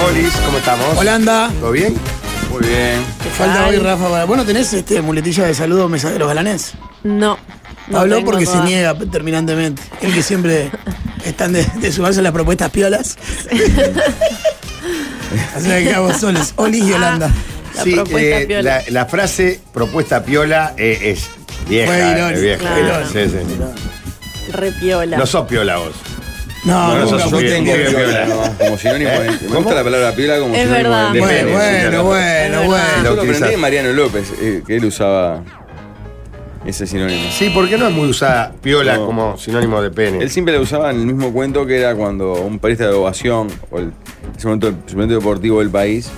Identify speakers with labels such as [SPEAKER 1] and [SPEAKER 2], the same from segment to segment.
[SPEAKER 1] Polis, ¿cómo estamos?
[SPEAKER 2] Holanda.
[SPEAKER 1] ¿Todo bien? Muy bien.
[SPEAKER 2] Te falta hoy, Rafa. para- ¿Vos no tenés este muletilla de saludo mesa de los galanés?
[SPEAKER 3] No. no
[SPEAKER 2] Habló
[SPEAKER 3] tengo
[SPEAKER 2] porque
[SPEAKER 3] todas.
[SPEAKER 2] se niega terminantemente. El que siempre están de, de sumarse a las propuestas piolas. Así que quedamos solos. Olis y Holanda.
[SPEAKER 3] Ah, La propuesta
[SPEAKER 1] eh,
[SPEAKER 3] piola.
[SPEAKER 1] La, la frase propuesta piola eh, es vieja.
[SPEAKER 2] Fue
[SPEAKER 1] eh,
[SPEAKER 2] irónico,
[SPEAKER 1] vieja,
[SPEAKER 3] claro.
[SPEAKER 1] irónica, sí, sí.
[SPEAKER 3] Repiola.
[SPEAKER 1] No sos piola vos.
[SPEAKER 2] No,
[SPEAKER 1] No,
[SPEAKER 2] no,
[SPEAKER 1] no,
[SPEAKER 2] no.
[SPEAKER 1] sos-
[SPEAKER 4] Yo
[SPEAKER 1] bien,
[SPEAKER 4] tengo
[SPEAKER 1] muy bien,
[SPEAKER 4] piola,
[SPEAKER 1] piola.
[SPEAKER 4] ¿no? como sinónimo.
[SPEAKER 1] ¿Eh?
[SPEAKER 4] de- este. Me gusta la palabra piola como
[SPEAKER 3] Es
[SPEAKER 4] sinónimo
[SPEAKER 3] verdad.
[SPEAKER 4] de
[SPEAKER 2] Bueno,
[SPEAKER 1] Depende,
[SPEAKER 2] bueno,
[SPEAKER 1] señora.
[SPEAKER 2] bueno,
[SPEAKER 3] Es verdad.
[SPEAKER 1] Lo
[SPEAKER 4] Yo
[SPEAKER 2] bueno.
[SPEAKER 4] lo aprendí
[SPEAKER 1] utilizás.
[SPEAKER 4] de Mariano López, eh, que él usaba ese sinónimo.
[SPEAKER 1] Sí, porque no es muy usada piola
[SPEAKER 4] No.
[SPEAKER 1] como sinónimo de pene.
[SPEAKER 4] Él siempre la usaba en el mismo cuento que era cuando un periodista de ovación, o el, en ese momento el suplemento deportivo del país,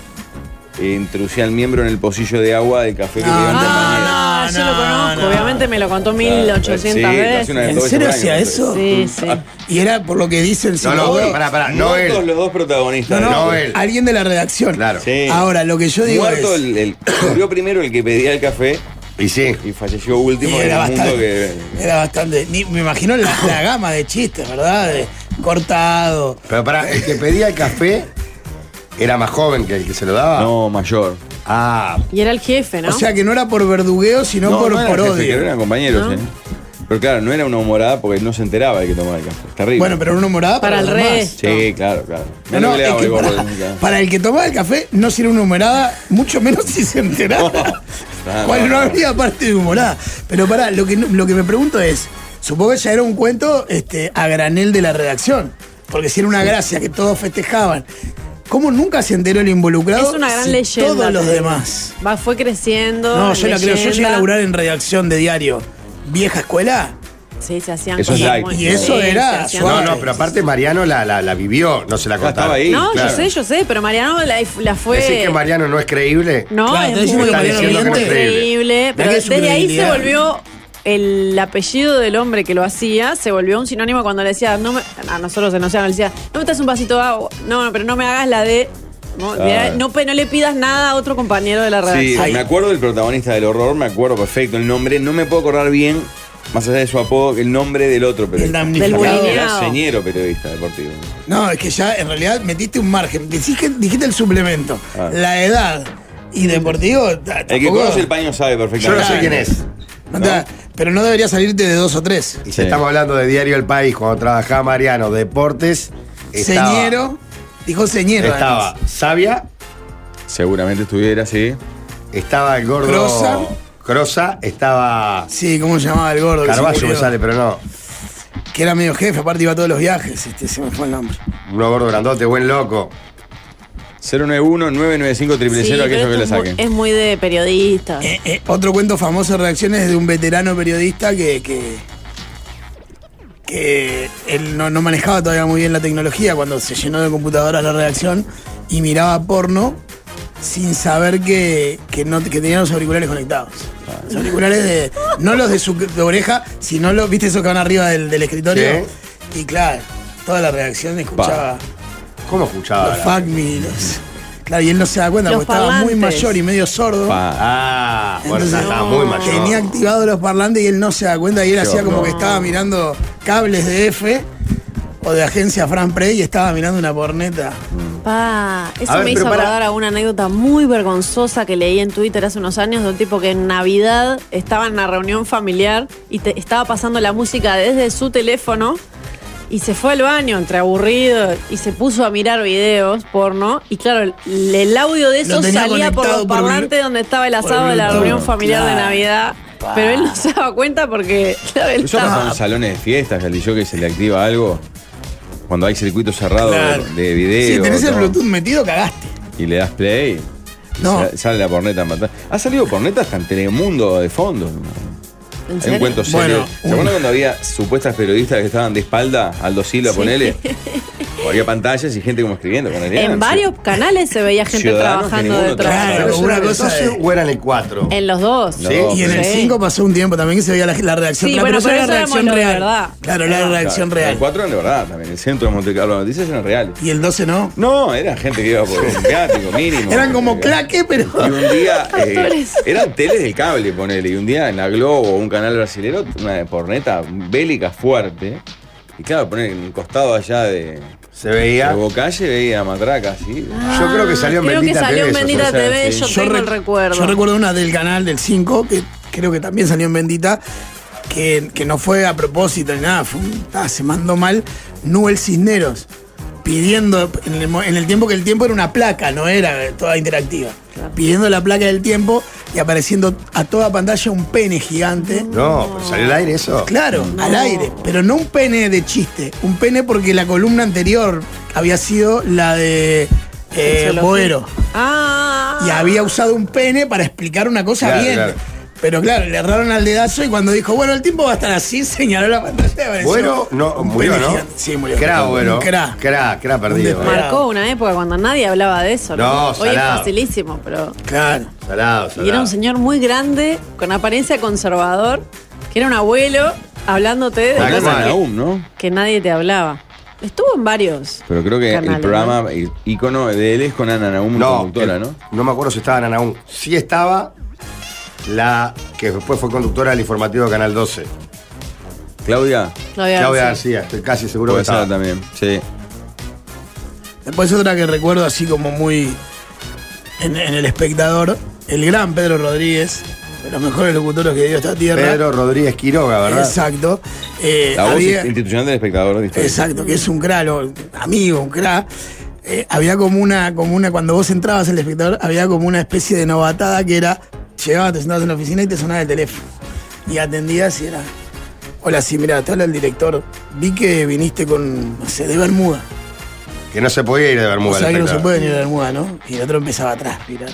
[SPEAKER 4] eh, introducía el miembro en el pocillo de agua del café que
[SPEAKER 2] No,
[SPEAKER 4] pedía un compañero.
[SPEAKER 3] Ah,
[SPEAKER 2] no,
[SPEAKER 3] yo lo
[SPEAKER 2] no,
[SPEAKER 3] conozco.
[SPEAKER 2] no.
[SPEAKER 3] Obviamente me lo contó
[SPEAKER 4] Sí,
[SPEAKER 3] 1800
[SPEAKER 4] lo
[SPEAKER 3] veces.
[SPEAKER 4] hace una vez
[SPEAKER 2] ¿En
[SPEAKER 4] todo
[SPEAKER 2] serio
[SPEAKER 4] ese
[SPEAKER 2] hacía
[SPEAKER 4] año,
[SPEAKER 2] eso? Mm. Ah,
[SPEAKER 3] Sí, sí.
[SPEAKER 2] Y era por lo que dicen.
[SPEAKER 1] no, no,
[SPEAKER 2] güey.
[SPEAKER 1] pará, pará, no
[SPEAKER 4] Muertos
[SPEAKER 1] él.
[SPEAKER 4] los dos protagonistas.
[SPEAKER 1] No,
[SPEAKER 4] de la
[SPEAKER 1] no,
[SPEAKER 4] película.
[SPEAKER 1] él.
[SPEAKER 2] Alguien de la redacción.
[SPEAKER 1] Claro.
[SPEAKER 4] Sí.
[SPEAKER 2] Ahora, lo que yo digo
[SPEAKER 4] Muerto
[SPEAKER 2] es.
[SPEAKER 4] el, el- murió primero el que pedía el café
[SPEAKER 1] Y sí.
[SPEAKER 4] y falleció último en
[SPEAKER 2] era,
[SPEAKER 4] el mundo
[SPEAKER 2] bastante,
[SPEAKER 4] que.
[SPEAKER 2] era bastante. Ni- me imagino la, la gama de chistes, ¿verdad? De cortado.
[SPEAKER 1] Pero pará, el que pedía el café era más joven que el que se lo daba.
[SPEAKER 4] No, mayor.
[SPEAKER 1] Ah,
[SPEAKER 3] Y era el jefe, ¿no?
[SPEAKER 2] O sea que no era por verdugueo, sino por,
[SPEAKER 4] era
[SPEAKER 2] por
[SPEAKER 4] jefe,
[SPEAKER 2] odio.
[SPEAKER 4] que eran compañeros,
[SPEAKER 3] No.
[SPEAKER 4] ¿eh? Pero claro, no era una humorada porque no se enteraba de que tomaba el café. Terrible.
[SPEAKER 2] Bueno, pero una humorada para,
[SPEAKER 3] Para el
[SPEAKER 2] los demás.
[SPEAKER 3] resto.
[SPEAKER 4] Sí, claro, claro.
[SPEAKER 2] No,
[SPEAKER 4] Mirá
[SPEAKER 2] no,
[SPEAKER 4] lo que le
[SPEAKER 2] es
[SPEAKER 4] hago
[SPEAKER 2] que
[SPEAKER 4] al gordo,
[SPEAKER 2] para,
[SPEAKER 4] nunca.
[SPEAKER 2] para el que tomaba el café no sirve una humorada, mucho menos si se enteraba.
[SPEAKER 4] Ah,
[SPEAKER 2] Bueno, no
[SPEAKER 4] no, no.
[SPEAKER 2] habría parte de humorada. Pero pará, lo que, no- lo que me pregunto es, supongo que ya era un cuento este, a granel de la redacción. Porque si era una gracia que todos festejaban, ¿cómo nunca se enteró el involucrado?
[SPEAKER 3] es una gran
[SPEAKER 2] si
[SPEAKER 3] leyenda.
[SPEAKER 2] Todos los
[SPEAKER 3] te digo.
[SPEAKER 2] demás.
[SPEAKER 3] Va, fue creciendo.
[SPEAKER 2] No, yo la creo. Yo
[SPEAKER 3] leyenda.
[SPEAKER 2] llegué a laburar en redacción de diario. Vieja escuela.
[SPEAKER 3] Sí, se hacían
[SPEAKER 4] Eso es
[SPEAKER 3] cosas
[SPEAKER 4] light.
[SPEAKER 3] muy-
[SPEAKER 4] Y eso
[SPEAKER 3] sí,
[SPEAKER 2] era
[SPEAKER 3] se hacían
[SPEAKER 2] suave.
[SPEAKER 1] no,
[SPEAKER 3] cosas.
[SPEAKER 1] no, pero aparte Mariano la, la, la vivió, no se la contaba.
[SPEAKER 4] estaba ahí.
[SPEAKER 3] No,
[SPEAKER 4] claro.
[SPEAKER 3] yo sé, yo sé, pero Mariano la, la fue.
[SPEAKER 1] ¿Decís que Mariano no es creíble?
[SPEAKER 3] No,
[SPEAKER 2] Claro, te
[SPEAKER 3] es
[SPEAKER 2] decimos
[SPEAKER 3] muy
[SPEAKER 2] que
[SPEAKER 1] Mariano
[SPEAKER 3] increíble,
[SPEAKER 1] Oriente-
[SPEAKER 3] increíble,
[SPEAKER 2] ¿De
[SPEAKER 3] Pero
[SPEAKER 2] qué es su
[SPEAKER 3] desde ahí se
[SPEAKER 2] credibilidad?
[SPEAKER 3] volvió el apellido del hombre que lo hacía, se volvió un sinónimo cuando le decía, no me- a nosotros en Océano le decía, no me traes un vasito de agua, no, no, pero no me hagas la de. No,
[SPEAKER 4] Claro.
[SPEAKER 3] de- no, pe- no le pidas nada a otro compañero de la
[SPEAKER 4] Sí,
[SPEAKER 3] redacción.
[SPEAKER 4] me acuerdo del protagonista del horror, me acuerdo perfecto el nombre. No me puedo acordar bien, más allá de su apodo, el nombre del otro periodista.
[SPEAKER 2] Del
[SPEAKER 3] damnificado.
[SPEAKER 4] Era señero periodista deportivo.
[SPEAKER 2] No, es que ya en realidad metiste un margen. Decís que- dijiste el suplemento,
[SPEAKER 4] Ah.
[SPEAKER 2] la edad y deportivo.
[SPEAKER 4] El que conoce el paño sabe
[SPEAKER 1] Yo
[SPEAKER 4] perfectamente. Ah,
[SPEAKER 1] no sé quién es.
[SPEAKER 2] No te- Pero no debería salirte de dos o tres.
[SPEAKER 1] Y si
[SPEAKER 4] Sí.
[SPEAKER 1] estamos hablando de Diario El País, cuando trabajaba Mariano, deportes, estaba,
[SPEAKER 2] Señero. Dijo señero.
[SPEAKER 1] estaba
[SPEAKER 2] además.
[SPEAKER 1] Sabia,
[SPEAKER 4] Seguramente estuviera, sí.
[SPEAKER 1] estaba el gordo
[SPEAKER 2] Crosa.
[SPEAKER 1] Crosa, estaba
[SPEAKER 2] Sí, ¿cómo se llamaba el gordo? que se
[SPEAKER 1] Carballo,
[SPEAKER 2] murió?
[SPEAKER 1] me sale, pero no.
[SPEAKER 2] Que era medio jefe, aparte iba a todos los viajes. Este, se me fue el nombre.
[SPEAKER 1] Un gordo grandote, buen loco.
[SPEAKER 4] 091 995
[SPEAKER 3] Sí,
[SPEAKER 4] 000
[SPEAKER 3] pero
[SPEAKER 4] aquellos que
[SPEAKER 3] esto
[SPEAKER 4] le
[SPEAKER 3] es, muy,
[SPEAKER 4] saquen.
[SPEAKER 3] es muy de periodistas.
[SPEAKER 2] Eh, eh, otro cuento famoso de reacciones de un veterano periodista que. que, que él no, no manejaba todavía muy bien la tecnología cuando se llenó de computadoras la redacción y miraba porno sin saber que, que no, que tenía los auriculares conectados. Los auriculares de. No los de su de oreja, sino los. ¿Viste esos que van arriba del, del escritorio? Y claro, toda la redacción escuchaba
[SPEAKER 1] ¿Cómo escuchaba?
[SPEAKER 2] los
[SPEAKER 1] la-
[SPEAKER 2] fuck me, los- Claro, y él no se da cuenta
[SPEAKER 3] Los
[SPEAKER 2] porque estaba muy
[SPEAKER 3] parlantes.
[SPEAKER 2] mayor y medio sordo.
[SPEAKER 4] Pa.
[SPEAKER 1] Ah, bueno,
[SPEAKER 2] Entonces,
[SPEAKER 1] estaba muy
[SPEAKER 3] no.
[SPEAKER 1] mayor.
[SPEAKER 2] Tenía activados los parlantes y él no se da cuenta y él hacía como
[SPEAKER 4] horror.
[SPEAKER 2] que estaba mirando cables de F o de agencia Fran Prey y estaba mirando una porneta.
[SPEAKER 4] Mm.
[SPEAKER 3] Pa, eso
[SPEAKER 1] A ver,
[SPEAKER 3] me
[SPEAKER 1] pero
[SPEAKER 3] hizo
[SPEAKER 1] para-
[SPEAKER 3] acordar a una anécdota muy vergonzosa que leí en Twitter hace unos años de un tipo que en Navidad estaba en una reunión familiar y te- estaba pasando la música desde su teléfono y se fue al baño entre aburrido y se puso a mirar videos porno y claro, el, el audio de
[SPEAKER 2] Lo
[SPEAKER 3] eso
[SPEAKER 2] tenía
[SPEAKER 3] salía por
[SPEAKER 2] conectado
[SPEAKER 3] los
[SPEAKER 2] por
[SPEAKER 3] parlantes
[SPEAKER 2] Blu-
[SPEAKER 3] donde estaba el
[SPEAKER 2] por
[SPEAKER 3] asado de la
[SPEAKER 2] Bluetooth.
[SPEAKER 3] reunión familiar de
[SPEAKER 2] Claro.
[SPEAKER 3] Navidad, pero él no se daba cuenta porque claro, él
[SPEAKER 4] Eso
[SPEAKER 3] estaba-
[SPEAKER 4] pasa en salones de fiestas, que al DJ que se le activa algo. Cuando hay circuito cerrado
[SPEAKER 2] Claro.
[SPEAKER 4] de video.
[SPEAKER 2] si tenés el
[SPEAKER 4] ¿no?
[SPEAKER 2] Bluetooth metido, cagaste.
[SPEAKER 4] Y le das play. y
[SPEAKER 2] No.
[SPEAKER 4] sa- Sale la porneta en pantalla. Ha salido porneta hasta en Telemundo de fondo.
[SPEAKER 3] ¿En
[SPEAKER 4] Hay un
[SPEAKER 3] serio?
[SPEAKER 4] cuento
[SPEAKER 2] Bueno,
[SPEAKER 4] serio. ¿Se
[SPEAKER 2] un-
[SPEAKER 4] acuerdan cuando había supuestas periodistas que estaban de espalda, Aldo Silva, ponele? O había pantallas y gente como escribiendo. con Ariana,
[SPEAKER 3] En
[SPEAKER 4] sí.
[SPEAKER 3] varios canales se veía gente
[SPEAKER 4] Ciudadanos que
[SPEAKER 3] trabajando
[SPEAKER 4] ninguno
[SPEAKER 3] detrás.
[SPEAKER 4] trabaja.
[SPEAKER 2] Claro,
[SPEAKER 1] ¿Pero eso
[SPEAKER 2] una
[SPEAKER 1] era en el
[SPEAKER 2] cosa de-
[SPEAKER 1] 12 o era en el 4?
[SPEAKER 3] En los dos.
[SPEAKER 4] No,
[SPEAKER 1] Sí,
[SPEAKER 2] Y en el
[SPEAKER 3] Sí.
[SPEAKER 2] 5 pasó un tiempo también que se veía la, la reacción.
[SPEAKER 3] Sí,
[SPEAKER 2] la,
[SPEAKER 3] bueno, pero
[SPEAKER 2] era
[SPEAKER 3] eso
[SPEAKER 2] la
[SPEAKER 3] era
[SPEAKER 2] reacción
[SPEAKER 3] mono de
[SPEAKER 2] real.
[SPEAKER 3] verdad.
[SPEAKER 2] Claro, la
[SPEAKER 3] Claro.
[SPEAKER 2] reacción
[SPEAKER 4] El
[SPEAKER 2] real.
[SPEAKER 4] 4 en de verdad también. El centro de Monte Carlo, las noticias eran reales.
[SPEAKER 2] Y el 12 no.
[SPEAKER 4] No, era gente que iba por un viático mínimo.
[SPEAKER 2] Eran como
[SPEAKER 4] Porque-
[SPEAKER 2] claque, pero.
[SPEAKER 4] Y un día. eh,
[SPEAKER 3] Actores.
[SPEAKER 4] eran teles del cable, ponele. Y un día en la Globo, un canal brasilero, una porneta bélica fuerte. Y claro, poner en un costado allá de
[SPEAKER 1] Se veía. Ah,
[SPEAKER 4] Pero Bocalle veía matracas, sí.
[SPEAKER 1] Yo creo que salió en
[SPEAKER 3] Creo que
[SPEAKER 1] Bendita
[SPEAKER 3] salió en
[SPEAKER 1] TV, eso,
[SPEAKER 3] Bendita
[SPEAKER 4] suele ser,
[SPEAKER 3] TV,
[SPEAKER 4] sí.
[SPEAKER 3] yo,
[SPEAKER 2] Yo
[SPEAKER 3] tengo
[SPEAKER 2] re-
[SPEAKER 3] el recuerdo.
[SPEAKER 2] Yo recuerdo una del canal del 5, que creo que también salió en Bendita, que, que no fue a propósito ni nada, fue un- ah, se mandó mal Nubel Cisneros, pidiendo, en el, mo- en el tiempo que el tiempo era una placa, no era toda interactiva, pidiendo la placa del tiempo y apareciendo a toda pantalla un pene gigante.
[SPEAKER 1] No, pero salió al aire eso.
[SPEAKER 2] Claro, al aire, pero no un pene de chiste, un pene porque la columna anterior había sido la de eh,
[SPEAKER 3] Sexología.
[SPEAKER 2] Boero
[SPEAKER 3] Ah.
[SPEAKER 2] y había usado un pene para explicar una cosa
[SPEAKER 1] Claro,
[SPEAKER 2] bien.
[SPEAKER 1] claro.
[SPEAKER 2] Pero claro, le erraron al dedazo y cuando dijo, bueno, el tiempo va a estar así, señaló la pantalla y apareció
[SPEAKER 1] Bueno, no,
[SPEAKER 2] un
[SPEAKER 1] murió,
[SPEAKER 2] pene
[SPEAKER 1] ¿no?
[SPEAKER 2] gigante. Sí, murió.
[SPEAKER 1] Cra,
[SPEAKER 2] Un
[SPEAKER 1] bueno.
[SPEAKER 2] cra.
[SPEAKER 1] Cra, cra perdido.
[SPEAKER 2] Un
[SPEAKER 1] eh.
[SPEAKER 3] Marcó una época cuando nadie hablaba de eso.
[SPEAKER 1] No,
[SPEAKER 3] Hoy es
[SPEAKER 1] salado.
[SPEAKER 3] facilísimo, pero.
[SPEAKER 2] Claro.
[SPEAKER 1] Salado,
[SPEAKER 3] Y era
[SPEAKER 1] salado.
[SPEAKER 3] un señor muy grande, con apariencia conservador, que era un abuelo, hablándote de
[SPEAKER 1] Tal
[SPEAKER 3] cosas
[SPEAKER 1] cual.
[SPEAKER 3] que,
[SPEAKER 4] aún, ¿no?
[SPEAKER 3] que nadie te hablaba. Estuvo en varios.
[SPEAKER 4] Pero creo que
[SPEAKER 3] Canales,
[SPEAKER 4] el programa, el ícono de él es con Ana Naum, conductora,
[SPEAKER 1] que-
[SPEAKER 4] ¿no?
[SPEAKER 1] No me acuerdo si estaba Ana aún. Sí estaba la que después fue conductora del informativo de Canal 12.
[SPEAKER 4] Claudia,
[SPEAKER 3] Claudia
[SPEAKER 1] Claudia
[SPEAKER 3] García.
[SPEAKER 1] García, estoy casi seguro
[SPEAKER 4] puede
[SPEAKER 1] que estaba.
[SPEAKER 4] ser también. Sí.
[SPEAKER 2] Después otra que recuerdo así como muy en, en el espectador, el gran Pedro Rodríguez, de los mejores locutores que dio esta tierra.
[SPEAKER 1] Pedro Rodríguez Quiroga, ¿verdad?
[SPEAKER 2] Exacto. Eh,
[SPEAKER 4] La voz
[SPEAKER 2] había-
[SPEAKER 4] institucional del espectador de historia.
[SPEAKER 2] Exacto, que es un cra, lo- amigo, un cra. Eh, había como una, como una, cuando vos entrabas el espectador, había como una especie de novatada que era, llegabas, te sentabas en la oficina y te sonaba el teléfono. Y atendías y era, hola, sí, mira, te habla el director, vi que viniste con, no sé, de Bermuda.
[SPEAKER 1] Que no se podía ir de
[SPEAKER 2] O
[SPEAKER 1] Bermuda.
[SPEAKER 2] sea
[SPEAKER 1] al
[SPEAKER 2] que no se
[SPEAKER 1] espectador.
[SPEAKER 2] puede venir a Bermuda, ¿no? Y el otro empezaba a transpirar.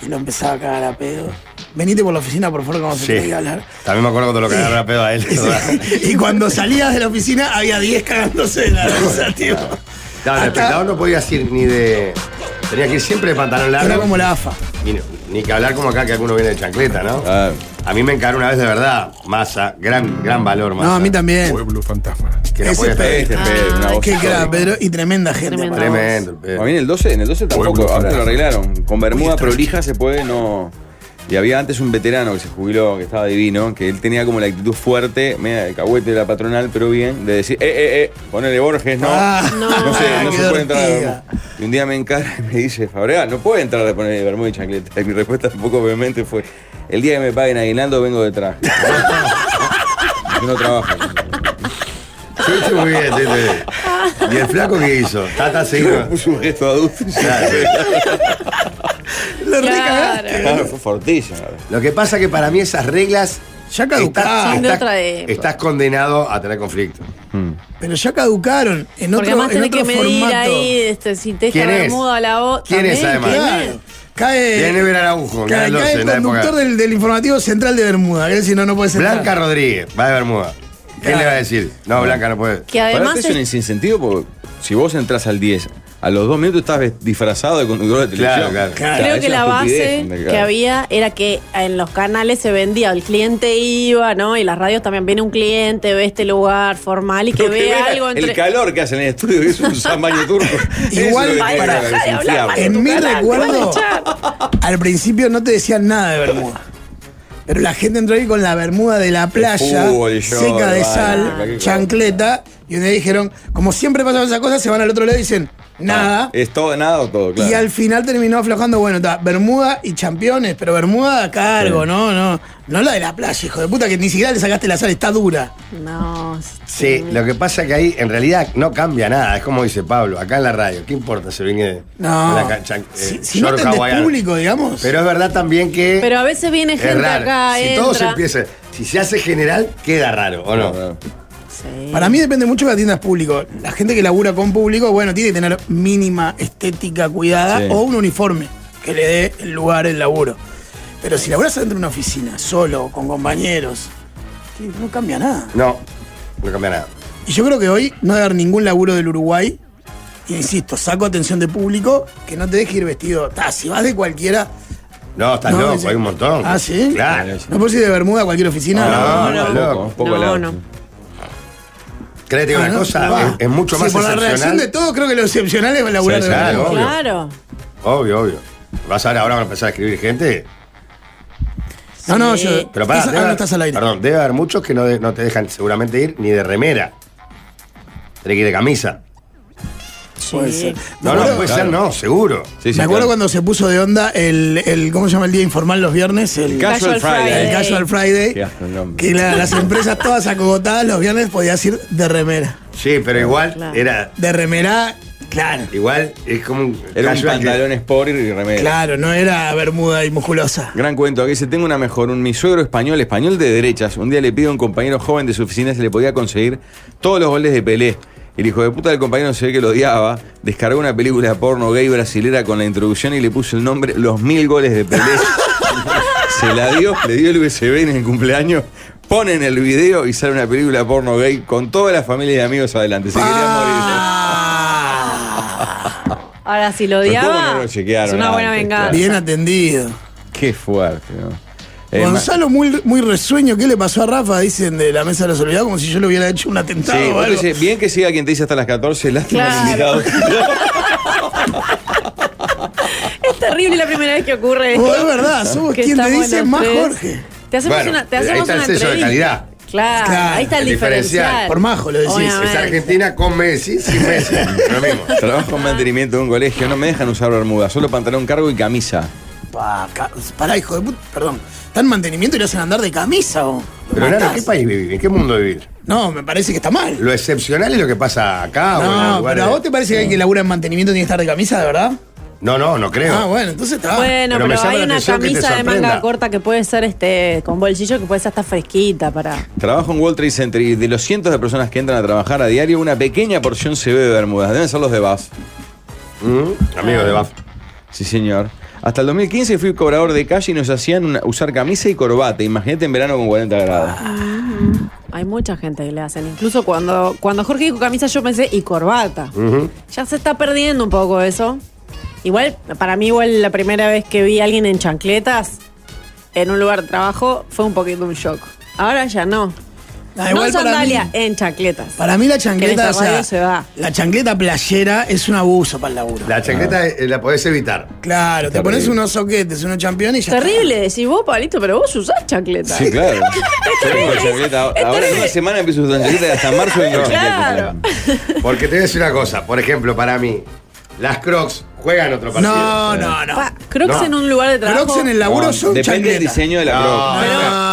[SPEAKER 2] Y lo empezaba a cagar a pedo. Venite por la oficina, por favor, que vamos a tener
[SPEAKER 1] Sí.
[SPEAKER 2] que hablar.
[SPEAKER 1] También me acuerdo cuando lo cagaron a pedo a él. ¿verdad?
[SPEAKER 2] y cuando salías de la oficina había 10 cagándose de la risa, tío.
[SPEAKER 1] Claro, el
[SPEAKER 2] Acá-
[SPEAKER 1] espectador no podía ir ni de. Tenía que ir siempre de pantalón largo.
[SPEAKER 2] Era como la AFA.
[SPEAKER 1] Y no- ni que hablar como acá que alguno viene de chancleta, ¿no?
[SPEAKER 4] Ah,
[SPEAKER 1] A mí me encaró una vez de verdad, masa, gran, gran valor, masa.
[SPEAKER 2] No, a mí también.
[SPEAKER 5] Pueblo Fantasma.
[SPEAKER 1] Que la
[SPEAKER 2] Ese
[SPEAKER 1] podía
[SPEAKER 2] pe-
[SPEAKER 1] traer.
[SPEAKER 4] este Pedro, una
[SPEAKER 2] Ay,
[SPEAKER 4] voz
[SPEAKER 2] qué
[SPEAKER 4] histórica.
[SPEAKER 2] crack, Pedro. Y tremenda gente.
[SPEAKER 3] Tremendo.
[SPEAKER 2] aparte.
[SPEAKER 1] Tremendo, el pedo.
[SPEAKER 4] A mí en el 12, en el 12 tampoco,
[SPEAKER 5] Pueblo
[SPEAKER 4] ahora lo
[SPEAKER 5] fantasma.
[SPEAKER 4] arreglaron. Con Bermuda prolija se puede, no. Y había antes un veterano que se jubiló, que estaba divino, que él tenía como la actitud fuerte, media de cagüete de la patronal, pero bien, de decir, eh, eh, eh, ponele Borges, no.
[SPEAKER 2] Ah,
[SPEAKER 4] no,
[SPEAKER 3] no.
[SPEAKER 4] se, no
[SPEAKER 2] Qué
[SPEAKER 4] se puede entrar. a
[SPEAKER 2] ortiga.
[SPEAKER 4] Bermuda. Y un día me encara y me dice, Fabregas, no puede entrar de poner Bermuda y chancleta. Y mi respuesta un poco vehemente fue, el día que me paguen aguinaldo vengo de traje. Yo no trabajo.
[SPEAKER 1] Sí, sí, muy bien, sí, sí. ¿Y el flaco qué hizo? Tata se hizo.
[SPEAKER 4] Puso un gesto adulto. y se-
[SPEAKER 2] Lo
[SPEAKER 3] Claro.
[SPEAKER 2] recagaste.
[SPEAKER 4] Claro, Ah, fue fortísimo.
[SPEAKER 1] Lo que pasa que para mí esas reglas.
[SPEAKER 2] Ya caducaron.
[SPEAKER 1] estás-
[SPEAKER 3] Son de
[SPEAKER 1] estás-
[SPEAKER 3] otra época.
[SPEAKER 1] estás condenado a tener conflicto.
[SPEAKER 2] Pero ya caducaron. En
[SPEAKER 3] Porque
[SPEAKER 2] otro,
[SPEAKER 3] además
[SPEAKER 2] en
[SPEAKER 3] tenés
[SPEAKER 2] otro
[SPEAKER 3] que medir
[SPEAKER 2] formato.
[SPEAKER 3] ahí, este, si te deja
[SPEAKER 1] ¿Quién es?
[SPEAKER 3] Bermuda la voz.
[SPEAKER 1] ¿Quién es,
[SPEAKER 3] también,
[SPEAKER 1] además?
[SPEAKER 3] ¿quién
[SPEAKER 2] Claro. Cae,
[SPEAKER 1] Viene ver Araujo,
[SPEAKER 2] cae-
[SPEAKER 1] Canal 12,
[SPEAKER 2] cae el
[SPEAKER 1] en la época.
[SPEAKER 2] conductor del, del informativo central de Bermuda. Que si no, no puedes entrar.
[SPEAKER 1] Blanca Rodríguez, va de Bermuda. ¿Quién
[SPEAKER 2] Claro.
[SPEAKER 1] le va a decir? No, Blanca no puede.
[SPEAKER 3] Que
[SPEAKER 4] Además,
[SPEAKER 3] además
[SPEAKER 4] es un sinsentido porque si vos entras al 10, a los dos minutos estás ves- disfrazado de conductor de televisión.
[SPEAKER 1] Claro, claro.
[SPEAKER 4] O sea,
[SPEAKER 3] Creo
[SPEAKER 4] es
[SPEAKER 3] que
[SPEAKER 4] una
[SPEAKER 3] la
[SPEAKER 4] estupidez,
[SPEAKER 3] base
[SPEAKER 4] ¿entendés?
[SPEAKER 3] que había era que en los canales se vendía, el cliente iba, ¿no? Y las radios también, viene un cliente, ve este lugar formal y que
[SPEAKER 4] Pero que
[SPEAKER 3] vea
[SPEAKER 4] vea
[SPEAKER 3] algo entre...
[SPEAKER 4] El calor que hacen en el estudio, que es un sambaño turco.
[SPEAKER 2] Igual,
[SPEAKER 4] Eso es lo que tiene
[SPEAKER 2] para-
[SPEAKER 4] que
[SPEAKER 3] Dejá de hablar,
[SPEAKER 4] desinfiable.
[SPEAKER 3] Mario.
[SPEAKER 2] En mi
[SPEAKER 3] Canal, te
[SPEAKER 2] recuerdo,
[SPEAKER 3] van a
[SPEAKER 2] al principio no te decían nada de Bermuda. Pero la gente entró ahí con la bermuda de la playa,
[SPEAKER 4] fútbol, el short,
[SPEAKER 2] seca de
[SPEAKER 4] vale,
[SPEAKER 2] sal,
[SPEAKER 4] cualquier cosa.
[SPEAKER 2] chancleta, y un día dijeron, como siempre pasan esas cosas, se van al otro lado y dicen, nada.
[SPEAKER 4] Es todo, nada o todo, claro.
[SPEAKER 2] Y al final terminó aflojando, bueno, ta, Bermuda y campeones, pero Bermuda a cargo, no, no. No la de la playa, hijo de puta, que ni siquiera le sacaste la sal, está dura.
[SPEAKER 3] No, sí.
[SPEAKER 1] Sí, lo que pasa que ahí en realidad no cambia nada. Es como dice Pablo, acá en la radio. ¿Qué importa si viene
[SPEAKER 2] No.
[SPEAKER 1] una cancha, eh,
[SPEAKER 2] si si no
[SPEAKER 1] short
[SPEAKER 2] tenés
[SPEAKER 1] hawaiano?
[SPEAKER 2] público, digamos.
[SPEAKER 1] Pero es verdad también que.
[SPEAKER 3] Pero a veces viene
[SPEAKER 1] es
[SPEAKER 3] gente
[SPEAKER 1] raro.
[SPEAKER 3] acá,
[SPEAKER 1] si
[SPEAKER 3] entra.
[SPEAKER 1] todo se empieza. Si se hace general, queda raro, ¿o no?
[SPEAKER 4] Claro.
[SPEAKER 3] Sí.
[SPEAKER 2] Para mí depende mucho de que atiendas público. La gente que labura con público, bueno, tiene que tener mínima estética cuidada
[SPEAKER 4] Sí.
[SPEAKER 2] o un uniforme que le dé el lugar, el laburo. Pero si laburas dentro de una oficina, solo, con compañeros, sí, no cambia nada.
[SPEAKER 1] No, no cambia nada.
[SPEAKER 2] Y yo creo que hoy no debe haber ningún laburo del Uruguay, y insisto, saco atención de público, que no te deje ir vestido. Ta, si vas de cualquiera.
[SPEAKER 1] No, estás
[SPEAKER 2] no,
[SPEAKER 1] loco,
[SPEAKER 2] dice-
[SPEAKER 1] hay un montón.
[SPEAKER 2] Ah, sí.
[SPEAKER 1] Claro.
[SPEAKER 2] No puedes ir de Bermuda a cualquier oficina.
[SPEAKER 1] No, no,
[SPEAKER 4] un
[SPEAKER 1] no.
[SPEAKER 4] poco, un poco
[SPEAKER 3] No,
[SPEAKER 4] helado.
[SPEAKER 3] no.
[SPEAKER 1] Créete
[SPEAKER 2] Ah,
[SPEAKER 1] una
[SPEAKER 2] no,
[SPEAKER 1] cosa,
[SPEAKER 2] no va.
[SPEAKER 1] es, es mucho
[SPEAKER 2] Sí,
[SPEAKER 1] más
[SPEAKER 2] Por la reacción
[SPEAKER 1] excepcional.
[SPEAKER 2] de todo, creo que lo excepcional es laburar
[SPEAKER 1] Sí,
[SPEAKER 2] de
[SPEAKER 1] claro.
[SPEAKER 2] Bermuda.
[SPEAKER 1] obvio.
[SPEAKER 3] Claro.
[SPEAKER 1] Obvio, obvio. Vas a ver, ahora van a empezar a escribir gente.
[SPEAKER 2] No, no,
[SPEAKER 3] Sí.
[SPEAKER 2] yo.
[SPEAKER 1] Pero pará,
[SPEAKER 2] Esa-
[SPEAKER 1] debe
[SPEAKER 2] ah, no
[SPEAKER 1] haber-
[SPEAKER 2] estás al aire.
[SPEAKER 1] Perdón, debe haber muchos que no, de- no te dejan seguramente ir ni de remera. Tenés que ir de camisa.
[SPEAKER 2] Puede ser.
[SPEAKER 1] No, no, puede ser, no, seguro.
[SPEAKER 4] Sí, sí,
[SPEAKER 2] Me acuerdo
[SPEAKER 4] claro.
[SPEAKER 2] cuando se puso de onda el, el- ¿Cómo se llama el día informal los viernes? El,
[SPEAKER 4] Casual Friday.
[SPEAKER 2] el Casual Friday.
[SPEAKER 4] Qué asco el nombre.
[SPEAKER 2] Que la- las empresas todas acogotadas los viernes podías ir de remera.
[SPEAKER 1] Sí, pero igual
[SPEAKER 3] Claro.
[SPEAKER 1] era.
[SPEAKER 2] De remera, claro.
[SPEAKER 1] Igual es como un.
[SPEAKER 4] Era un
[SPEAKER 1] casual que-
[SPEAKER 4] pantalón sport y remedio.
[SPEAKER 2] Claro, no era bermuda y musculosa.
[SPEAKER 4] Gran cuento, aquí dice, tengo una mejor, un mi suegro español, español de derechas. Un día le pido a un compañero joven de su oficina si le podía conseguir todos los goles de Pelé. El hijo de puta del compañero se ve que lo odiaba, descargó una película porno gay brasilera con la introducción y le puso el nombre Los Mil Goles de Pelé. se la dio, le dio el USB en el cumpleaños, ponen el video y sale una película porno gay con toda la familia y amigos adelante. Se quería morir.
[SPEAKER 2] Ah,
[SPEAKER 3] Ahora, si lo
[SPEAKER 4] Pero
[SPEAKER 3] odiaba,
[SPEAKER 4] ¿cómo no lo chequearon
[SPEAKER 3] es una buena
[SPEAKER 4] antes,
[SPEAKER 3] venganza.
[SPEAKER 4] claro?
[SPEAKER 2] bien atendido.
[SPEAKER 4] Qué fuerte, ¿no? Eh, ma-
[SPEAKER 2] Gonzalo muy, muy resueño, ¿qué le pasó a Rafa? Dicen de la mesa de los olvidados como si yo le hubiera hecho un
[SPEAKER 4] Sí,
[SPEAKER 2] atentado o
[SPEAKER 4] otro
[SPEAKER 2] algo.
[SPEAKER 4] dice, bien que siga quien te dice hasta las 14, lástima al
[SPEAKER 3] Claro.
[SPEAKER 4] invitado.
[SPEAKER 3] Es terrible la primera vez que ocurre esto.
[SPEAKER 2] Oh, es verdad, somos
[SPEAKER 3] Que
[SPEAKER 2] quien te
[SPEAKER 3] estamos
[SPEAKER 2] dice
[SPEAKER 3] los
[SPEAKER 2] más
[SPEAKER 3] tres.
[SPEAKER 2] Jorge.
[SPEAKER 3] Te hacemos
[SPEAKER 1] Bueno,
[SPEAKER 3] una, te
[SPEAKER 1] ahí
[SPEAKER 3] hacemos
[SPEAKER 1] está el
[SPEAKER 3] una
[SPEAKER 1] sello de
[SPEAKER 3] entrevista.
[SPEAKER 1] calidad.
[SPEAKER 3] Claro,
[SPEAKER 2] Claro,
[SPEAKER 3] ahí está el
[SPEAKER 1] el diferencial.
[SPEAKER 3] diferencial.
[SPEAKER 2] Por majo lo decís.
[SPEAKER 1] Es
[SPEAKER 3] Obviamente.
[SPEAKER 1] Argentina con Messi, sin Messi. lo mismo.
[SPEAKER 4] Trabajo en mantenimiento de un colegio, no me dejan usar bermuda, solo pantalón cargo y camisa.
[SPEAKER 2] Pa, Ah, ca- pará, hijo de puta, perdón. Tan mantenimiento y lo hacen andar de camisa. vos.
[SPEAKER 1] Pero Nano,
[SPEAKER 2] Matás.
[SPEAKER 1] ¿qué país vivir? ¿En qué mundo vivir?
[SPEAKER 2] No, me parece que está mal.
[SPEAKER 1] Lo excepcional es lo que pasa acá. o en
[SPEAKER 2] No,
[SPEAKER 1] lugares-
[SPEAKER 2] pero a vos te parece que hay que labura en mantenimiento tiene que estar de camisa, de verdad.
[SPEAKER 1] No, no, no creo.
[SPEAKER 2] Ah, bueno, entonces está.
[SPEAKER 3] Bueno,
[SPEAKER 1] Pero
[SPEAKER 3] pero,
[SPEAKER 1] me llama
[SPEAKER 3] hay
[SPEAKER 1] la
[SPEAKER 3] una
[SPEAKER 1] atención que te
[SPEAKER 3] camisa de manga
[SPEAKER 1] sorprenda.
[SPEAKER 3] corta que puede ser este con bolsillo que puede ser hasta fresquita para.
[SPEAKER 4] Trabajo en World Trade Center y de los cientos de personas que entran a trabajar a diario, una pequeña porción se ve de bermudas. Deben ser los de BAF.
[SPEAKER 1] Mm, Amigo de Baf.
[SPEAKER 4] Sí, señor. Hasta el 2015 fui cobrador de calle y nos hacían una- usar camisa y corbata. Imagínate en verano con 40 grados.
[SPEAKER 3] Hay mucha gente que le hacen. Incluso cuando, cuando Jorge dijo camisa, yo pensé, y corbata. Ya se está perdiendo un poco eso. Igual, para mí, igual la primera vez que vi a alguien en chancletas en un lugar de trabajo fue un poquito un shock. Ahora ya no.
[SPEAKER 2] Ah,
[SPEAKER 3] no
[SPEAKER 2] igual
[SPEAKER 3] en
[SPEAKER 2] para
[SPEAKER 3] sandalia,
[SPEAKER 2] mí-
[SPEAKER 3] en chancletas.
[SPEAKER 2] Para mí la
[SPEAKER 3] Que en esta
[SPEAKER 2] chancleta, o sea,
[SPEAKER 3] radio se va.
[SPEAKER 2] la chancleta playera es un abuso para el laburo. Ah.
[SPEAKER 1] La chaqueta eh, la podés evitar.
[SPEAKER 2] Claro, te
[SPEAKER 4] Terrible.
[SPEAKER 2] pones unos soquetes, unos championes y ya. está.
[SPEAKER 3] Terrible, decís vos, Pablito, pero vos usás chancletas.
[SPEAKER 4] Sí, claro. Yo vengo con
[SPEAKER 3] terrible,
[SPEAKER 4] chancleta.
[SPEAKER 3] es
[SPEAKER 4] Ahora en
[SPEAKER 3] terrible.
[SPEAKER 4] una semana empiezo con chancleta y hasta marzo vengo con
[SPEAKER 3] Claro.
[SPEAKER 4] chancleta.
[SPEAKER 1] Porque te voy a decir una cosa. Por ejemplo, para mí, las Crocs juegan otro partido.
[SPEAKER 2] No, no, no.
[SPEAKER 3] Pa, Crocs
[SPEAKER 1] No.
[SPEAKER 3] en un lugar de trabajo.
[SPEAKER 2] Crocs en el laburo
[SPEAKER 4] No,
[SPEAKER 2] son
[SPEAKER 4] Depende
[SPEAKER 2] chancletas.
[SPEAKER 4] del diseño de la
[SPEAKER 1] No,
[SPEAKER 4] croc.
[SPEAKER 2] no,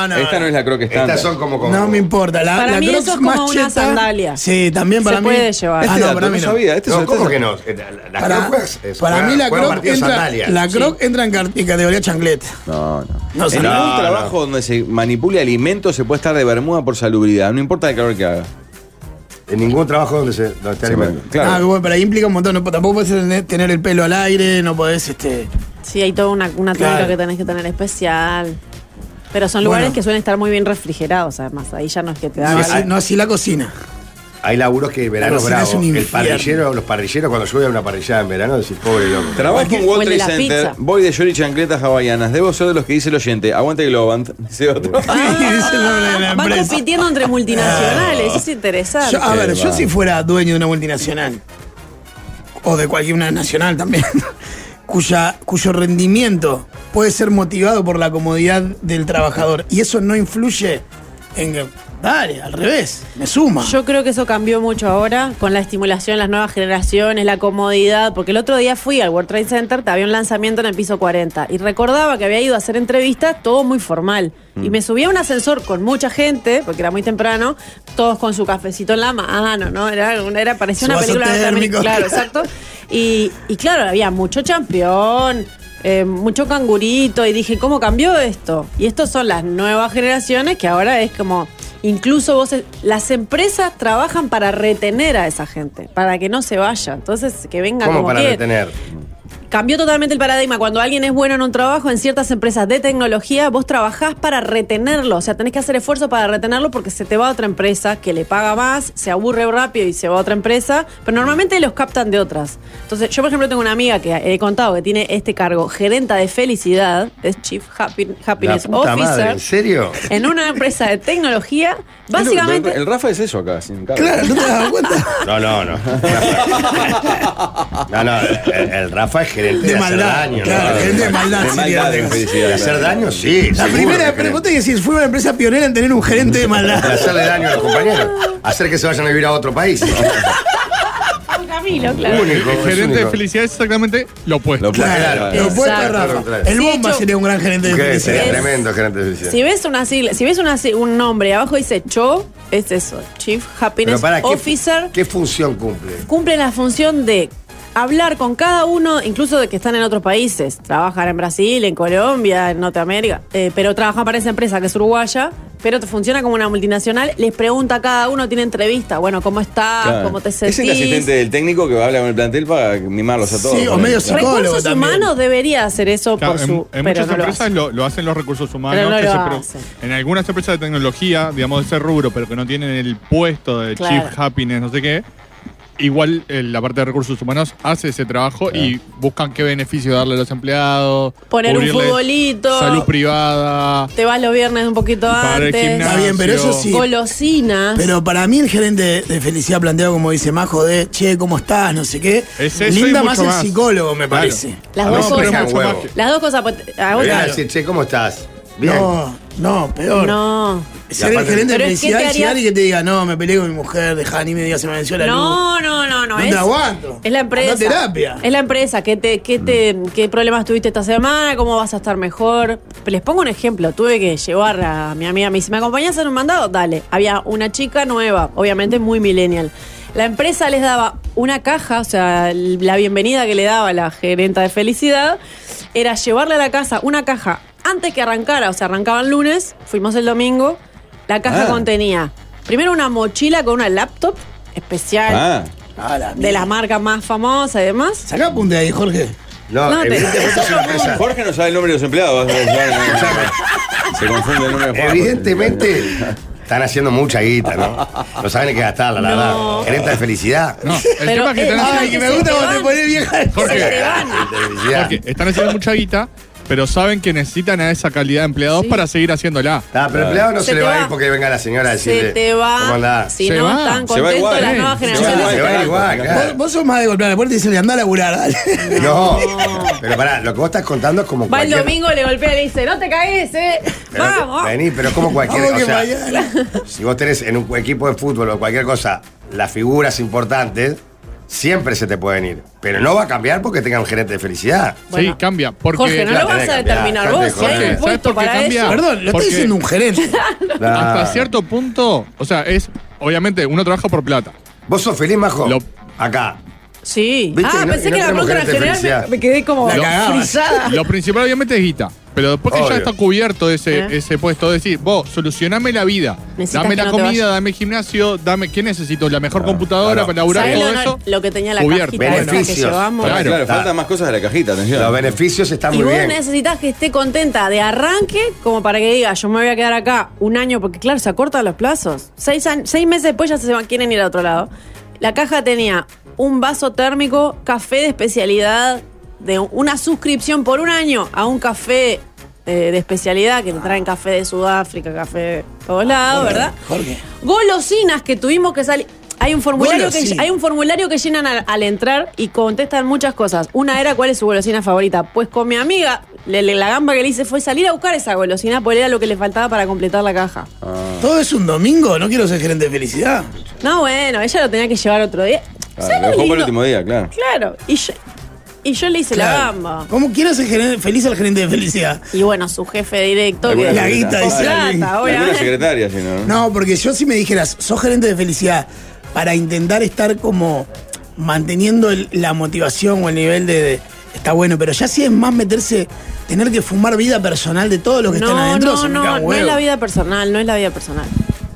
[SPEAKER 2] no,
[SPEAKER 4] Esta
[SPEAKER 2] no.
[SPEAKER 4] no es la croc estándar.
[SPEAKER 1] Estas son como. como
[SPEAKER 2] No me importa. La,
[SPEAKER 3] Para
[SPEAKER 2] la
[SPEAKER 3] mí
[SPEAKER 2] Crocs
[SPEAKER 3] eso es
[SPEAKER 2] más
[SPEAKER 3] como una
[SPEAKER 2] cheta-
[SPEAKER 3] sandalia.
[SPEAKER 2] Sí, también
[SPEAKER 3] Se
[SPEAKER 2] para mí.
[SPEAKER 3] puede llevar.
[SPEAKER 4] Este
[SPEAKER 2] Ah, no,
[SPEAKER 4] dato
[SPEAKER 2] para mí
[SPEAKER 4] no
[SPEAKER 2] no.
[SPEAKER 4] sabía. Este
[SPEAKER 1] No,
[SPEAKER 4] es-
[SPEAKER 1] ¿cómo
[SPEAKER 4] este
[SPEAKER 1] que
[SPEAKER 4] es-
[SPEAKER 1] no? Eh, la- la- Las
[SPEAKER 2] Para,
[SPEAKER 1] Crocs juegan-
[SPEAKER 2] para mí la
[SPEAKER 1] juegan
[SPEAKER 2] Croc
[SPEAKER 1] partidos
[SPEAKER 2] entra,
[SPEAKER 1] sandalia.
[SPEAKER 2] la croc entra en, car- en categoría chancleta.
[SPEAKER 4] No, no.
[SPEAKER 2] No,
[SPEAKER 4] en
[SPEAKER 2] sí.
[SPEAKER 4] algún
[SPEAKER 1] No,
[SPEAKER 4] trabajo
[SPEAKER 1] no.
[SPEAKER 4] donde se manipule alimentos se puede estar de bermuda por salubridad, no importa el calor que haga.
[SPEAKER 1] En ningún trabajo donde se donde esté alimento.
[SPEAKER 2] Ah,
[SPEAKER 4] Claro.
[SPEAKER 2] bueno, pero ahí implica un montón. No, tampoco podés tener- tener el pelo al aire, no podés este.
[SPEAKER 3] Sí, hay toda una, una
[SPEAKER 2] Claro.
[SPEAKER 3] técnica que tenés que tener especial. Pero son lugares
[SPEAKER 2] Bueno.
[SPEAKER 3] que suelen estar muy bien refrigerados, además. Ahí ya no es que te
[SPEAKER 2] No
[SPEAKER 3] da.
[SPEAKER 2] así, ah, no así la cocina.
[SPEAKER 1] Hay laburos que verano
[SPEAKER 2] La cocina es
[SPEAKER 1] bravo.
[SPEAKER 2] un
[SPEAKER 1] El
[SPEAKER 2] infierno.
[SPEAKER 1] parrillero, los parrilleros, cuando yo voy a una parrillada en verano, decís, pobre loco.
[SPEAKER 2] Ah,
[SPEAKER 4] Trabajo en World
[SPEAKER 3] O el de
[SPEAKER 4] Trade
[SPEAKER 3] la
[SPEAKER 4] Center,
[SPEAKER 3] pizza.
[SPEAKER 4] voy de short y chancletas hawaianas. Debo ser de los que dice el oyente. Aguante Globant, dice otro.
[SPEAKER 2] es el nombre de la
[SPEAKER 3] Van
[SPEAKER 2] empresa.
[SPEAKER 3] Ah,
[SPEAKER 2] Ah.
[SPEAKER 3] compitiendo entre multinacionales, eso es interesante.
[SPEAKER 2] Yo- a
[SPEAKER 4] Qué
[SPEAKER 2] ver, yo
[SPEAKER 4] va.
[SPEAKER 2] si fuera dueño de una multinacional, o de cualquier una nacional también, cuya, cuyo rendimiento puede ser motivado por la comodidad del trabajador, y eso no influye en que, dale, al revés, me suma.
[SPEAKER 3] Yo creo que eso cambió mucho ahora con la estimulación, las nuevas generaciones, la comodidad. Porque el otro día fui al World Trade Center, había un lanzamiento en el piso 40 y recordaba que había ido a hacer entrevistas, todo muy formal.
[SPEAKER 2] Mm.
[SPEAKER 3] Y me subí a un ascensor con mucha gente, porque era muy temprano, todos con su cafecito en la mano, ¿no? Era, una- era parecía una
[SPEAKER 2] Su vaso
[SPEAKER 3] película
[SPEAKER 2] térmico.
[SPEAKER 3] Claro, exacto. Y, y claro, había mucho champión. eh, mucho cangurito y dije, ¿cómo cambió esto? Y estos son las nuevas generaciones que ahora es como, incluso vos, eh, las empresas trabajan para retener a esa gente, para que no se vaya. Entonces, que venga
[SPEAKER 1] ¿Cómo
[SPEAKER 3] como
[SPEAKER 1] para
[SPEAKER 3] que-
[SPEAKER 1] retener?
[SPEAKER 3] Cambió totalmente el paradigma. Cuando alguien es bueno en un trabajo, en ciertas empresas de tecnología, vos trabajás para retenerlo. O sea, tenés que hacer esfuerzo para retenerlo porque se te va a otra empresa que le paga más, se aburre rápido y se va a otra empresa. Pero normalmente los captan de otras. Entonces, yo, por ejemplo, tengo una amiga que he contado que tiene este cargo, gerenta de felicidad, es Chief Happy-
[SPEAKER 1] La
[SPEAKER 3] Happiness
[SPEAKER 1] puta madre, ¿en
[SPEAKER 3] Officer,
[SPEAKER 1] serio?
[SPEAKER 3] en una empresa de tecnología.
[SPEAKER 4] El,
[SPEAKER 3] Básicamente,
[SPEAKER 4] Rafa es eso acá, sin cara.
[SPEAKER 2] Claro, ¿no te das cuenta?
[SPEAKER 1] No, no, no. No, no, el, el Rafa es gerente de,
[SPEAKER 2] De
[SPEAKER 1] hacer
[SPEAKER 2] maldad,
[SPEAKER 1] daño.
[SPEAKER 2] claro,
[SPEAKER 1] ¿no?
[SPEAKER 2] gerente de maldad,
[SPEAKER 4] De
[SPEAKER 2] sí, digamos.
[SPEAKER 4] maldad, de
[SPEAKER 1] De
[SPEAKER 4] felicidad.
[SPEAKER 1] hacer daño, sí.
[SPEAKER 2] La
[SPEAKER 1] seguro que
[SPEAKER 2] primera
[SPEAKER 1] creo.
[SPEAKER 2] pregunta es si fue una empresa pionera en tener un gerente de maldad.
[SPEAKER 1] De hacerle daño a los compañeros. Hacer que se vayan a vivir a otro país.
[SPEAKER 3] Camilo, claro.
[SPEAKER 1] Único,
[SPEAKER 5] El
[SPEAKER 1] es
[SPEAKER 5] gerente de
[SPEAKER 1] único.
[SPEAKER 5] felicidad es exactamente lo opuesto.
[SPEAKER 4] Lo puedo-
[SPEAKER 2] Claro,
[SPEAKER 4] claro.
[SPEAKER 2] lo opuesto a
[SPEAKER 3] Exacto.
[SPEAKER 2] Rafa.
[SPEAKER 1] Claro,
[SPEAKER 2] El
[SPEAKER 3] Sí,
[SPEAKER 2] bomba
[SPEAKER 3] yo-
[SPEAKER 2] sería un gran gerente de
[SPEAKER 1] Gerente,
[SPEAKER 2] felicidad.
[SPEAKER 1] tremendo gerente de felicidad.
[SPEAKER 3] Si ves una sigla, si ves una, si- un nombre y abajo dice Cho, es eso, Chief
[SPEAKER 1] Pero
[SPEAKER 3] Happiness
[SPEAKER 1] para, ¿qué,
[SPEAKER 3] Officer,
[SPEAKER 1] ¿qué función cumple?
[SPEAKER 3] cumple la función de hablar con cada uno, incluso de que están en otros países, trabajan en Brasil, en Colombia, en Norteamérica, eh, pero trabajan para esa empresa que es uruguaya, pero funciona como una multinacional, les pregunta a cada uno, tiene entrevista, bueno, ¿cómo
[SPEAKER 2] Ah,
[SPEAKER 3] estás?
[SPEAKER 4] Claro.
[SPEAKER 3] ¿Cómo te
[SPEAKER 4] Es el asistente
[SPEAKER 3] sentís?
[SPEAKER 4] del técnico que habla con el plantel para mimarlos a todos.
[SPEAKER 2] Sí, o
[SPEAKER 4] Por ahí.
[SPEAKER 2] medio
[SPEAKER 4] Claro.
[SPEAKER 2] psicólogo
[SPEAKER 3] Recursos
[SPEAKER 2] también.
[SPEAKER 3] humanos debería hacer eso
[SPEAKER 5] Claro,
[SPEAKER 3] por
[SPEAKER 5] en,
[SPEAKER 3] su,
[SPEAKER 5] en
[SPEAKER 3] pero no
[SPEAKER 5] muchas
[SPEAKER 3] lo
[SPEAKER 5] empresas
[SPEAKER 3] hace.
[SPEAKER 5] lo, lo hacen los recursos humanos.
[SPEAKER 3] Pero no
[SPEAKER 5] que
[SPEAKER 3] lo
[SPEAKER 5] se pre-
[SPEAKER 3] hacen.
[SPEAKER 5] En algunas empresas de tecnología, digamos, de ese rubro, pero que no tienen el puesto de
[SPEAKER 3] Claro.
[SPEAKER 5] Chief Happiness, no sé qué, igual eh, la parte de recursos humanos hace ese trabajo y buscan qué beneficio darle a los empleados.
[SPEAKER 3] Poner un
[SPEAKER 5] cubrirles
[SPEAKER 3] futbolito.
[SPEAKER 5] Salud privada.
[SPEAKER 3] Te vas los viernes un poquito
[SPEAKER 5] Para el
[SPEAKER 3] antes.
[SPEAKER 5] gimnasio.
[SPEAKER 2] Está bien, pero eso sí.
[SPEAKER 3] Golosinas.
[SPEAKER 2] Pero para mí el gerente de felicidad planteado como dice Majo de, che, ¿cómo estás? No sé qué.
[SPEAKER 5] Es eso
[SPEAKER 2] Linda
[SPEAKER 5] y mucho
[SPEAKER 2] más el
[SPEAKER 5] más.
[SPEAKER 2] psicólogo, me
[SPEAKER 5] Claro.
[SPEAKER 2] parece.
[SPEAKER 3] las,
[SPEAKER 1] a
[SPEAKER 3] dos
[SPEAKER 1] veces
[SPEAKER 5] pero
[SPEAKER 1] dejan
[SPEAKER 3] cosas,
[SPEAKER 5] es mucho
[SPEAKER 1] huevo.
[SPEAKER 5] más que-
[SPEAKER 3] las dos cosas. pues, a vos
[SPEAKER 1] Le van a
[SPEAKER 3] te-
[SPEAKER 1] decir, che, ¿cómo estás? Bien.
[SPEAKER 2] No, no, peor.
[SPEAKER 3] No.
[SPEAKER 2] Ser
[SPEAKER 1] Y
[SPEAKER 2] el
[SPEAKER 1] aparte-
[SPEAKER 2] gerente de
[SPEAKER 3] Pero es que
[SPEAKER 2] felicidad
[SPEAKER 3] te
[SPEAKER 2] y
[SPEAKER 3] haría-
[SPEAKER 2] llegar y que te diga, no, me peleé con mi mujer, dejá ni me digas, se me venció la luz.
[SPEAKER 3] No, no, no, no.
[SPEAKER 2] No te aguanto.
[SPEAKER 3] Es la empresa.
[SPEAKER 2] Andá a terapia.
[SPEAKER 3] Es la empresa. ¿Qué, te, qué, te, ¿Qué problemas tuviste esta semana? ¿Cómo vas a estar mejor? Les pongo un ejemplo. Tuve que llevar a mi amiga. Me dice, ¿me acompañas en un mandado? Dale. Había una chica nueva, obviamente muy millennial. La empresa les daba una caja, o sea, la bienvenida que le daba la gerenta de felicidad era llevarle a la casa una caja antes que arrancara, o sea, arrancaban lunes, fuimos el domingo, la caja
[SPEAKER 4] Ah.
[SPEAKER 3] contenía primero una mochila con una laptop especial,
[SPEAKER 4] Ah,
[SPEAKER 2] A la
[SPEAKER 3] de
[SPEAKER 2] mierda.
[SPEAKER 3] las marcas más famosas y demás.
[SPEAKER 2] Sacá punta ahí, Jorge.
[SPEAKER 1] No,
[SPEAKER 3] No, pero-
[SPEAKER 1] evidentemente es una empresa.
[SPEAKER 4] Jorge no sabe el nombre de los empleados. Se confunde el nombre de Jorge.
[SPEAKER 1] Evidentemente están haciendo mucha guita, ¿no? No saben en qué gastarla, la verdad.
[SPEAKER 3] No.
[SPEAKER 1] Gerente de felicidad.
[SPEAKER 5] No, el
[SPEAKER 3] Pero
[SPEAKER 5] tema es que
[SPEAKER 3] es
[SPEAKER 5] están
[SPEAKER 3] más
[SPEAKER 5] haciendo-
[SPEAKER 2] Ay, que me
[SPEAKER 3] se
[SPEAKER 2] gusta
[SPEAKER 3] te
[SPEAKER 2] cuando
[SPEAKER 3] van.
[SPEAKER 2] te pones vieja.
[SPEAKER 3] Se
[SPEAKER 1] Jorge.
[SPEAKER 3] te van.
[SPEAKER 1] Gerente de felicidad.
[SPEAKER 5] Porque están haciendo mucha guita, pero saben que necesitan a esa calidad de empleados
[SPEAKER 3] Sí.
[SPEAKER 5] para seguir haciéndola.
[SPEAKER 1] Ah, pero el empleado no
[SPEAKER 3] Se
[SPEAKER 1] se, le
[SPEAKER 3] te
[SPEAKER 1] va, a
[SPEAKER 3] va.
[SPEAKER 1] ir porque venga la señora a decirle.
[SPEAKER 3] Se te
[SPEAKER 1] ¿Cómo
[SPEAKER 3] va.
[SPEAKER 1] andás?
[SPEAKER 3] Si
[SPEAKER 5] Se
[SPEAKER 3] no
[SPEAKER 5] va.
[SPEAKER 3] están
[SPEAKER 4] Se va
[SPEAKER 3] contentos
[SPEAKER 4] igual.
[SPEAKER 3] las
[SPEAKER 5] eh.
[SPEAKER 3] nuevas
[SPEAKER 5] Se va
[SPEAKER 1] Se
[SPEAKER 3] generaciones.
[SPEAKER 1] va igual,
[SPEAKER 2] Vos,
[SPEAKER 1] claro.
[SPEAKER 2] vos sos más de golpear la puerta y decirle, andá a laburar, dale.
[SPEAKER 1] No, pero pará, lo que vos estás contando es como
[SPEAKER 3] Va el
[SPEAKER 1] Oh. cualquier-
[SPEAKER 3] domingo, le golpea y le dice, no te caes, eh.
[SPEAKER 1] Pero-
[SPEAKER 3] Vamos.
[SPEAKER 1] Vení, pero es como cualquier.
[SPEAKER 2] Vamos que
[SPEAKER 1] O sea,
[SPEAKER 2] mañana.
[SPEAKER 1] si vos tenés en un equipo de fútbol o cualquier cosa las figuras importantes, siempre se te pueden ir. Pero no va a cambiar porque tenga un gerente de felicidad.
[SPEAKER 5] sí,
[SPEAKER 3] Bueno.
[SPEAKER 5] cambia. Porque
[SPEAKER 3] Jorge, no
[SPEAKER 1] la
[SPEAKER 3] lo vas
[SPEAKER 1] tenés
[SPEAKER 3] a
[SPEAKER 1] que
[SPEAKER 3] determinar
[SPEAKER 1] cambiar,
[SPEAKER 3] vos. Si
[SPEAKER 1] Jorge.
[SPEAKER 3] hay un
[SPEAKER 5] ¿Sabes
[SPEAKER 3] puesto
[SPEAKER 5] por qué
[SPEAKER 3] para
[SPEAKER 5] cambia?
[SPEAKER 3] eso.
[SPEAKER 2] Perdón, lo está
[SPEAKER 5] Porque-
[SPEAKER 2] diciendo un gerente.
[SPEAKER 1] Nah.
[SPEAKER 5] hasta cierto punto, o sea, es obviamente uno trabaja por plata.
[SPEAKER 1] ¿Vos sos feliz, Majo?
[SPEAKER 5] Lo-
[SPEAKER 1] Acá.
[SPEAKER 3] Sí.
[SPEAKER 1] ¿Viste?
[SPEAKER 3] Ah,
[SPEAKER 1] Y no-
[SPEAKER 3] pensé
[SPEAKER 1] y no
[SPEAKER 3] que la
[SPEAKER 1] tenemos
[SPEAKER 3] bronca era
[SPEAKER 1] gerente de
[SPEAKER 3] general.
[SPEAKER 1] felicidad.
[SPEAKER 3] Me, me quedé como
[SPEAKER 2] La cagabas.
[SPEAKER 3] Oh, frisada.
[SPEAKER 5] Lo principal obviamente es guita. Pero después que
[SPEAKER 1] Obvio.
[SPEAKER 5] ya está cubierto ese,
[SPEAKER 3] ¿Eh?
[SPEAKER 5] ese puesto, decís, vos, solucioname la vida.
[SPEAKER 3] Necesitas que
[SPEAKER 5] dame la
[SPEAKER 3] no te
[SPEAKER 5] comida,
[SPEAKER 3] vayas.
[SPEAKER 5] dame gimnasio, dame. ¿Qué necesito? La mejor computadora
[SPEAKER 1] Ah, claro.
[SPEAKER 5] para laburar
[SPEAKER 3] ¿Sabés
[SPEAKER 5] todo
[SPEAKER 3] lo,
[SPEAKER 5] eso.
[SPEAKER 3] lo que tenía la
[SPEAKER 5] cubierto.
[SPEAKER 3] cajita esa que
[SPEAKER 1] Beneficios.
[SPEAKER 3] llevamos?
[SPEAKER 5] Claro.
[SPEAKER 4] Claro, claro, faltan más cosas de la cajita, atención.
[SPEAKER 1] Los beneficios están
[SPEAKER 3] Y
[SPEAKER 1] muy
[SPEAKER 3] vos
[SPEAKER 1] bien.
[SPEAKER 3] necesitas que esté contenta de arranque como para que diga, yo me voy a quedar acá un año, porque claro, se acortan los plazos. Seis, años- seis meses después ya se van, quieren ir a otro lado. La caja tenía un vaso térmico, café de especialidad, de una suscripción por un año a un café eh, de especialidad, que te traen
[SPEAKER 1] Ah.
[SPEAKER 3] café de Sudáfrica, café de todos lados, Ah, ¿verdad?
[SPEAKER 2] Jorge.
[SPEAKER 3] golosinas que tuvimos que salir. Hay un, formulario que,
[SPEAKER 2] Golosinas.
[SPEAKER 3] hay un formulario que llenan al, al entrar y contestan muchas cosas. Una era cuál es su golosina favorita. Pues con mi amiga, le- le- la gamba que le hice fue salir a buscar esa golosina porque era lo que le faltaba para completar la caja.
[SPEAKER 4] Ah.
[SPEAKER 2] Todo es un domingo, no quiero ser gerente de felicidad.
[SPEAKER 3] No, bueno, ella lo tenía que llevar otro día.
[SPEAKER 4] Claro,
[SPEAKER 3] ¿Sabes
[SPEAKER 4] lo
[SPEAKER 3] lo
[SPEAKER 4] dejó para el
[SPEAKER 3] lindo?
[SPEAKER 4] último día, claro.
[SPEAKER 3] Claro, y yo, y yo le hice la
[SPEAKER 2] Claro.
[SPEAKER 3] gamba.
[SPEAKER 2] ¿Cómo quiero ser gerente- feliz al gerente de felicidad?
[SPEAKER 3] Y bueno, su jefe directo.
[SPEAKER 4] Alguna
[SPEAKER 3] que-
[SPEAKER 2] La guita,
[SPEAKER 4] secretaria.
[SPEAKER 2] dice
[SPEAKER 3] Plata,
[SPEAKER 2] alguien.
[SPEAKER 3] obviamente.
[SPEAKER 4] Alguna secretaria, si no.
[SPEAKER 2] No, porque yo si me dijeras, sos gerente de felicidad, para intentar estar como manteniendo el- la motivación o el nivel de, de- Está bueno, pero ya si es más meterse, tener que fumar vida personal de todos los que están adentro,
[SPEAKER 3] no,
[SPEAKER 2] se me
[SPEAKER 3] no,
[SPEAKER 2] cae un
[SPEAKER 3] no es
[SPEAKER 2] huevo.
[SPEAKER 3] la vida personal, no es la vida personal.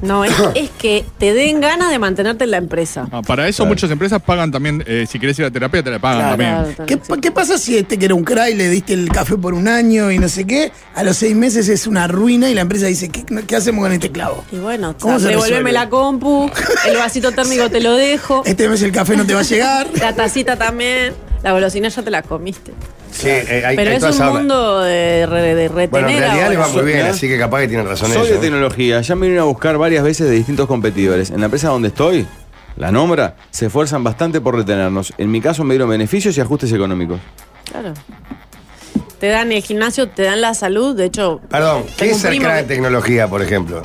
[SPEAKER 3] No, es, es que te den ganas de mantenerte en la empresa.
[SPEAKER 5] Ah, para eso muchas empresas pagan también, eh, si querés ir a terapia, te la pagan
[SPEAKER 2] Claro.
[SPEAKER 5] también.
[SPEAKER 3] Claro.
[SPEAKER 2] ¿Qué, pa- qué pasa si este que era un cray le diste el café por un año y no sé qué? A los seis meses es una ruina y la empresa dice, ¿qué, qué hacemos con este clavo?
[SPEAKER 3] Y bueno,
[SPEAKER 2] ¿Cómo
[SPEAKER 3] o sea,
[SPEAKER 2] se
[SPEAKER 3] devolveme
[SPEAKER 2] resuelve?
[SPEAKER 3] la compu, el vasito térmico te lo dejo,
[SPEAKER 2] Este mes el café no te va a llegar.
[SPEAKER 3] la tacita también, la golosina ya te la comiste.
[SPEAKER 1] Sí, eh, hay,
[SPEAKER 3] Pero
[SPEAKER 1] hay
[SPEAKER 3] es
[SPEAKER 1] toda
[SPEAKER 3] un
[SPEAKER 1] esa onda.
[SPEAKER 3] mundo de, re- de retener
[SPEAKER 1] Bueno, en realidad
[SPEAKER 3] ahora.
[SPEAKER 1] les va muy bien,
[SPEAKER 4] ¿no?
[SPEAKER 1] así que capaz que tienen razón
[SPEAKER 4] Soy de
[SPEAKER 1] ellos, ¿eh? ¿no?
[SPEAKER 4] tecnología, ya me vinieron a buscar varias veces de distintos competidores. En la empresa donde estoy, la nombra, se esfuerzan bastante por retenernos. En mi caso me dieron beneficios y ajustes económicos.
[SPEAKER 3] Claro. Te dan el gimnasio, te dan la salud, de hecho.
[SPEAKER 1] Perdón, ¿qué
[SPEAKER 3] tengo
[SPEAKER 1] es
[SPEAKER 3] un
[SPEAKER 1] el
[SPEAKER 3] primo
[SPEAKER 1] CRA
[SPEAKER 3] que-
[SPEAKER 1] en tecnología, por ejemplo?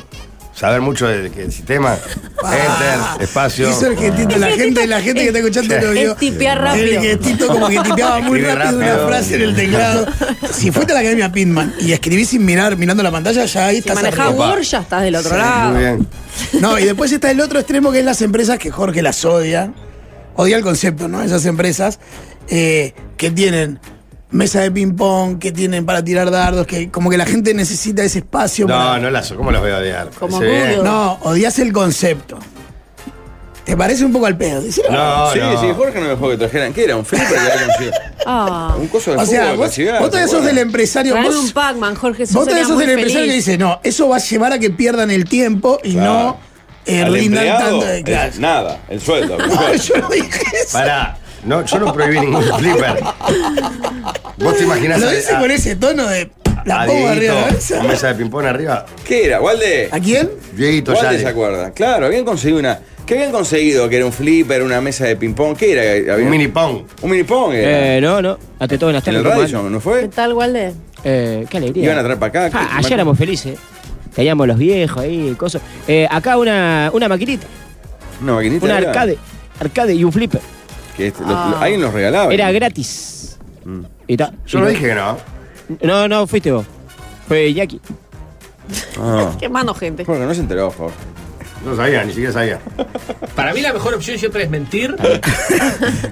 [SPEAKER 1] saber mucho del, del sistema. Enter, espacio.
[SPEAKER 2] Hizo el gestito, la gente, la gente que está escuchando lo vio.
[SPEAKER 3] Es tipear rápido.
[SPEAKER 2] El gestito como que tipeaba muy
[SPEAKER 1] Escribe
[SPEAKER 2] rápido una
[SPEAKER 1] rápido.
[SPEAKER 2] frase en el teclado. Si fuiste a la Academia Pitman y escribís sin mirar, mirando la pantalla, ya ahí
[SPEAKER 3] Si
[SPEAKER 2] estás
[SPEAKER 3] manejás
[SPEAKER 2] arriba.
[SPEAKER 3] Word ya estás del otro
[SPEAKER 1] Muy
[SPEAKER 3] lado.
[SPEAKER 1] bien.
[SPEAKER 2] No, y después está el otro extremo que es las empresas que Jorge las odia. Odia el concepto, ¿no? Esas empresas eh, que tienen mesa de ping-pong, que tienen para tirar dardos, que como que la gente necesita ese espacio
[SPEAKER 1] No,
[SPEAKER 2] para.
[SPEAKER 1] no las. ¿Cómo los voy a odiar?
[SPEAKER 3] Como
[SPEAKER 1] Parece bien.
[SPEAKER 3] Google.
[SPEAKER 2] No, odias el concepto. ¿Te parece un poco al pedo? Decilo.
[SPEAKER 1] No,
[SPEAKER 4] sí,
[SPEAKER 1] no.
[SPEAKER 4] sí, Jorge no me dejó que trajeran. ¿Qué era? ¿Un flipper que había conseguido?
[SPEAKER 3] Ah,
[SPEAKER 4] Un coso de
[SPEAKER 2] O sea,
[SPEAKER 4] fútbol,
[SPEAKER 2] vos,
[SPEAKER 4] clasificado,
[SPEAKER 2] vos todavía
[SPEAKER 4] ¿se
[SPEAKER 2] sos del
[SPEAKER 4] acuerdan?
[SPEAKER 2] empresario.
[SPEAKER 3] traeme
[SPEAKER 2] Vos,
[SPEAKER 3] un Pac-Man, Jorge. Eso
[SPEAKER 2] vos todavía
[SPEAKER 3] sería
[SPEAKER 2] sos
[SPEAKER 3] muy
[SPEAKER 2] del empresario que
[SPEAKER 3] feliz.
[SPEAKER 2] dice, no, eso va a llevar a que pierdan el tiempo y no eh,
[SPEAKER 4] Al
[SPEAKER 2] rindan
[SPEAKER 4] empleado,
[SPEAKER 2] tanto de
[SPEAKER 4] el-
[SPEAKER 2] clase.
[SPEAKER 4] Nada, el sueldo. el
[SPEAKER 2] No,
[SPEAKER 4] sueldo.
[SPEAKER 2] yo no dije eso.
[SPEAKER 1] Pará. No, yo no prohibí ningún flipper. ¿Vos te imaginás
[SPEAKER 2] Lo
[SPEAKER 1] a-
[SPEAKER 2] dice
[SPEAKER 1] a-
[SPEAKER 2] con ese tono de. La
[SPEAKER 1] a
[SPEAKER 2] pongo arriba de la
[SPEAKER 1] Dieguito,
[SPEAKER 2] mesa.
[SPEAKER 1] con mesa de ping-pong arriba?
[SPEAKER 4] ¿Qué era? ¿Walde?
[SPEAKER 2] ¿A quién?
[SPEAKER 1] Dieguito
[SPEAKER 4] ¿Walde
[SPEAKER 1] Yale.
[SPEAKER 4] se acuerda? Claro, habían conseguido una. ¿Qué habían conseguido? Que era un flipper, una mesa de ping-pong. ¿Qué era? Habían-
[SPEAKER 1] Un mini pong.
[SPEAKER 4] Un mini pong. Era.
[SPEAKER 6] Eh, no, no. Ante todo, en las
[SPEAKER 4] en
[SPEAKER 6] tardes.
[SPEAKER 4] el Radisson, ¿no
[SPEAKER 3] ¿Qué
[SPEAKER 4] fue?
[SPEAKER 3] tal, Walde?
[SPEAKER 6] Eh, qué alegría.
[SPEAKER 4] Iban a traer para acá.
[SPEAKER 6] Ah,
[SPEAKER 4] ¿Qué-
[SPEAKER 6] ayer éramos felices. Teníamos los viejos ahí, cosas. Eh, acá una, una maquinita,
[SPEAKER 4] Una maquinita.
[SPEAKER 6] una
[SPEAKER 4] era?
[SPEAKER 6] arcade. Arcade y un flipper.
[SPEAKER 4] Que este- los-
[SPEAKER 3] Ah.
[SPEAKER 4] los- alguien los regalaba.
[SPEAKER 6] Era gratis. Y ta-
[SPEAKER 1] Yo
[SPEAKER 6] y
[SPEAKER 1] no
[SPEAKER 6] no-
[SPEAKER 1] dije que no.
[SPEAKER 6] No, no, fuiste vos. Fue Jackie.
[SPEAKER 4] Ah,
[SPEAKER 3] Quemando gente.
[SPEAKER 4] Jorge, no se enteró, Jorge.
[SPEAKER 1] No sabía, ni siquiera sabía.
[SPEAKER 7] Para mí la mejor opción siempre es mentir.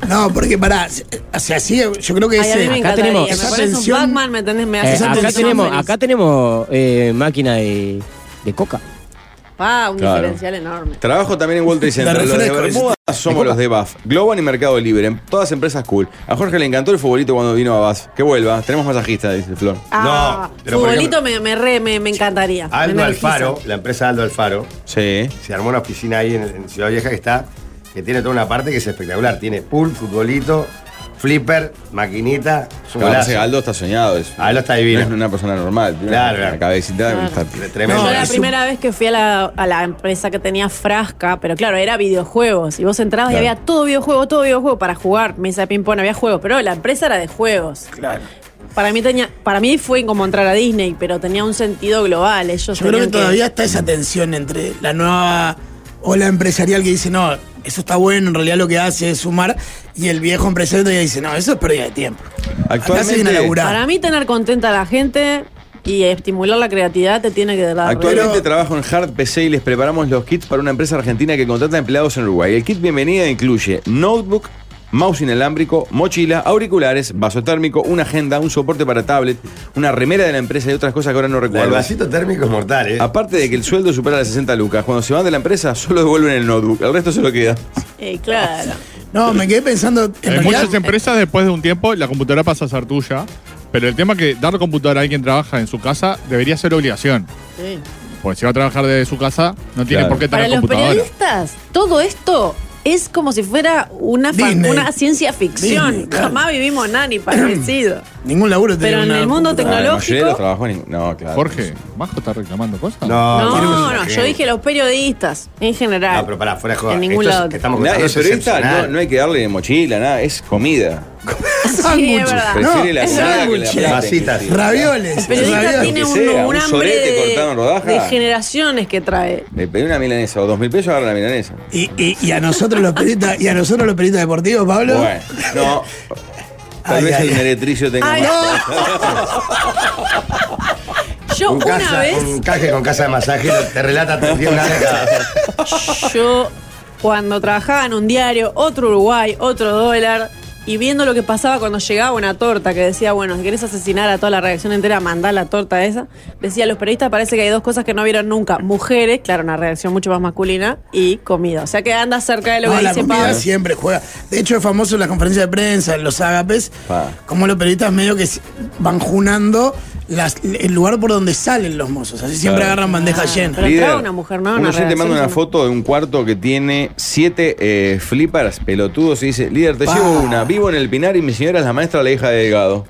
[SPEAKER 2] No, porque pará. O sea, sí, yo creo que
[SPEAKER 3] Ay, a mí me
[SPEAKER 2] ese.
[SPEAKER 6] acá
[SPEAKER 3] encantaría.
[SPEAKER 6] tenemos-
[SPEAKER 3] me
[SPEAKER 2] esa
[SPEAKER 3] pones un
[SPEAKER 2] tensión-
[SPEAKER 3] Pac-Man, ¿me entendés? Me
[SPEAKER 6] Eh,
[SPEAKER 3] haces
[SPEAKER 6] acá,
[SPEAKER 2] sensación
[SPEAKER 6] tenemos, acá tenemos eh, máquina de, de coca.
[SPEAKER 3] Ah, un
[SPEAKER 4] Claro.
[SPEAKER 3] diferencial enorme.
[SPEAKER 4] Trabajo también en Wall Trade Center.
[SPEAKER 2] La
[SPEAKER 4] Los de
[SPEAKER 2] refresco,
[SPEAKER 4] Bermuda somos los de BAF. Global y Mercado Libre. en Todas empresas cool. A Jorge le encantó el futbolito cuando vino a BAF. Que vuelva. Tenemos masajista, dice Flor.
[SPEAKER 3] Ah,
[SPEAKER 1] No, pero por
[SPEAKER 3] futbolito me, me re, me, me encantaría. Me
[SPEAKER 1] Aldo
[SPEAKER 3] energiza.
[SPEAKER 1] Alfaro, la empresa Aldo Alfaro,
[SPEAKER 4] Sí.
[SPEAKER 1] se armó una oficina ahí en, en Ciudad Vieja que está, que tiene toda una parte que es espectacular. Tiene pool, futbolito, flipper, maquinita, su
[SPEAKER 4] Claro,
[SPEAKER 1] golazo.
[SPEAKER 4] ese Aldo está soñado. es-
[SPEAKER 1] Aldo está
[SPEAKER 4] No
[SPEAKER 1] divino.
[SPEAKER 4] es una persona normal. tiene
[SPEAKER 1] Claro,
[SPEAKER 4] una-
[SPEAKER 1] claro.
[SPEAKER 4] Una cabecita.
[SPEAKER 3] Claro.
[SPEAKER 4] está-
[SPEAKER 1] Tre- Tremendo.
[SPEAKER 2] No,
[SPEAKER 3] Yo la
[SPEAKER 2] es un-
[SPEAKER 3] primera vez que fui a la, a la empresa que tenía frasca, pero claro, era videojuegos. Y vos entrabas y
[SPEAKER 4] Claro.
[SPEAKER 3] había todo videojuego, todo videojuego para jugar. Mesa de ping-pong, había juegos, pero la empresa era de juegos. Claro. Para mí, tenía, para mí fue como entrar a Disney, pero tenía un sentido global. Ellos
[SPEAKER 2] Yo creo que
[SPEAKER 3] tenían
[SPEAKER 2] todavía está esa tensión entre la nueva ola empresarial que dice, no, eso está bueno, en realidad lo que hace es sumar, y el viejo empresario todavía dice, no, eso es pérdida de tiempo. Acá se viene a
[SPEAKER 4] Actualmente-
[SPEAKER 2] laburar.
[SPEAKER 3] Para mí, tener contenta a la gente y estimular la creatividad te tiene que dar.
[SPEAKER 4] Actualmente
[SPEAKER 2] Pero-
[SPEAKER 4] trabajo en Hard PC y les preparamos los kits para una empresa argentina que contrata empleados en Uruguay. El kit bienvenida incluye notebook, mouse inalámbrico, mochila, auriculares, vaso térmico, una agenda, un soporte para tablet, una remera de la empresa y otras cosas que ahora no
[SPEAKER 1] La del
[SPEAKER 4] recuerdo.
[SPEAKER 1] vasito térmico es mortal, ¿eh?
[SPEAKER 4] Aparte de que el sueldo supera las 60 lucas, cuando se van de la empresa solo devuelven el notebook, el resto se lo queda.
[SPEAKER 3] Eh, claro.
[SPEAKER 2] No, me quedé pensando, en
[SPEAKER 5] En
[SPEAKER 2] realidad, eh,
[SPEAKER 5] muchas empresas, después de un tiempo, la computadora pasa a ser tuya. Pero el tema es que dar la computadora a alguien que trabaja en su casa debería ser obligación.
[SPEAKER 3] Sí.
[SPEAKER 5] Porque si va a trabajar desde su casa, no tiene
[SPEAKER 4] Claro.
[SPEAKER 5] por qué
[SPEAKER 3] Para
[SPEAKER 5] tener
[SPEAKER 3] los
[SPEAKER 5] computadora.
[SPEAKER 3] periodistas, todo esto es como si fuera una, fa-
[SPEAKER 2] Disney.
[SPEAKER 3] una ciencia ficción.
[SPEAKER 2] Disney, claro.
[SPEAKER 3] Jamás vivimos nada ni parecido.
[SPEAKER 2] ningún laburo tiene
[SPEAKER 3] Pero en
[SPEAKER 2] una
[SPEAKER 3] el mundo
[SPEAKER 2] computadora.
[SPEAKER 4] Ah, la mayoría de
[SPEAKER 3] Tecnológico.
[SPEAKER 4] los trabajos en- No, claro.
[SPEAKER 5] Jorge, Eh, ¿Majo está reclamando cosas?
[SPEAKER 1] No,
[SPEAKER 3] No,
[SPEAKER 1] tiene
[SPEAKER 3] no,
[SPEAKER 1] una
[SPEAKER 3] yo
[SPEAKER 1] gente.
[SPEAKER 3] dije los periodistas en general.
[SPEAKER 1] No, pero pará, fuera de joda.
[SPEAKER 3] En ningún
[SPEAKER 1] Esto es-
[SPEAKER 3] lado.
[SPEAKER 1] que estamos
[SPEAKER 4] Nada,
[SPEAKER 1] contando
[SPEAKER 4] el
[SPEAKER 1] es
[SPEAKER 4] periodista no,
[SPEAKER 1] excepcional.
[SPEAKER 4] no hay que darle mochila, nada, es comida.
[SPEAKER 3] Sí, es
[SPEAKER 2] Sándwiches.
[SPEAKER 3] verdad.
[SPEAKER 4] Prefiere la
[SPEAKER 3] Ah, es
[SPEAKER 4] comida que la
[SPEAKER 2] sándwiches.
[SPEAKER 4] plata,
[SPEAKER 1] Vasitas.
[SPEAKER 4] inclusive.
[SPEAKER 2] Ravioles.
[SPEAKER 3] El periodista
[SPEAKER 2] ravioles.
[SPEAKER 3] tiene
[SPEAKER 4] Lo
[SPEAKER 3] un,
[SPEAKER 4] que sea,
[SPEAKER 3] un
[SPEAKER 4] un
[SPEAKER 3] hambre
[SPEAKER 4] sorete cortado en
[SPEAKER 3] de,
[SPEAKER 4] rodaja.
[SPEAKER 3] de generaciones que trae.
[SPEAKER 4] Le pedí una milanesa o dos mil pesos, agarra la milanesa.
[SPEAKER 2] Y, y- y a nosotros los periodistas, y a nosotros los periodistas deportivos, Pablo.
[SPEAKER 4] Bueno, no. Tal
[SPEAKER 2] Ay,
[SPEAKER 4] vez
[SPEAKER 2] ay,
[SPEAKER 4] el
[SPEAKER 2] ay.
[SPEAKER 4] meretricio tenga
[SPEAKER 3] Ay,
[SPEAKER 4] más.
[SPEAKER 3] Yo
[SPEAKER 1] Un,
[SPEAKER 3] una
[SPEAKER 1] casa,
[SPEAKER 3] vez,
[SPEAKER 1] un canje con casa de masaje te relata te tiene una década.
[SPEAKER 3] yo cuando trabajaba en un diario, otro Uruguay, otro dólar, y viendo lo que pasaba cuando llegaba una torta que decía, bueno, si querés asesinar a toda la redacción entera, mandá la torta esa, decía, los periodistas parece que hay dos cosas que no vieron nunca, mujeres, claro, una redacción mucho más masculina, y comida. O sea que anda cerca de lo
[SPEAKER 2] No,
[SPEAKER 3] que
[SPEAKER 2] Ah, la
[SPEAKER 3] dice
[SPEAKER 2] comida
[SPEAKER 3] Pablo.
[SPEAKER 2] siempre juega. De hecho, es famoso en las conferencias de prensa, en los ágapes,
[SPEAKER 4] Pa.
[SPEAKER 2] como los periodistas medio que s- van junando las- el lugar por donde salen los mozos. Así siempre
[SPEAKER 4] Claro.
[SPEAKER 2] agarran bandeja
[SPEAKER 3] Ah,
[SPEAKER 2] llena.
[SPEAKER 3] pero- entraba una mujer, ¿no? Una
[SPEAKER 4] Uno siempre te manda una
[SPEAKER 3] redacción, ¿no?
[SPEAKER 4] foto de un cuarto que tiene siete eh, flippers pelotudos y dice, líder, te
[SPEAKER 2] Pa.
[SPEAKER 4] llevo una, vivo en el Pinar y mi señora es la maestra de la hija de Delgado.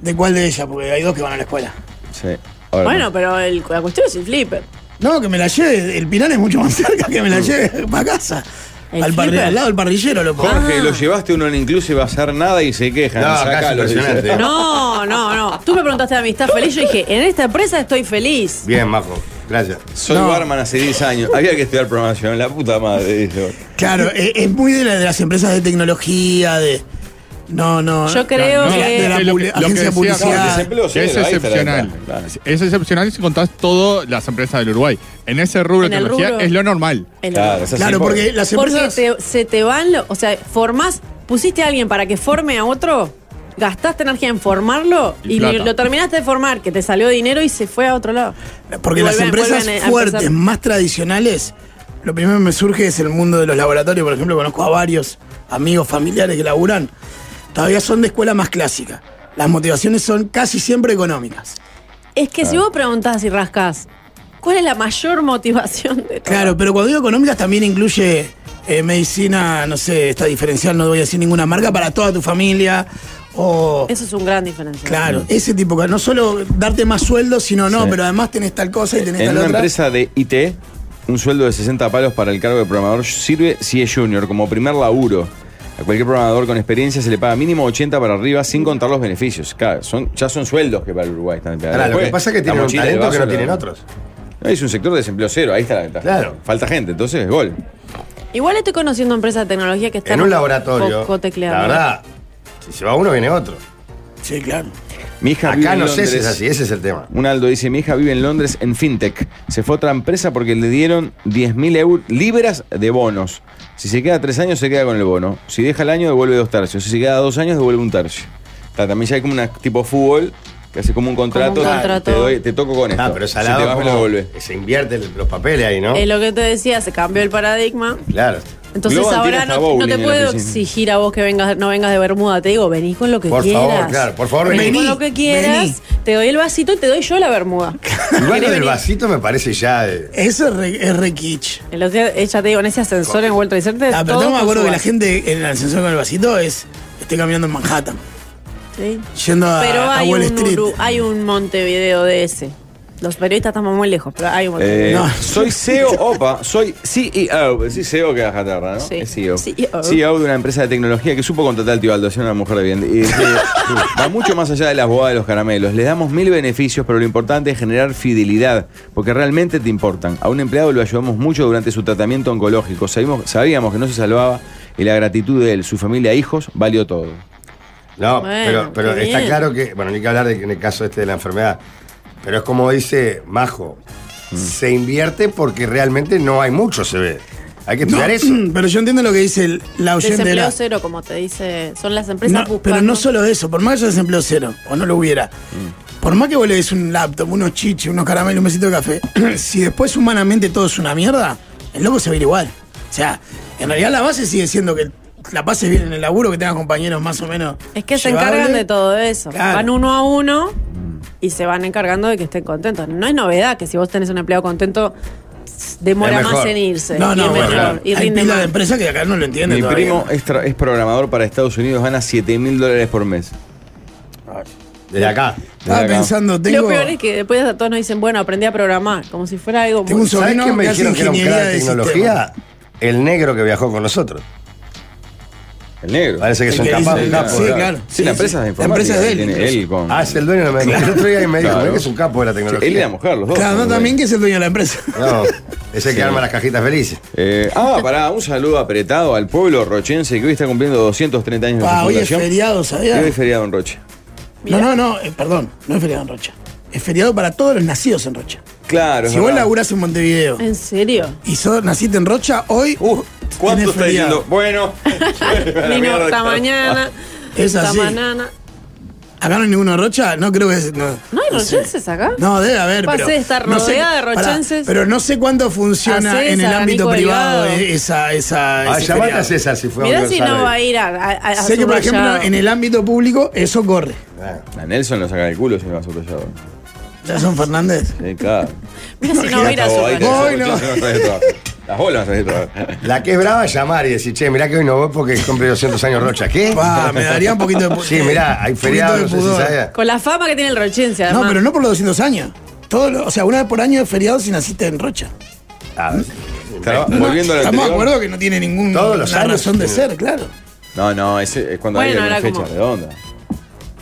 [SPEAKER 2] ¿De cuál de ellas? Porque hay dos que van a la escuela.
[SPEAKER 4] Sí. Ahora,
[SPEAKER 3] Bueno, pero el- la cuestión es el flipper.
[SPEAKER 2] No, que me la lleve. El Pinar es mucho más cerca que me la lleve para casa.
[SPEAKER 3] ¿El
[SPEAKER 2] Al, parri-
[SPEAKER 3] flipper? Ah.
[SPEAKER 2] al lado del parrillero, loco.
[SPEAKER 4] Jorge, lo llevaste uno en inclusive a hacer nada y se quejan.
[SPEAKER 1] No, acá es
[SPEAKER 4] Sácalo, dice.
[SPEAKER 1] impresionante.
[SPEAKER 3] No, no, no. Tú me preguntaste de amistad feliz, yo dije, en esta empresa estoy feliz.
[SPEAKER 1] Bien, majo. Gracias.
[SPEAKER 4] Soy
[SPEAKER 2] No.
[SPEAKER 4] barman hace 10 años. Había que estudiar programación, la puta madre. dice.
[SPEAKER 2] Claro, e- es, muy de, la- de las empresas de tecnología, de. No, Ah, no.
[SPEAKER 3] Yo creo
[SPEAKER 2] de la-
[SPEAKER 3] que-
[SPEAKER 2] de la
[SPEAKER 5] Lo que-
[SPEAKER 2] publi-
[SPEAKER 5] lo que
[SPEAKER 2] agencia de
[SPEAKER 5] decía-
[SPEAKER 4] No,
[SPEAKER 2] publicidad.
[SPEAKER 4] desempleo
[SPEAKER 5] Que es
[SPEAKER 4] cero, ahí está la
[SPEAKER 5] excepcional.
[SPEAKER 4] ventaja, claro.
[SPEAKER 5] Es excepcional si contás todas las empresas del Uruguay. En ese rubro
[SPEAKER 3] En
[SPEAKER 5] de
[SPEAKER 3] el
[SPEAKER 5] tecnología
[SPEAKER 3] rubro.
[SPEAKER 5] es lo normal.
[SPEAKER 3] El-
[SPEAKER 4] Claro, es así,
[SPEAKER 2] Claro, porque las
[SPEAKER 3] Porque
[SPEAKER 2] empresas.
[SPEAKER 3] te- se te van, lo- o sea, formás, pusiste a alguien para que forme a otro, gastaste energía en formarlo
[SPEAKER 5] Y
[SPEAKER 3] y,
[SPEAKER 5] plata.
[SPEAKER 3] lo terminaste de formar, que te salió dinero y se fue a otro lado.
[SPEAKER 2] Porque
[SPEAKER 3] Y
[SPEAKER 2] las
[SPEAKER 3] vuelven-
[SPEAKER 2] empresas
[SPEAKER 3] vuelven a- a
[SPEAKER 2] fuertes,
[SPEAKER 3] empezar.
[SPEAKER 2] más tradicionales, lo primero que me surge es el mundo de los laboratorios. Por ejemplo, conozco a varios amigos, familiares que laburan. Todavía son de escuela más clásica. Las motivaciones son casi siempre económicas.
[SPEAKER 3] Es que si vos preguntás y rascás, ¿cuál es la mayor motivación de todo?
[SPEAKER 2] Claro, pero cuando digo económicas también incluye eh, medicina, no sé, está diferencial, no voy a decir ninguna marca, para toda tu familia. O.
[SPEAKER 3] Eso es un gran diferencial.
[SPEAKER 2] Claro, ese tipo, de- no solo darte más sueldo, sino no,
[SPEAKER 4] Sí.
[SPEAKER 2] pero además tenés tal cosa y tenés
[SPEAKER 4] En
[SPEAKER 2] tal
[SPEAKER 4] una
[SPEAKER 2] otra.
[SPEAKER 4] empresa de IT, un sueldo de 60 palos para el cargo de programador sirve si es junior, como primer laburo. A cualquier programador con experiencia se le paga mínimo 80 para arriba sin contar los beneficios. Claro, son, ya son sueldos que para el Uruguay están.
[SPEAKER 1] Ahora, lo que pasa es que tienen un talento que no tienen otros.
[SPEAKER 4] Es un sector de desempleo cero, ahí está la ventaja.
[SPEAKER 1] Claro.
[SPEAKER 4] Falta gente, entonces gol.
[SPEAKER 3] Igual estoy conociendo empresas de tecnología que están
[SPEAKER 1] En un laboratorio,
[SPEAKER 3] poco
[SPEAKER 1] la
[SPEAKER 3] tecleadoras.
[SPEAKER 1] verdad, si se va uno, viene otro.
[SPEAKER 2] Sí, claro.
[SPEAKER 4] Mi hija vive
[SPEAKER 1] Acá
[SPEAKER 4] en
[SPEAKER 1] no sé si es
[SPEAKER 4] Londres.
[SPEAKER 1] así, ese es el tema.
[SPEAKER 4] Un Aldo dice, mi hija vive en Londres en FinTech. Se fue a otra empresa porque le dieron 10.000 euros libras de bonos. Si se queda tres años, se queda con el bono. Si deja el año, devuelve dos tercios. Si se queda dos años, devuelve un tercio. Está, también ya hay como una tipo fútbol que hace como un contrato.
[SPEAKER 3] contrato.
[SPEAKER 4] Te, doy- te toco con esto.
[SPEAKER 1] Ah, pero
[SPEAKER 4] si te
[SPEAKER 1] salado
[SPEAKER 4] vas, me lo
[SPEAKER 1] como
[SPEAKER 4] devuelve.
[SPEAKER 1] se invierte los papeles ahí, ¿no?
[SPEAKER 3] Es lo que te decía, se cambió el paradigma.
[SPEAKER 1] Claro.
[SPEAKER 3] Entonces
[SPEAKER 4] Globan tiene
[SPEAKER 3] ahora
[SPEAKER 4] hasta
[SPEAKER 3] no, no
[SPEAKER 4] bowling
[SPEAKER 3] te
[SPEAKER 4] en la
[SPEAKER 3] puedo
[SPEAKER 4] piscina.
[SPEAKER 3] exigir a vos que vengas, no vengas de Bermuda. Te digo, venís con lo que
[SPEAKER 1] Por
[SPEAKER 3] quieras.
[SPEAKER 1] favor, claro, por favor,
[SPEAKER 3] venís.
[SPEAKER 1] vení.
[SPEAKER 3] con lo que quieras,
[SPEAKER 2] Vení.
[SPEAKER 3] te doy el vasito y te doy yo la Bermuda.
[SPEAKER 1] Igual lo
[SPEAKER 3] ¿Querés
[SPEAKER 1] del
[SPEAKER 3] venir?
[SPEAKER 1] vasito me parece ya. eh,
[SPEAKER 2] Eso es re, es re kitsch.
[SPEAKER 3] El otro día, eh, ya te digo, en ese ascensor en World Trade Center.
[SPEAKER 2] Ah, pero
[SPEAKER 3] todo
[SPEAKER 2] tengo me
[SPEAKER 3] con
[SPEAKER 2] acuerdo
[SPEAKER 3] su
[SPEAKER 2] que la
[SPEAKER 3] vaso.
[SPEAKER 2] gente en el ascensor con el vasito es. Estoy caminando en Manhattan,
[SPEAKER 3] Sí.
[SPEAKER 2] yendo a,
[SPEAKER 3] Pero
[SPEAKER 2] a
[SPEAKER 3] hay
[SPEAKER 2] Wall
[SPEAKER 3] un,
[SPEAKER 2] Street.
[SPEAKER 3] Uru- hay un Montevideo de ese. Los periodistas estamos muy lejos, pero hay un
[SPEAKER 4] Eh,
[SPEAKER 3] Montevideo.
[SPEAKER 2] No.
[SPEAKER 4] Soy CEO, opa, soy E CEO, sí CEO que baja tarda, ¿no?
[SPEAKER 3] Sí. E
[SPEAKER 4] Es E CEO.
[SPEAKER 3] CEO.
[SPEAKER 4] de una empresa de tecnología que supo contratar al tío Aldo, es una mujer de bien. Y, eh, va mucho más allá de las bobadas de los caramelos. Les damos mil beneficios, pero lo importante es generar fidelidad, porque realmente te importan. A un empleado lo ayudamos mucho durante su tratamiento oncológico. Sabíamos, sabíamos que no se salvaba y la gratitud de él, su familia e hijos, valió todo.
[SPEAKER 1] No,
[SPEAKER 3] Bueno,
[SPEAKER 1] pero, pero
[SPEAKER 3] qué
[SPEAKER 1] está
[SPEAKER 3] bien.
[SPEAKER 1] claro que. Bueno, ni que hablar de, en el caso este de la enfermedad. Pero es como dice Majo:
[SPEAKER 3] Mm.
[SPEAKER 1] se invierte porque realmente no hay mucho, se ve. Hay que
[SPEAKER 2] No,
[SPEAKER 1] estudiar eso.
[SPEAKER 3] Mm.
[SPEAKER 2] pero yo entiendo lo que dice el- la oyente. de
[SPEAKER 3] Desempleo
[SPEAKER 2] la-
[SPEAKER 3] cero, como te dice. Son las
[SPEAKER 2] No,
[SPEAKER 3] empresas buscando.
[SPEAKER 2] pero no solo eso, por más que haya desempleo cero, o no lo hubiera,
[SPEAKER 3] Mm.
[SPEAKER 2] por más que vos le des un laptop, unos chiches, unos caramelos, un besito de café, si después humanamente todo es una mierda, el loco se va a ir igual. O sea, en realidad la base sigue siendo que la pases bien en el laburo, que tengas compañeros más o menos.
[SPEAKER 3] Es que se
[SPEAKER 2] llevables.
[SPEAKER 3] encargan de todo eso.
[SPEAKER 2] Claro.
[SPEAKER 3] Van uno a uno y se van encargando de que estén contentos. No es novedad que si vos tenés un empleado contento, s- demora
[SPEAKER 1] Es
[SPEAKER 3] más
[SPEAKER 1] mejor.
[SPEAKER 3] en irse.
[SPEAKER 2] No,
[SPEAKER 3] y
[SPEAKER 2] no,
[SPEAKER 3] es
[SPEAKER 2] bueno,
[SPEAKER 3] mejor,
[SPEAKER 1] claro.
[SPEAKER 3] y
[SPEAKER 2] hay
[SPEAKER 3] rinde
[SPEAKER 2] pila de
[SPEAKER 3] más.
[SPEAKER 2] empresas que acá no lo entienden
[SPEAKER 4] Mi
[SPEAKER 2] todavía.
[SPEAKER 4] primo eh, es, tra- es programador para Estados Unidos, gana 7 mil dólares por mes.
[SPEAKER 1] Desde acá.
[SPEAKER 2] Estaba
[SPEAKER 4] acá.
[SPEAKER 2] pensando, tengo...
[SPEAKER 3] Lo peor es que después hasta todos nos dicen, bueno, aprendí a programar, como si fuera algo
[SPEAKER 2] Tengo
[SPEAKER 3] muy-
[SPEAKER 2] un so-
[SPEAKER 1] ¿Sabes
[SPEAKER 2] sobrino
[SPEAKER 1] qué me
[SPEAKER 2] que hace
[SPEAKER 1] dijeron que era un
[SPEAKER 2] ingeniería
[SPEAKER 1] crack de
[SPEAKER 2] de
[SPEAKER 1] tecnología? El negro que viajó con nosotros.
[SPEAKER 4] El negro.
[SPEAKER 1] Parece que
[SPEAKER 2] El
[SPEAKER 1] son
[SPEAKER 2] que
[SPEAKER 1] capaces.
[SPEAKER 2] dice-
[SPEAKER 1] un capo,
[SPEAKER 2] sí,
[SPEAKER 1] ¿verdad?
[SPEAKER 2] claro.
[SPEAKER 4] Sí, la empresa es de
[SPEAKER 2] La empresa
[SPEAKER 4] informática
[SPEAKER 2] es de
[SPEAKER 4] que
[SPEAKER 2] él,
[SPEAKER 4] tiene
[SPEAKER 2] incluso.
[SPEAKER 4] él con-
[SPEAKER 1] Ah, es el dueño de la medicina. El otro día me dijo,
[SPEAKER 4] Claro.
[SPEAKER 1] mirá que es un capo de la tecnología.
[SPEAKER 4] Él y la mujer, los dos.
[SPEAKER 2] Claro, no,
[SPEAKER 4] son
[SPEAKER 2] también
[SPEAKER 4] muy-
[SPEAKER 2] que es el dueño de la empresa.
[SPEAKER 1] No, ese que arma las cajitas felices.
[SPEAKER 4] Eh, ah, pará, un saludo apretado al pueblo rochense que hoy está cumpliendo 230 años de
[SPEAKER 2] Pa,
[SPEAKER 4] su
[SPEAKER 2] hoy es
[SPEAKER 4] fundación.
[SPEAKER 2] feriado,
[SPEAKER 4] Y
[SPEAKER 2] ¿sabías?
[SPEAKER 4] hoy es feriado en Roche.
[SPEAKER 2] No, no, no, eh, perdón, no es feriado en Rocha. Es feriado para todos los nacidos en Rocha.
[SPEAKER 4] Claro, es
[SPEAKER 2] si vos
[SPEAKER 4] verdad.
[SPEAKER 2] laburás en Montevideo
[SPEAKER 3] ¿En serio?
[SPEAKER 2] y sos, naciste en Rocha, hoy.
[SPEAKER 4] Uh, ¿cuánto
[SPEAKER 2] tenés
[SPEAKER 4] está
[SPEAKER 2] feriado.
[SPEAKER 4] diciendo? Bueno, la
[SPEAKER 3] Vino
[SPEAKER 4] mierda.
[SPEAKER 3] hasta mañana.
[SPEAKER 2] Es
[SPEAKER 3] hasta
[SPEAKER 2] así.
[SPEAKER 3] mañana.
[SPEAKER 2] Acá no hay ninguno de Ah, Rocha, no creo que. es- No,
[SPEAKER 3] ¿No hay
[SPEAKER 2] sé.
[SPEAKER 3] rochenses acá?
[SPEAKER 2] No, debe haber.
[SPEAKER 3] Pasé
[SPEAKER 2] pero
[SPEAKER 3] de estar
[SPEAKER 2] no sé-
[SPEAKER 3] rodeada de
[SPEAKER 2] pará,
[SPEAKER 3] rochenses.
[SPEAKER 2] pero no sé cuándo funciona
[SPEAKER 3] A César,
[SPEAKER 2] en el
[SPEAKER 3] a
[SPEAKER 2] ámbito
[SPEAKER 3] Nico
[SPEAKER 2] privado
[SPEAKER 3] Delgado.
[SPEAKER 2] eh, esa. esa
[SPEAKER 1] Ah,
[SPEAKER 2] ese
[SPEAKER 1] llamate
[SPEAKER 2] feriado.
[SPEAKER 1] a César si fue a
[SPEAKER 3] Mirá si
[SPEAKER 1] Universal
[SPEAKER 3] no
[SPEAKER 1] hoy.
[SPEAKER 3] va a ir a, a, a- a
[SPEAKER 2] Sé que, por ejemplo,
[SPEAKER 3] subrayado.
[SPEAKER 2] en el ámbito público eso corre.
[SPEAKER 1] Ah,
[SPEAKER 4] A Nelson lo saca del culo si no va a su rayado.
[SPEAKER 2] Ya son Fernández.
[SPEAKER 4] Sí, claro.
[SPEAKER 3] Mirá si no va a ir a
[SPEAKER 4] Hasta vos, ahí
[SPEAKER 3] subrayado.
[SPEAKER 4] tenés
[SPEAKER 2] Hoy no.
[SPEAKER 4] Roche, no traes de trabajo. Las bolas no traes de trabajo.
[SPEAKER 1] La que es brava es llamar y decir, che, mirá que hoy no voy porque cumple 200 años Rocha. ¿Qué?
[SPEAKER 2] Pa, me daría un poquito de. pu-
[SPEAKER 1] Sí, mirá, hay
[SPEAKER 2] un poquito
[SPEAKER 1] feriado,
[SPEAKER 2] de
[SPEAKER 1] no sé si
[SPEAKER 2] pudor.
[SPEAKER 1] sabía.
[SPEAKER 3] Con la fama que tiene el rochense, además.
[SPEAKER 2] No, pero no por los 200 años. Todo lo- o sea, una vez por año es feriado si naciste en Rocha.
[SPEAKER 1] Ah,
[SPEAKER 4] Traba- Volviendo a
[SPEAKER 2] Estamos
[SPEAKER 4] la
[SPEAKER 2] de
[SPEAKER 4] anterior.
[SPEAKER 2] acuerdo que no tiene ninguna
[SPEAKER 1] Todos los años.
[SPEAKER 2] razón de ser, claro.
[SPEAKER 4] No, no, ese es cuando hay
[SPEAKER 3] Bueno,
[SPEAKER 4] alguna
[SPEAKER 3] era
[SPEAKER 4] fecha
[SPEAKER 3] como-
[SPEAKER 4] redonda.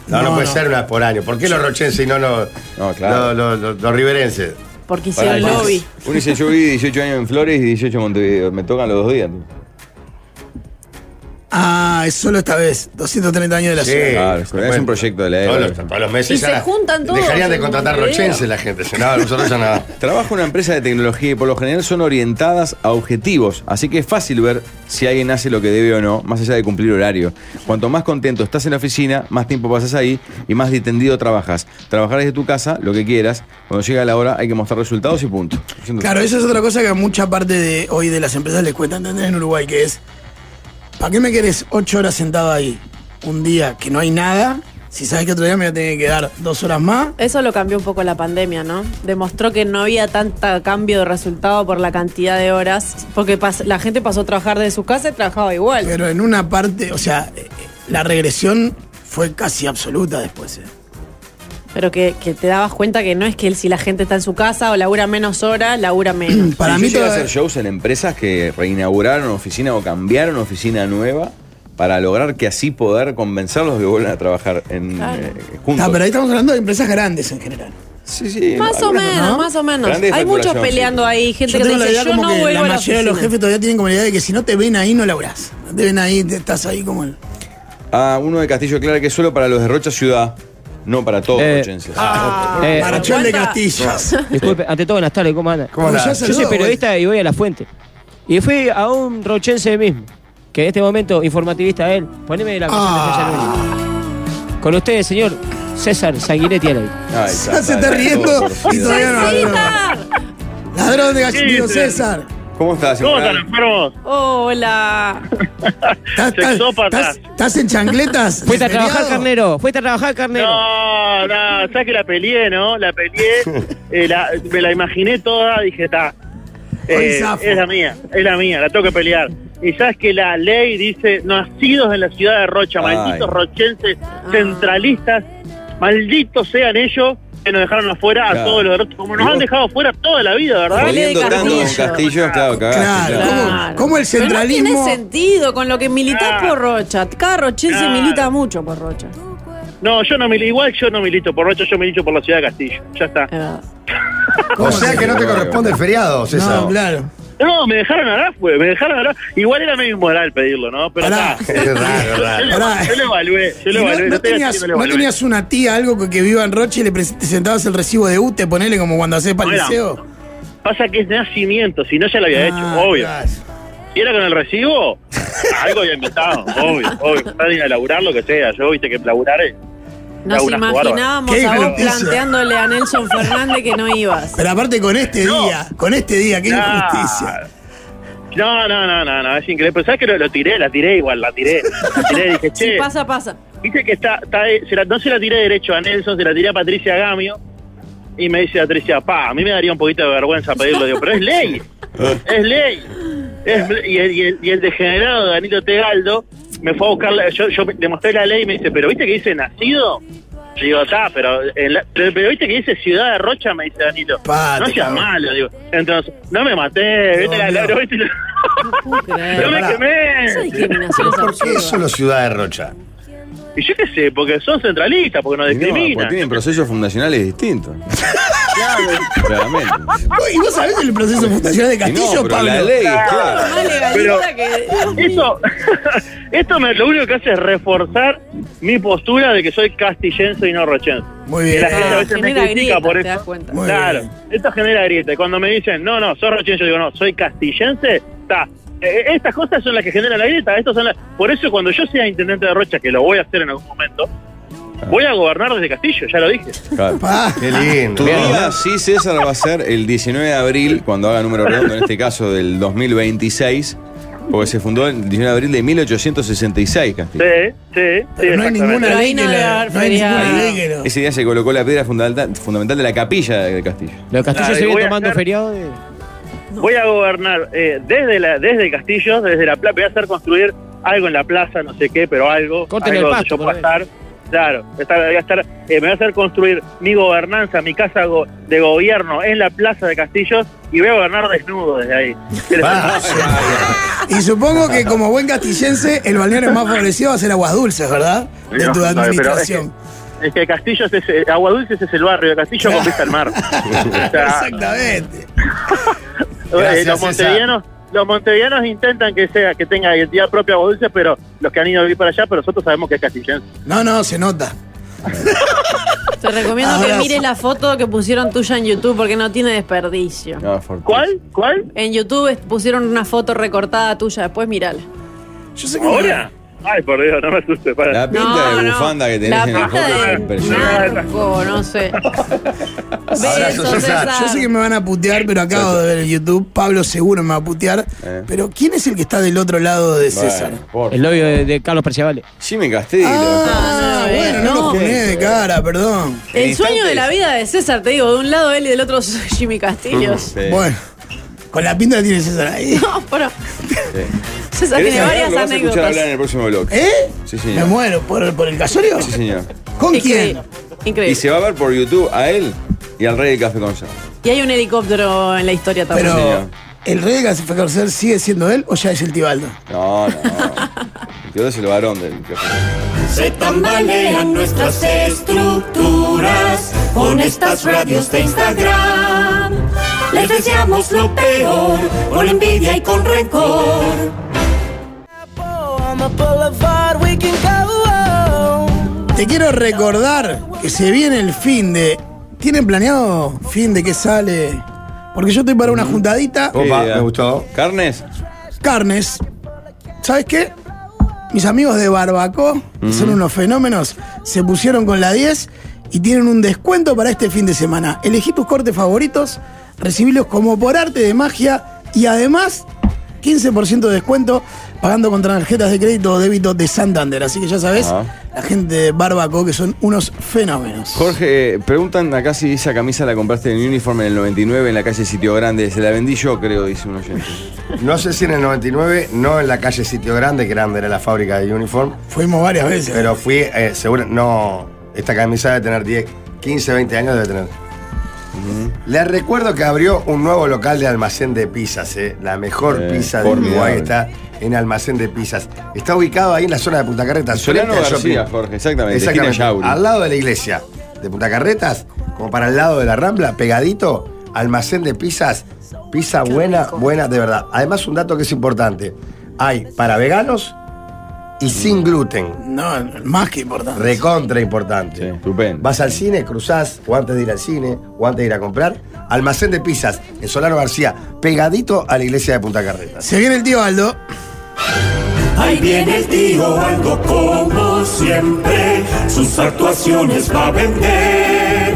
[SPEAKER 1] no, no,
[SPEAKER 2] No,
[SPEAKER 1] puede
[SPEAKER 2] no.
[SPEAKER 1] ser una por año. ¿Por qué los rochenses y no los,
[SPEAKER 4] No, claro.
[SPEAKER 1] los, los- los- los riverenses?
[SPEAKER 3] porque hicieron
[SPEAKER 4] Pará,
[SPEAKER 3] lobby.
[SPEAKER 4] Uno dice, yo viví 18 años en Flores y 18 en Montevideo. Me tocan los dos días. tú.
[SPEAKER 2] Ah, es solo esta vez. 230 años de la
[SPEAKER 1] Sí,
[SPEAKER 2] ciudad.
[SPEAKER 4] Claro,
[SPEAKER 1] te
[SPEAKER 4] es un
[SPEAKER 1] cuento.
[SPEAKER 4] proyecto de la
[SPEAKER 1] Todos
[SPEAKER 4] era.
[SPEAKER 1] los, todos los meses
[SPEAKER 3] Y se juntan todos
[SPEAKER 1] Dejarían de
[SPEAKER 3] en
[SPEAKER 1] contratar
[SPEAKER 3] Montevideo.
[SPEAKER 1] rochenses la gente. Si no, nosotros ya nada.
[SPEAKER 4] Trabajo en una empresa de tecnología y por lo general son orientadas a objetivos, así que es fácil ver si alguien hace lo que debe o no, más allá de cumplir horario. Cuanto más contento estás en la oficina, más tiempo pasas ahí y más detendido trabajas. Trabajar desde tu casa, lo que quieras, cuando llega la hora hay que mostrar resultados y punto.
[SPEAKER 2] Claro, eso es otra cosa que a mucha parte de hoy de las empresas les cuesta entender en Uruguay, que es, ¿para qué me querés ocho horas sentado ahí un día que no hay nada? Si sabes que otro día me voy a tener que quedar dos horas más.
[SPEAKER 3] Eso lo cambió un poco la pandemia, ¿no? Demostró que no había tanto cambio de resultado por la cantidad de horas, porque pas- la gente pasó a trabajar desde su casa y trabajaba igual.
[SPEAKER 2] Pero en una parte, o sea, eh, eh, la regresión fue casi absoluta después. eh.
[SPEAKER 3] Pero que, que te dabas cuenta que no es que si la gente está en su casa o labura menos horas, labura menos.
[SPEAKER 2] Para
[SPEAKER 4] Yo
[SPEAKER 2] mí
[SPEAKER 4] llegué a
[SPEAKER 2] toda-
[SPEAKER 4] hacer shows en empresas que reinauguraron oficina o cambiaron oficina nueva para lograr que así poder convencerlos de que vuelvan a trabajar en,
[SPEAKER 3] Claro.
[SPEAKER 4] eh, juntos.
[SPEAKER 2] Ah, pero ahí estamos hablando de empresas grandes en general.
[SPEAKER 4] Sí, sí,
[SPEAKER 3] más o
[SPEAKER 4] algunas-
[SPEAKER 3] menos,
[SPEAKER 2] ¿no?
[SPEAKER 3] más o menos.
[SPEAKER 4] Grande
[SPEAKER 3] Hay muchos
[SPEAKER 4] facturación,
[SPEAKER 3] peleando
[SPEAKER 4] sí.
[SPEAKER 3] ahí, gente
[SPEAKER 2] Yo
[SPEAKER 3] que
[SPEAKER 2] tengo
[SPEAKER 3] te
[SPEAKER 2] la idea
[SPEAKER 3] dice, yo
[SPEAKER 2] como
[SPEAKER 3] no
[SPEAKER 2] que la
[SPEAKER 3] vuelvo a la
[SPEAKER 2] mayoría de los
[SPEAKER 3] oficina".
[SPEAKER 2] jefes todavía tienen como la idea de que si no te ven ahí, no laburás. No te ven ahí, te- estás ahí como el...
[SPEAKER 4] Ah, uno de Castillo Clara que es solo para los de Rocha Ciudad, no para todos
[SPEAKER 6] Eh,
[SPEAKER 4] los
[SPEAKER 3] Ah,
[SPEAKER 6] Eh,
[SPEAKER 2] Marachón de
[SPEAKER 3] aguanta.
[SPEAKER 2] Castillas.
[SPEAKER 6] Disculpe, ante todo, buenas tardes, ¿cómo andan?
[SPEAKER 1] ¿Cómo
[SPEAKER 2] Como ya
[SPEAKER 1] andás?
[SPEAKER 2] se-
[SPEAKER 6] Yo soy
[SPEAKER 2] Saludos,
[SPEAKER 6] periodista y voy a la fuente. Y fui a un rochense mismo, que en este momento, informativista él, poneme la canción
[SPEAKER 2] Ah.
[SPEAKER 6] de Fecha Núñez. Con ustedes, señor César Sanguinetti al aire.
[SPEAKER 2] Ya se está riendo y todavía no ladrón.
[SPEAKER 3] ¡César!
[SPEAKER 2] Ladrón de gallinero,
[SPEAKER 8] Sí, sí.
[SPEAKER 2] César.
[SPEAKER 4] ¿Cómo estás?
[SPEAKER 8] ¿Cómo están
[SPEAKER 4] Emanuel?
[SPEAKER 8] enfermos?
[SPEAKER 3] Hola.
[SPEAKER 2] ¿Estás, estás-
[SPEAKER 8] Sexópatas.
[SPEAKER 2] estás- estás en chancletas? de
[SPEAKER 6] Fuiste a trabajar,
[SPEAKER 2] feriado?
[SPEAKER 6] carnero. Fuiste a trabajar, carnero.
[SPEAKER 8] No, no, sabes que la peleé, ¿no? La peleé, eh, la- me la imaginé toda, dije, está.
[SPEAKER 2] Hoy
[SPEAKER 8] Eh,
[SPEAKER 2] zafo.
[SPEAKER 8] es la mía, es la mía, la tengo que pelear. Y sabes que la ley dice, nacidos en la ciudad de Rocha,
[SPEAKER 4] Ay.
[SPEAKER 8] malditos rochenses centralistas, malditos sean ellos que nos dejaron afuera a
[SPEAKER 4] Claro.
[SPEAKER 8] todos los otros, como
[SPEAKER 4] ¿Y
[SPEAKER 8] nos
[SPEAKER 4] vos?
[SPEAKER 8] han dejado afuera toda la vida, ¿verdad?
[SPEAKER 3] Jolín.
[SPEAKER 4] Jodiendo
[SPEAKER 3] Ole de
[SPEAKER 4] tanto con
[SPEAKER 3] Castillo.
[SPEAKER 4] Castillo, claro, cagaste,
[SPEAKER 2] Claro,
[SPEAKER 4] claro.
[SPEAKER 2] ¿cómo- cómo el
[SPEAKER 3] Pero
[SPEAKER 2] centralismo-
[SPEAKER 3] no tiene sentido con lo que militás
[SPEAKER 8] Claro.
[SPEAKER 3] por Rocha. Cada rochense
[SPEAKER 8] Claro.
[SPEAKER 3] milita mucho por Rocha. Es
[SPEAKER 8] No, yo no milito, igual yo no milito por Rocha, yo milito por la ciudad de Castillo, ya está.
[SPEAKER 3] verdad.
[SPEAKER 1] O sea que no te
[SPEAKER 4] Claro.
[SPEAKER 1] corresponde el feriado, César.
[SPEAKER 2] No, claro.
[SPEAKER 8] No, me dejaron hablar, pues, me dejaron hablar. Igual era medio inmoral pedirlo, ¿no? Pero
[SPEAKER 2] Pará.
[SPEAKER 8] está.
[SPEAKER 1] Es raro, es
[SPEAKER 8] Yo
[SPEAKER 1] raro.
[SPEAKER 8] lo-
[SPEAKER 2] Pará.
[SPEAKER 8] Yo lo evalué, yo
[SPEAKER 2] Y
[SPEAKER 8] lo
[SPEAKER 2] no,
[SPEAKER 8] evalué.
[SPEAKER 2] no
[SPEAKER 8] no estoy
[SPEAKER 2] tenías,
[SPEAKER 8] haciendo lo
[SPEAKER 2] no
[SPEAKER 8] evalué.
[SPEAKER 2] tenías una tía, algo que- que viva en Roche y le pre- presentabas el recibo de UTE, ponele como cuando haces para el
[SPEAKER 8] Bueno,
[SPEAKER 2] liceo?
[SPEAKER 8] Pasa que es nacimiento, si no ya lo había
[SPEAKER 2] Ah,
[SPEAKER 8] hecho, obvio.
[SPEAKER 2] claro.
[SPEAKER 8] Si era con el recibo, algo había inventado, obvio, obvio. Están a laburar lo que sea, yo viste que laburar es.
[SPEAKER 3] Nos
[SPEAKER 8] Laura,
[SPEAKER 3] imaginábamos
[SPEAKER 2] Qué
[SPEAKER 3] a vos
[SPEAKER 2] injusticia.
[SPEAKER 3] planteándole a Nelson Fernández que no ibas.
[SPEAKER 2] Pero aparte con este
[SPEAKER 8] No.
[SPEAKER 2] día, con este día, qué
[SPEAKER 8] Claro.
[SPEAKER 2] injusticia.
[SPEAKER 8] No, no, no, no, no, es increíble. Pero sabes que lo, lo tiré, la tiré igual, la tiré. La tiré, dije, che.
[SPEAKER 3] Si pasa, pasa.
[SPEAKER 8] Viste que está, está- se la- no se la tiré derecho a Nelson, se la tiré a Patricia Gamio. Y me dice Patricia, pa, a mí me daría un poquito de vergüenza pedirlo. Digo, pero es ley, es ley. Es- y, el, y el- y el degenerado Danilo Tegaldo me fue a buscar, la- yo, yo le mostré la ley y me dice, pero viste que dice nacido. Yo Digo, está, pero, en la- pero, pero viste que dice Ciudad de Rocha, me dice Danilo.
[SPEAKER 2] Pa,
[SPEAKER 8] no
[SPEAKER 2] te
[SPEAKER 8] seas
[SPEAKER 2] cago.
[SPEAKER 8] malo, digo. Entonces, no me maté, viste la, la-
[SPEAKER 2] Dios mío.
[SPEAKER 8] viste la-
[SPEAKER 3] No puedo
[SPEAKER 8] no
[SPEAKER 3] creer.
[SPEAKER 8] me
[SPEAKER 1] pará.
[SPEAKER 3] Esa
[SPEAKER 8] quemé.
[SPEAKER 3] discriminación es
[SPEAKER 1] ¿Por qué
[SPEAKER 3] absurda.
[SPEAKER 1] solo Ciudad de Rocha?
[SPEAKER 8] Y yo qué sé, porque son centralistas, porque nos
[SPEAKER 4] Y no,
[SPEAKER 8] discriminan.
[SPEAKER 4] porque tienen procesos fundacionales distintos. Claramente.
[SPEAKER 2] ¿Y vos sabés el proceso fundacional de
[SPEAKER 4] Y no,
[SPEAKER 2] Castillo,
[SPEAKER 4] pero
[SPEAKER 2] Pablo?
[SPEAKER 4] la ley, claro.
[SPEAKER 3] Más legalista que.
[SPEAKER 8] Esto, esto me, lo único que hace es reforzar mi postura de que soy castillense y no rochense.
[SPEAKER 2] Muy bien.
[SPEAKER 8] La gente a veces me
[SPEAKER 3] Genera
[SPEAKER 8] critica
[SPEAKER 3] grieta,
[SPEAKER 8] por
[SPEAKER 3] te
[SPEAKER 8] eso.
[SPEAKER 3] das cuenta.
[SPEAKER 2] Muy
[SPEAKER 8] Claro,
[SPEAKER 2] bien.
[SPEAKER 8] esto genera grieta. Y Cuando me dicen, no, no, sos rochense, yo digo, no, soy castillense, está. Eh, Estas cosas son las que generan la grieta. Estas son las- Por eso cuando yo sea intendente de Rocha, que lo voy a hacer en algún momento,
[SPEAKER 2] Ah.
[SPEAKER 8] voy a gobernar desde Castillo, ya lo dije.
[SPEAKER 4] Claro.
[SPEAKER 2] Pa.
[SPEAKER 1] Qué lindo.
[SPEAKER 4] Tu día, sí, César, va a ser el 19 de abril, cuando haga número redondo, en este caso del 2026, porque se fundó el 19 de abril de 1866, Castillo.
[SPEAKER 8] Sí, sí, sí.
[SPEAKER 2] Pero no hay
[SPEAKER 8] exactamente.
[SPEAKER 2] ninguna
[SPEAKER 3] Pero
[SPEAKER 2] ley
[SPEAKER 3] ahí
[SPEAKER 2] que
[SPEAKER 3] no debe
[SPEAKER 2] la-
[SPEAKER 3] haber
[SPEAKER 2] no hay ninguna
[SPEAKER 3] feriado.
[SPEAKER 2] ley que lo-
[SPEAKER 4] Ese día se colocó la piedra fundamental, fundamental de la capilla de Castillo.
[SPEAKER 6] Los castillos
[SPEAKER 8] Claro,
[SPEAKER 6] se
[SPEAKER 8] voy
[SPEAKER 6] vienen
[SPEAKER 8] a
[SPEAKER 6] tomando
[SPEAKER 8] hacer-
[SPEAKER 6] feriado de.
[SPEAKER 8] Voy a gobernar eh, desde la desde Castillo, desde la plaza. Voy a hacer construir algo en la plaza, no sé qué, pero algo.
[SPEAKER 6] Corten
[SPEAKER 8] algo
[SPEAKER 6] el
[SPEAKER 8] donde yo
[SPEAKER 6] pasto,
[SPEAKER 8] pueda
[SPEAKER 6] por lo
[SPEAKER 8] estar. Claro, estar- voy a estar, eh, me voy a hacer construir mi gobernanza, mi casa go- de gobierno en la plaza de Castillo y voy a gobernar desnudo desde ahí. ¿Qué les
[SPEAKER 1] Va.
[SPEAKER 8] parece?
[SPEAKER 2] Y supongo que como buen castillense, el balneario más favorecido va a ser Aguas Dulces, ¿verdad? De
[SPEAKER 8] No,
[SPEAKER 2] tu
[SPEAKER 8] no, pero es que-
[SPEAKER 2] administración.
[SPEAKER 8] Es que Castillo es ese, Agua Dulce ese es el barrio, de Castillo con vista al mar. O sea,
[SPEAKER 2] Exactamente.
[SPEAKER 1] Gracias,
[SPEAKER 8] eh, los
[SPEAKER 1] César.
[SPEAKER 8] montevideanos, los montevideanos intentan que sea, que tenga identidad propia Agua Dulce, pero los que han ido a vivir para allá, pero nosotros sabemos que es castillense.
[SPEAKER 2] No, no, se nota.
[SPEAKER 3] Te recomiendo que
[SPEAKER 2] Abrazo.
[SPEAKER 3] mires la foto que pusieron tuya en YouTube porque no tiene desperdicio.
[SPEAKER 4] No, fortísimo.
[SPEAKER 8] ¿Cuál? ¿Cuál?
[SPEAKER 3] En YouTube es- pusieron una foto recortada tuya, después mirala.
[SPEAKER 2] Yo sé que.
[SPEAKER 8] ¿Ahora? Ay, por Dios, no me asustes, para.
[SPEAKER 4] La pinta
[SPEAKER 3] No,
[SPEAKER 4] de
[SPEAKER 3] no.
[SPEAKER 4] bufanda que tenés
[SPEAKER 3] la
[SPEAKER 4] en la foto
[SPEAKER 3] pinta
[SPEAKER 4] es
[SPEAKER 3] de
[SPEAKER 4] impresionante.
[SPEAKER 3] narco, no sé.
[SPEAKER 1] Abrazo,
[SPEAKER 3] Besos,
[SPEAKER 1] César.
[SPEAKER 3] César.
[SPEAKER 2] Yo sé que me van a putear, pero acabo de ver el YouTube. Pablo seguro me va a putear.
[SPEAKER 4] Eh.
[SPEAKER 2] Pero ¿quién es el que está del otro lado de
[SPEAKER 4] Bueno,
[SPEAKER 2] César?
[SPEAKER 4] por-
[SPEAKER 6] El novio de, de Carlos Perciavale.
[SPEAKER 4] Jimmy Castillo.
[SPEAKER 2] Ah,
[SPEAKER 3] Ah,
[SPEAKER 2] bueno,
[SPEAKER 3] no.
[SPEAKER 2] no, lo poné de cara, perdón.
[SPEAKER 4] En
[SPEAKER 3] El sueño de
[SPEAKER 4] instantes-
[SPEAKER 3] la vida de César, te digo, de un lado él y del otro Jimmy Castillos.
[SPEAKER 4] Sí.
[SPEAKER 2] Bueno, con la pinta que tiene César ahí.
[SPEAKER 3] No, pero César
[SPEAKER 4] ¿Querés
[SPEAKER 3] tiene
[SPEAKER 4] hablar?
[SPEAKER 3] varias
[SPEAKER 4] Lo vas a escuchar
[SPEAKER 3] anécdotas.
[SPEAKER 4] hablar en el próximo blog.
[SPEAKER 2] ¿Eh?
[SPEAKER 4] Sí,
[SPEAKER 2] Me
[SPEAKER 4] señor.
[SPEAKER 2] muero. ¿Por, por el casorio?
[SPEAKER 4] Sí, señor.
[SPEAKER 2] ¿Con quién?
[SPEAKER 3] Increíble.
[SPEAKER 4] Y
[SPEAKER 3] Increíble.
[SPEAKER 4] se va a ver por YouTube a él y al rey del café con sal.
[SPEAKER 3] Y hay un helicóptero en la historia también.
[SPEAKER 4] Sí, señor.
[SPEAKER 2] Pero, ¿el rey de Casorio sigue siendo él o ya es el Tibaldo?
[SPEAKER 4] No, no. El tío es el varón del café.
[SPEAKER 9] Se tambalean nuestras estructuras con estas radios de Instagram. Les deseamos lo peor, con envidia y con rencor.
[SPEAKER 2] Te quiero recordar que se viene el fin de. ¿Tienen planeado fin de qué sale? Porque yo estoy para
[SPEAKER 4] Mm.
[SPEAKER 2] una juntadita.
[SPEAKER 1] Opa,
[SPEAKER 4] Qué idea.
[SPEAKER 1] me gustó.
[SPEAKER 4] Eh, ¿Carnes?
[SPEAKER 2] Carnes. ¿Sabes qué? Mis amigos de Barbaco, que son unos fenómenos, se pusieron con la 10 y tienen un descuento para este fin de semana. Elegí tus cortes favoritos, recibilos como por arte de magia y además 15% de descuento pagando con tarjetas de crédito o débito de Santander. Así que ya sabes,
[SPEAKER 4] Ah.
[SPEAKER 2] la gente de Barbaco, que son unos fenómenos.
[SPEAKER 4] Jorge, eh, preguntan acá si esa camisa la compraste en uniforme en el 99 en la calle Sitio Grande. Se la vendí yo, creo, dice un oyente.
[SPEAKER 1] No sé si en el 99, no en la calle Sitio Grande, que grande era la fábrica de uniform,
[SPEAKER 2] Fuimos varias veces.
[SPEAKER 1] pero fui, eh, seguro, no, esta camisa debe tener 10, 15, 20 años debe tener. Les recuerdo que abrió un nuevo local de almacén de pizzas, eh, la mejor
[SPEAKER 4] Eh,
[SPEAKER 1] pizza de
[SPEAKER 4] formidable.
[SPEAKER 1] Uruguay está en almacén de pizzas. Está ubicado ahí en la zona de Punta Carretas.
[SPEAKER 4] Solano
[SPEAKER 1] frente al
[SPEAKER 4] García,
[SPEAKER 1] shopping.
[SPEAKER 4] Jorge, exactamente. esquina
[SPEAKER 1] Exactamente.
[SPEAKER 4] Yauri.
[SPEAKER 1] Al lado de la iglesia de Punta Carretas, como para el lado de la Rambla, pegadito, almacén de pizzas. Pizza buena, buena de verdad. Además, un dato que es importante. Hay para veganos y sin
[SPEAKER 4] Mm.
[SPEAKER 1] gluten.
[SPEAKER 2] No, más que importante.
[SPEAKER 1] Recontra
[SPEAKER 4] Sí,
[SPEAKER 1] importante.
[SPEAKER 4] estupendo.
[SPEAKER 1] Vas al cine, cruzás, o antes de ir al cine, o antes de ir a comprar. Almacén de pizzas en Solano García, pegadito a la iglesia de Punta Carretas.
[SPEAKER 2] se viene el tío Aldo.
[SPEAKER 9] Ahí viene el tío, algo como siempre. Sus actuaciones va a vender.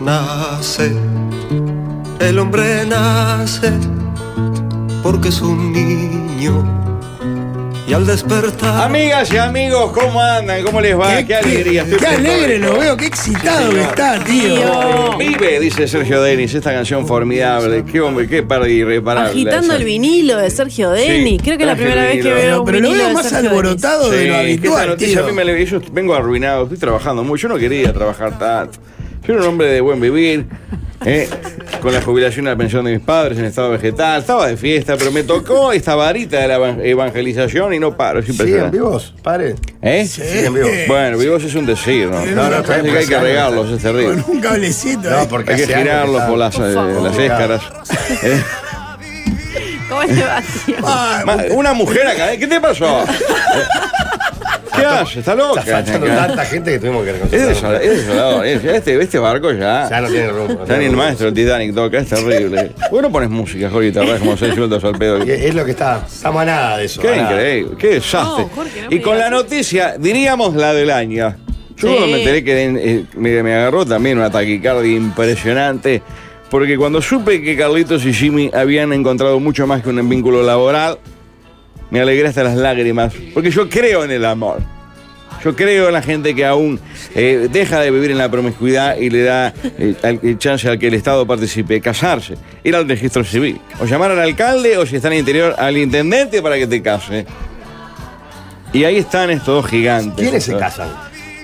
[SPEAKER 10] nace, el hombre nace porque es un niño y al despertar
[SPEAKER 4] Amigas y amigos, ¿cómo andan? ¿Cómo les va? ¡Qué, alegría!
[SPEAKER 2] Qué,
[SPEAKER 4] Estoy contento.
[SPEAKER 2] alegre lo veo, qué excitado que está, tío.
[SPEAKER 4] Vive, dice Sergio Denis, esta canción formidable. Qué hombre, qué pérdida irreparable.
[SPEAKER 3] Agitando el vinilo de Sergio Denny. Creo que es la
[SPEAKER 4] traje
[SPEAKER 3] primera
[SPEAKER 4] el
[SPEAKER 3] vez que
[SPEAKER 4] vinilo.
[SPEAKER 3] veo
[SPEAKER 2] No,
[SPEAKER 3] un
[SPEAKER 2] pero lo
[SPEAKER 3] vinilo
[SPEAKER 2] veo
[SPEAKER 3] de
[SPEAKER 2] más
[SPEAKER 3] Sergio Denis.
[SPEAKER 2] alborotado de
[SPEAKER 4] Sí,
[SPEAKER 2] lo
[SPEAKER 4] es que esta
[SPEAKER 2] habitual,
[SPEAKER 4] noticia a
[SPEAKER 2] tío.
[SPEAKER 4] mí me ale- Yo vengo arruinado, estoy trabajando mucho. Yo no quería trabajar tanto. Yo era un hombre de buen vivir, ¿eh? con la jubilación y la pensión de mis padres en estado vegetal. Estaba de fiesta, pero me tocó esta varita de la evan- evangelización y no paro. Es
[SPEAKER 1] ¿Siguen
[SPEAKER 4] impresionante.
[SPEAKER 1] vivos? Pare.
[SPEAKER 4] ¿Eh?
[SPEAKER 1] ¿Siguen vivos?
[SPEAKER 4] Bueno, vivos es un decir, ¿no? Parece
[SPEAKER 1] no, pero
[SPEAKER 4] que hay que
[SPEAKER 1] empresario,
[SPEAKER 4] regarlos, es terrible.
[SPEAKER 2] Con un cablecito.
[SPEAKER 1] No,
[SPEAKER 2] eh.
[SPEAKER 1] porque
[SPEAKER 4] Hay que
[SPEAKER 1] hace años
[SPEAKER 4] girarlos
[SPEAKER 1] está-
[SPEAKER 4] por las, eh,
[SPEAKER 3] favor.
[SPEAKER 4] las escaras. ¿Eh?
[SPEAKER 3] ¿Cómo le va, tío?
[SPEAKER 2] Ah,
[SPEAKER 4] Ma- Una mujer acá, ¿eh? ¿qué te pasó? ¿Qué haces? ¿Está loca?
[SPEAKER 1] Está faltando
[SPEAKER 4] acá?
[SPEAKER 1] tanta gente que tuvimos que
[SPEAKER 4] Es
[SPEAKER 1] reconciliar.
[SPEAKER 4] desolador, es desolador. es- Este, este barco ya.
[SPEAKER 1] Ya no tiene rumbo. no
[SPEAKER 4] Ya ni
[SPEAKER 1] tiene
[SPEAKER 4] el
[SPEAKER 1] rumbo.
[SPEAKER 4] maestro, el Titanic toca, es terrible. ¿Por qué no pones música, Jorge, y te agarras como seis sueldos al pedo?
[SPEAKER 1] Y Es lo que está. Estamos a nada de eso.
[SPEAKER 4] Qué
[SPEAKER 1] a nada.
[SPEAKER 4] increíble, qué desastre.
[SPEAKER 3] No, Jorge, no me
[SPEAKER 4] y con la
[SPEAKER 3] digas eso.
[SPEAKER 4] noticia, diríamos la del año. Yo
[SPEAKER 3] Sí.
[SPEAKER 4] cuando me enteré que eh, me, me agarró también una taquicardia impresionante, porque cuando supe que Carlitos y Jimmy habían encontrado mucho más que un vínculo laboral, me alegré hasta las lágrimas, porque yo creo en el amor. Yo creo en la gente que aún eh, deja de vivir en la promiscuidad y le da eh, al- el chance al que el Estado participe, casarse, ir al registro civil, o llamar al alcalde o si está en el interior al intendente para que te case. Y ahí están estos dos gigantes.
[SPEAKER 1] ¿Quiénes se
[SPEAKER 4] Estos-
[SPEAKER 1] casan?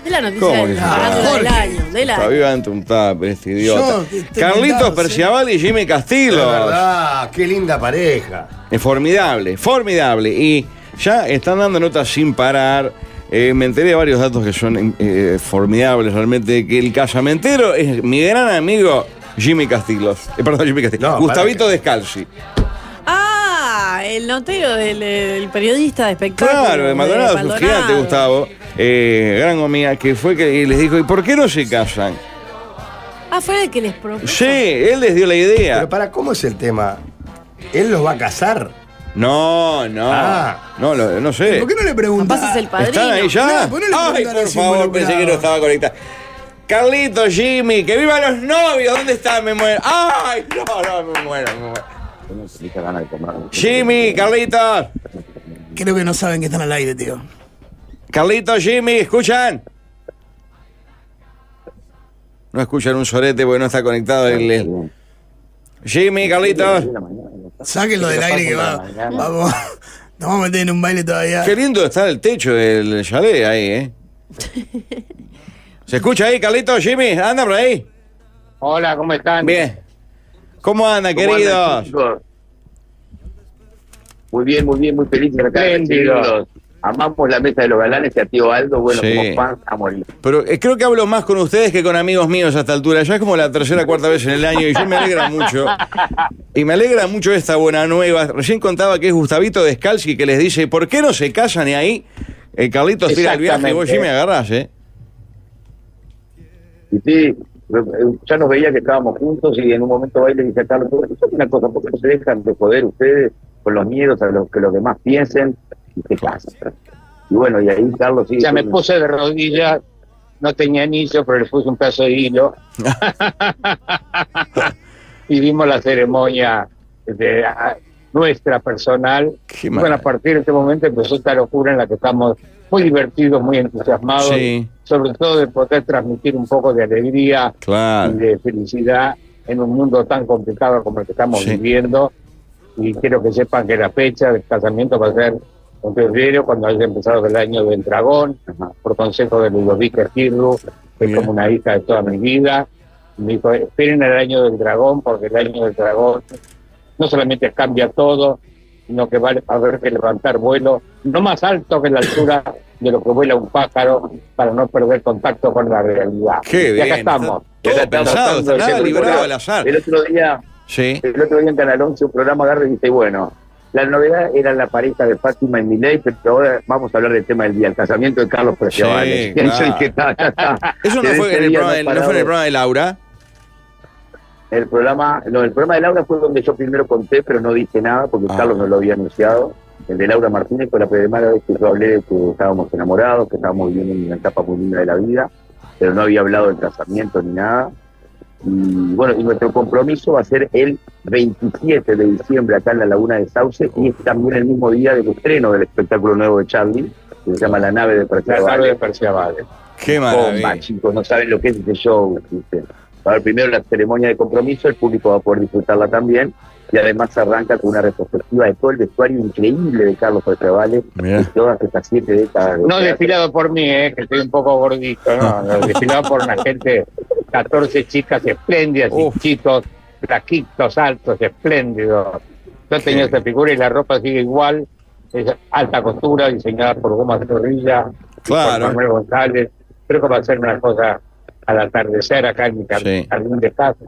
[SPEAKER 3] de la noticia
[SPEAKER 4] ¿Cómo que
[SPEAKER 3] del,
[SPEAKER 4] se
[SPEAKER 3] farándula
[SPEAKER 4] llama?
[SPEAKER 3] del año. Del año.
[SPEAKER 4] Fabio Antum Tapper, este idiota.
[SPEAKER 1] Yo, que estoy
[SPEAKER 4] Carlitos
[SPEAKER 1] mirando,
[SPEAKER 4] Perciabal y Jimmy
[SPEAKER 1] Es
[SPEAKER 4] Castillo.
[SPEAKER 1] verdad, qué linda pareja.
[SPEAKER 4] Es formidable, formidable. Y ya están dando notas sin parar. Eh, me enteré de varios datos que son eh, formidables realmente. Que el casamentero es mi gran amigo Jimmy Castillo. Eh, perdón, Jimmy Castillo.
[SPEAKER 1] No,
[SPEAKER 4] Gustavito Descalzi.
[SPEAKER 3] Ah, el notero del, del periodista de espectáculo.
[SPEAKER 4] Claro, de Maldonado, es un gigante, Gustavo. Eh, gran comida, que fue que y les dijo, ¿y por qué no se casan?
[SPEAKER 3] Ah, fue el que les propuso.
[SPEAKER 4] Sí, él les dio la idea.
[SPEAKER 1] Pero para, ¿cómo es el tema? ¿Él los va a casar?
[SPEAKER 4] No, no.
[SPEAKER 1] Ah.
[SPEAKER 4] No, lo- no sé.
[SPEAKER 2] ¿Por qué no le
[SPEAKER 3] Capaz es
[SPEAKER 2] preguntas?
[SPEAKER 3] el padrino.
[SPEAKER 4] ¿Están ahí ya?
[SPEAKER 2] No, ponele la
[SPEAKER 4] Ay,
[SPEAKER 2] pregunta a
[SPEAKER 4] por
[SPEAKER 2] los
[SPEAKER 4] favor, pensé que no
[SPEAKER 2] involucrados.
[SPEAKER 4] estaba conectada. Carlito, Jimmy, que vivan los novios. ¿Dónde están? Me muero. Ay, no, no, me muero, me muero. Jimmy, Carlitos.
[SPEAKER 2] Creo que no saben que están al aire, tío.
[SPEAKER 4] Carlitos, Jimmy, ¿escuchan? No escuchan un sorete porque no está conectado el- el... Jimmy, Carlitos.
[SPEAKER 2] Sáquenlo del aire que va. Vamos. Nos vamos a meter en un baile todavía.
[SPEAKER 4] Qué lindo está el techo del chalet ahí, ¿eh? ¿Se escucha ahí, Carlitos, Jimmy? ¿Anda por ahí?
[SPEAKER 8] Hola, ¿cómo están?
[SPEAKER 4] Bien. ¿Cómo anda, queridos?
[SPEAKER 11] Muy bien, muy bien, muy feliz de acá.
[SPEAKER 8] Espléndidos.
[SPEAKER 11] Amamos la mesa de los galanes y a tío Aldo, bueno,
[SPEAKER 4] Sí.
[SPEAKER 11] como fans a morir.
[SPEAKER 4] Pero eh, creo que hablo más con ustedes que con amigos míos a esta altura. Ya es como la tercera cuarta vez en el año y yo me alegra mucho. Y me alegra mucho esta buena nueva. Recién contaba que es Gustavito Descalzi que les dice, ¿por qué no se casan? Y ahí eh, Carlitos tira el viaje y vos,
[SPEAKER 11] Exactamente.
[SPEAKER 4] Jimmy, agarrás, ¿eh?
[SPEAKER 11] Y sí, re- ya nos veía que estábamos juntos y en un momento ahí le dije a Carlos, "Pero eso es una cosa, ¿por qué no se dejan de joder ustedes con los miedos a los que los demás piensen y se casan? Y bueno, y ahí Carlos sí.
[SPEAKER 8] Ya me puse de rodillas, no tenía anillo, pero le puse un pedazo de hilo. y vimos la ceremonia de, ah, nuestra personal.
[SPEAKER 4] Qué
[SPEAKER 11] Y
[SPEAKER 4] mal.
[SPEAKER 11] bueno, a partir de ese momento empezó esta locura en la que estamos muy divertidos, muy entusiasmados,
[SPEAKER 4] Sí.
[SPEAKER 11] sobre todo de poder transmitir un poco de alegría y
[SPEAKER 4] Claro.
[SPEAKER 11] de felicidad en un mundo tan complicado como el que estamos
[SPEAKER 4] Sí.
[SPEAKER 11] viviendo. Y quiero que sepan que la fecha del casamiento va a ser en febrero, cuando haya empezado el año del dragón, por consejo de Ludovica Kirru, que es
[SPEAKER 4] Bien.
[SPEAKER 11] como una hija de toda mi vida. Me dijo, esperen el año del dragón, porque el año del dragón no solamente cambia todo, sino que va a haber que levantar vuelo, no más alto que la altura de lo que vuela un pájaro, para no perder contacto con la realidad.
[SPEAKER 4] Qué
[SPEAKER 11] y acá
[SPEAKER 4] bien,
[SPEAKER 11] estamos.
[SPEAKER 4] está todo
[SPEAKER 11] Tratando
[SPEAKER 4] pensado, está
[SPEAKER 11] de
[SPEAKER 4] nada
[SPEAKER 11] ser
[SPEAKER 4] librado
[SPEAKER 11] muy
[SPEAKER 4] al azar.
[SPEAKER 11] El otro día,
[SPEAKER 4] Sí.
[SPEAKER 11] el otro día en Canal 11 un programa agarra y dice, bueno, la novedad era la pareja de Fátima y Milei, pero ahora vamos a hablar del tema del día, el casamiento de Carlos Preciavales.
[SPEAKER 4] Sí, claro. Eso no fue, en el programa, de- no fue en el programa de Laura.
[SPEAKER 11] El programa, no, el programa de Laura fue donde yo primero conté, pero no dije nada porque
[SPEAKER 4] Ah.
[SPEAKER 11] Carlos no lo había anunciado. El de Laura Martínez fue la primera vez que yo hablé de que estábamos enamorados, que estábamos viviendo una etapa muy linda de la vida, pero no había hablado del casamiento ni nada. Y bueno, y nuestro compromiso va a ser el 27 de diciembre acá en la Laguna de Sauce y es también el mismo día del estreno del espectáculo nuevo de Charlie, que se llama La nave de Perciabales.
[SPEAKER 4] Qué
[SPEAKER 11] Bomba,
[SPEAKER 4] maravilla.
[SPEAKER 11] chicos, no saben lo que es ese show. ¿viste? A ver, primero la ceremonia de compromiso, el público va a poder disfrutarla también. Y además arranca con una retrospectiva de todo el vestuario increíble de Carlos Percevales
[SPEAKER 4] Mirá.
[SPEAKER 11] y todas estas siete décadas. de
[SPEAKER 8] No
[SPEAKER 11] teatro.
[SPEAKER 8] desfilado por mí, eh, que estoy un poco gordito,
[SPEAKER 4] Ah.
[SPEAKER 8] no, no, desfilado por una gente, 14 chicas espléndidas
[SPEAKER 4] Uf.
[SPEAKER 8] y chicos, flaquitos, altos, espléndidos. Yo tenía esa figura y la ropa sigue igual, es alta costura, diseñada por Goma Zorrilla, y
[SPEAKER 4] Claro.
[SPEAKER 8] por Manuel González. Creo que va a ser una cosa al atardecer acá en mi car-
[SPEAKER 4] Sí.
[SPEAKER 8] jardín de casa.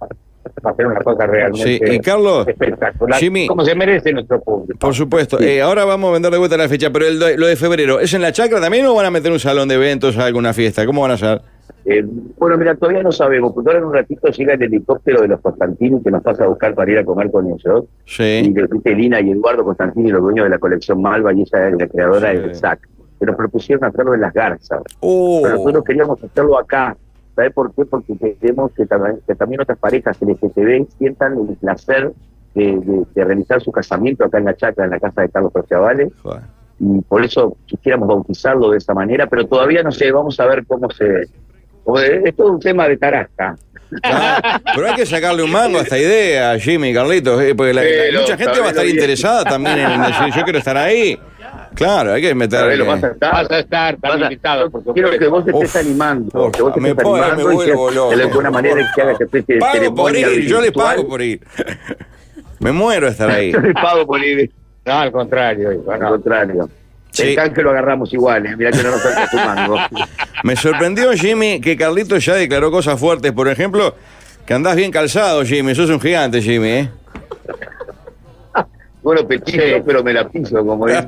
[SPEAKER 8] Va a ser una cosa
[SPEAKER 4] Sí,
[SPEAKER 8] realmente
[SPEAKER 4] y Carlos,
[SPEAKER 8] espectacular,
[SPEAKER 4] Jimmy.
[SPEAKER 8] como se merece nuestro público.
[SPEAKER 4] Por supuesto.
[SPEAKER 8] Sí.
[SPEAKER 4] Eh, ahora vamos a vender de vuelta la fecha, pero el do- lo de febrero, ¿es en la chacra también o van a meter un salón de eventos, alguna fiesta? ¿Cómo van a hacer?
[SPEAKER 11] Eh, bueno, mira, todavía no sabemos, porque ahora en un ratito llega el helicóptero de los Constantini que nos pasa a buscar para ir a comer con ellos. y
[SPEAKER 4] Sí.
[SPEAKER 11] de Rita Lina y Eduardo Constantini, los dueños de la colección Malva, y ella es la creadora
[SPEAKER 4] Sí.
[SPEAKER 11] del SAC. Que nos propusieron hacerlo en las garzas. Pero
[SPEAKER 4] Oh,
[SPEAKER 11] nosotros queríamos hacerlo acá. ¿Sabes por qué? Porque queremos que, tam- que también otras parejas LGTB sientan el placer de, de- de realizar su casamiento acá en la chacra, en la casa de Carlos Perciavales.
[SPEAKER 4] joder.
[SPEAKER 11] Y por eso quisiéramos bautizarlo de esa manera, pero todavía no sé, vamos a ver cómo se... o- Pues, Es todo un tema de tarasca.
[SPEAKER 4] Claro, pero hay que sacarle un mango a esta idea, Jimmy, Carlitos, eh, porque la- la-
[SPEAKER 11] Pero,
[SPEAKER 4] mucha gente va a estar
[SPEAKER 11] Gabriel,
[SPEAKER 4] interesada también en decir, yo quiero estar ahí. Claro, hay que meter.
[SPEAKER 11] Pero vas a estar,
[SPEAKER 7] Vas a estar,
[SPEAKER 11] vas
[SPEAKER 7] estás
[SPEAKER 11] a-
[SPEAKER 7] invitado. por
[SPEAKER 11] Quiero que vos estés
[SPEAKER 4] Uf,
[SPEAKER 11] animando. que vos
[SPEAKER 4] me
[SPEAKER 11] estés
[SPEAKER 4] pongo- me
[SPEAKER 11] animando y que
[SPEAKER 4] vuelvo loco.
[SPEAKER 11] de alguna manera que haga que especie de
[SPEAKER 4] Pago por
[SPEAKER 11] ceremonia
[SPEAKER 4] ir, yo le
[SPEAKER 11] virtual.
[SPEAKER 4] pago por ir. Me muero de estar ahí.
[SPEAKER 11] Yo le pago por ir.
[SPEAKER 7] No, al contrario. hijo,
[SPEAKER 11] Al
[SPEAKER 7] no.
[SPEAKER 11] contrario.
[SPEAKER 4] Sí.
[SPEAKER 11] El canje lo agarramos igual, eh, mirá que no nos salga su mango.
[SPEAKER 4] Me sorprendió, Jimmy, que Carlito ya declaró cosas fuertes. Por ejemplo, que andás bien calzado, Jimmy. Sos un gigante, Jimmy, ¿eh?
[SPEAKER 11] Bueno, petizo, pero me la piso, como es.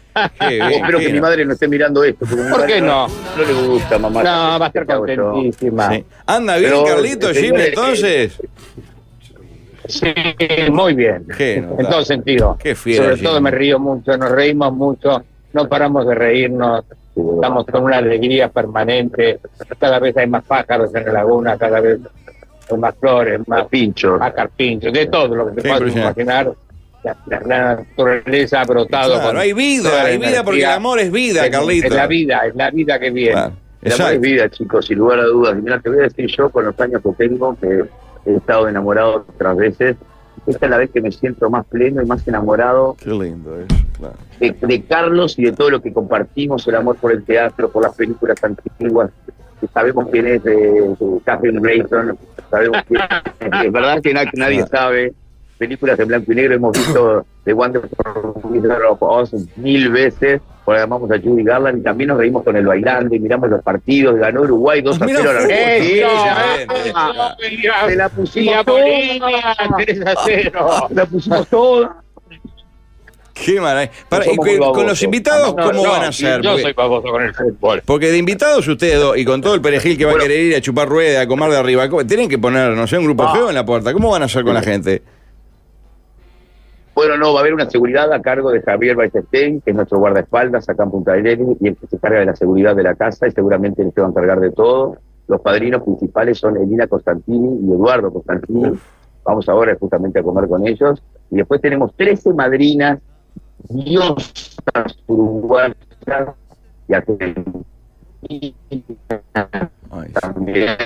[SPEAKER 4] Qué bien,
[SPEAKER 11] Espero que
[SPEAKER 4] genio.
[SPEAKER 11] mi madre no esté mirando esto. porque mi
[SPEAKER 7] ¿Por
[SPEAKER 11] madre
[SPEAKER 7] qué no?
[SPEAKER 11] No le gusta, mamá.
[SPEAKER 7] No, va a estar
[SPEAKER 11] Te cago yo.
[SPEAKER 7] contentísima.
[SPEAKER 4] Sí. Anda bien,
[SPEAKER 11] Pero,
[SPEAKER 4] Carlito, Jimmy,
[SPEAKER 11] señores,
[SPEAKER 4] entonces.
[SPEAKER 7] eh, Sí, muy bien.
[SPEAKER 4] Genio,
[SPEAKER 7] en todo sentido.
[SPEAKER 4] Qué fiera,
[SPEAKER 7] Sobre
[SPEAKER 4] Jimmy.
[SPEAKER 7] todo me río mucho, nos reímos mucho, no paramos de reírnos. Estamos con una alegría permanente. Cada vez hay más pájaros en la laguna, cada vez hay más flores, más,
[SPEAKER 11] Pincho.
[SPEAKER 7] más carpinchos, de todo lo que
[SPEAKER 4] Qué
[SPEAKER 7] te puedas
[SPEAKER 4] impresionante.
[SPEAKER 7] imaginar. La, la- la naturaleza ha brotado.
[SPEAKER 4] Claro,
[SPEAKER 7] con
[SPEAKER 4] hay vida,
[SPEAKER 7] toda la
[SPEAKER 4] hay vida porque
[SPEAKER 7] energía.
[SPEAKER 4] el amor es vida,
[SPEAKER 7] Es-
[SPEAKER 4] Carlito.
[SPEAKER 7] Es la vida, es la vida que viene.
[SPEAKER 4] Claro,
[SPEAKER 11] El amor es
[SPEAKER 4] exacto.
[SPEAKER 11] vida, chicos, sin lugar a dudas. Y Mirá, te voy a decir yo con los años que tengo, que he estado enamorado otras veces. Esta es la vez que me siento más pleno y más enamorado
[SPEAKER 4] Qué lindo es. Claro.
[SPEAKER 11] de, de Carlos y de todo lo que compartimos, el amor por el teatro, por las películas antiguas. que Sabemos quién es eh, Catherine Grayson, sabemos quién es. Es verdad que na- nadie sabe. Películas de blanco y negro hemos visto The Wonderful Wizard of Oz mil veces. Ahora llamamos a Judy Garland y también nos reímos con el bailando y miramos los partidos. Ganó Uruguay 2 a
[SPEAKER 4] Mira
[SPEAKER 11] 0 a la
[SPEAKER 4] fútbol,
[SPEAKER 11] Argentina.
[SPEAKER 4] sí,
[SPEAKER 7] Ah,
[SPEAKER 11] Se la
[SPEAKER 7] y
[SPEAKER 11] pusimos
[SPEAKER 7] a
[SPEAKER 11] toda.
[SPEAKER 7] Bolivia, 3 a 0.
[SPEAKER 11] Se la pusimos toda.
[SPEAKER 4] Qué maravilla. Para,
[SPEAKER 11] No
[SPEAKER 4] y con-
[SPEAKER 11] somos muy
[SPEAKER 4] con
[SPEAKER 11] babosos.
[SPEAKER 4] los invitados,
[SPEAKER 7] No,
[SPEAKER 4] ¿cómo
[SPEAKER 7] no,
[SPEAKER 4] van a ser?
[SPEAKER 7] Yo
[SPEAKER 4] Porque-
[SPEAKER 7] soy baboso con el fútbol.
[SPEAKER 4] Porque de invitados ustedes dos, y con todo el perejil que va a querer ir a chupar rueda, a comer de arriba, ¿cómo- tienen que poner, no sé, un
[SPEAKER 7] Ah.
[SPEAKER 4] grupo feo en la puerta. ¿Cómo van a hacer con la gente?
[SPEAKER 11] Bueno, no, va a haber una seguridad a cargo de Javier Baistein, que es nuestro guardaespaldas acá en Punta del Este, y el que se carga de la seguridad de la casa, y seguramente él se va a encargar de todo. Los padrinos principales son Elina Costantini y Eduardo Costantini. Vamos ahora justamente a comer con ellos. Y después tenemos 13 madrinas, diosas uruguayas y argentinas
[SPEAKER 4] Ay,
[SPEAKER 11] también.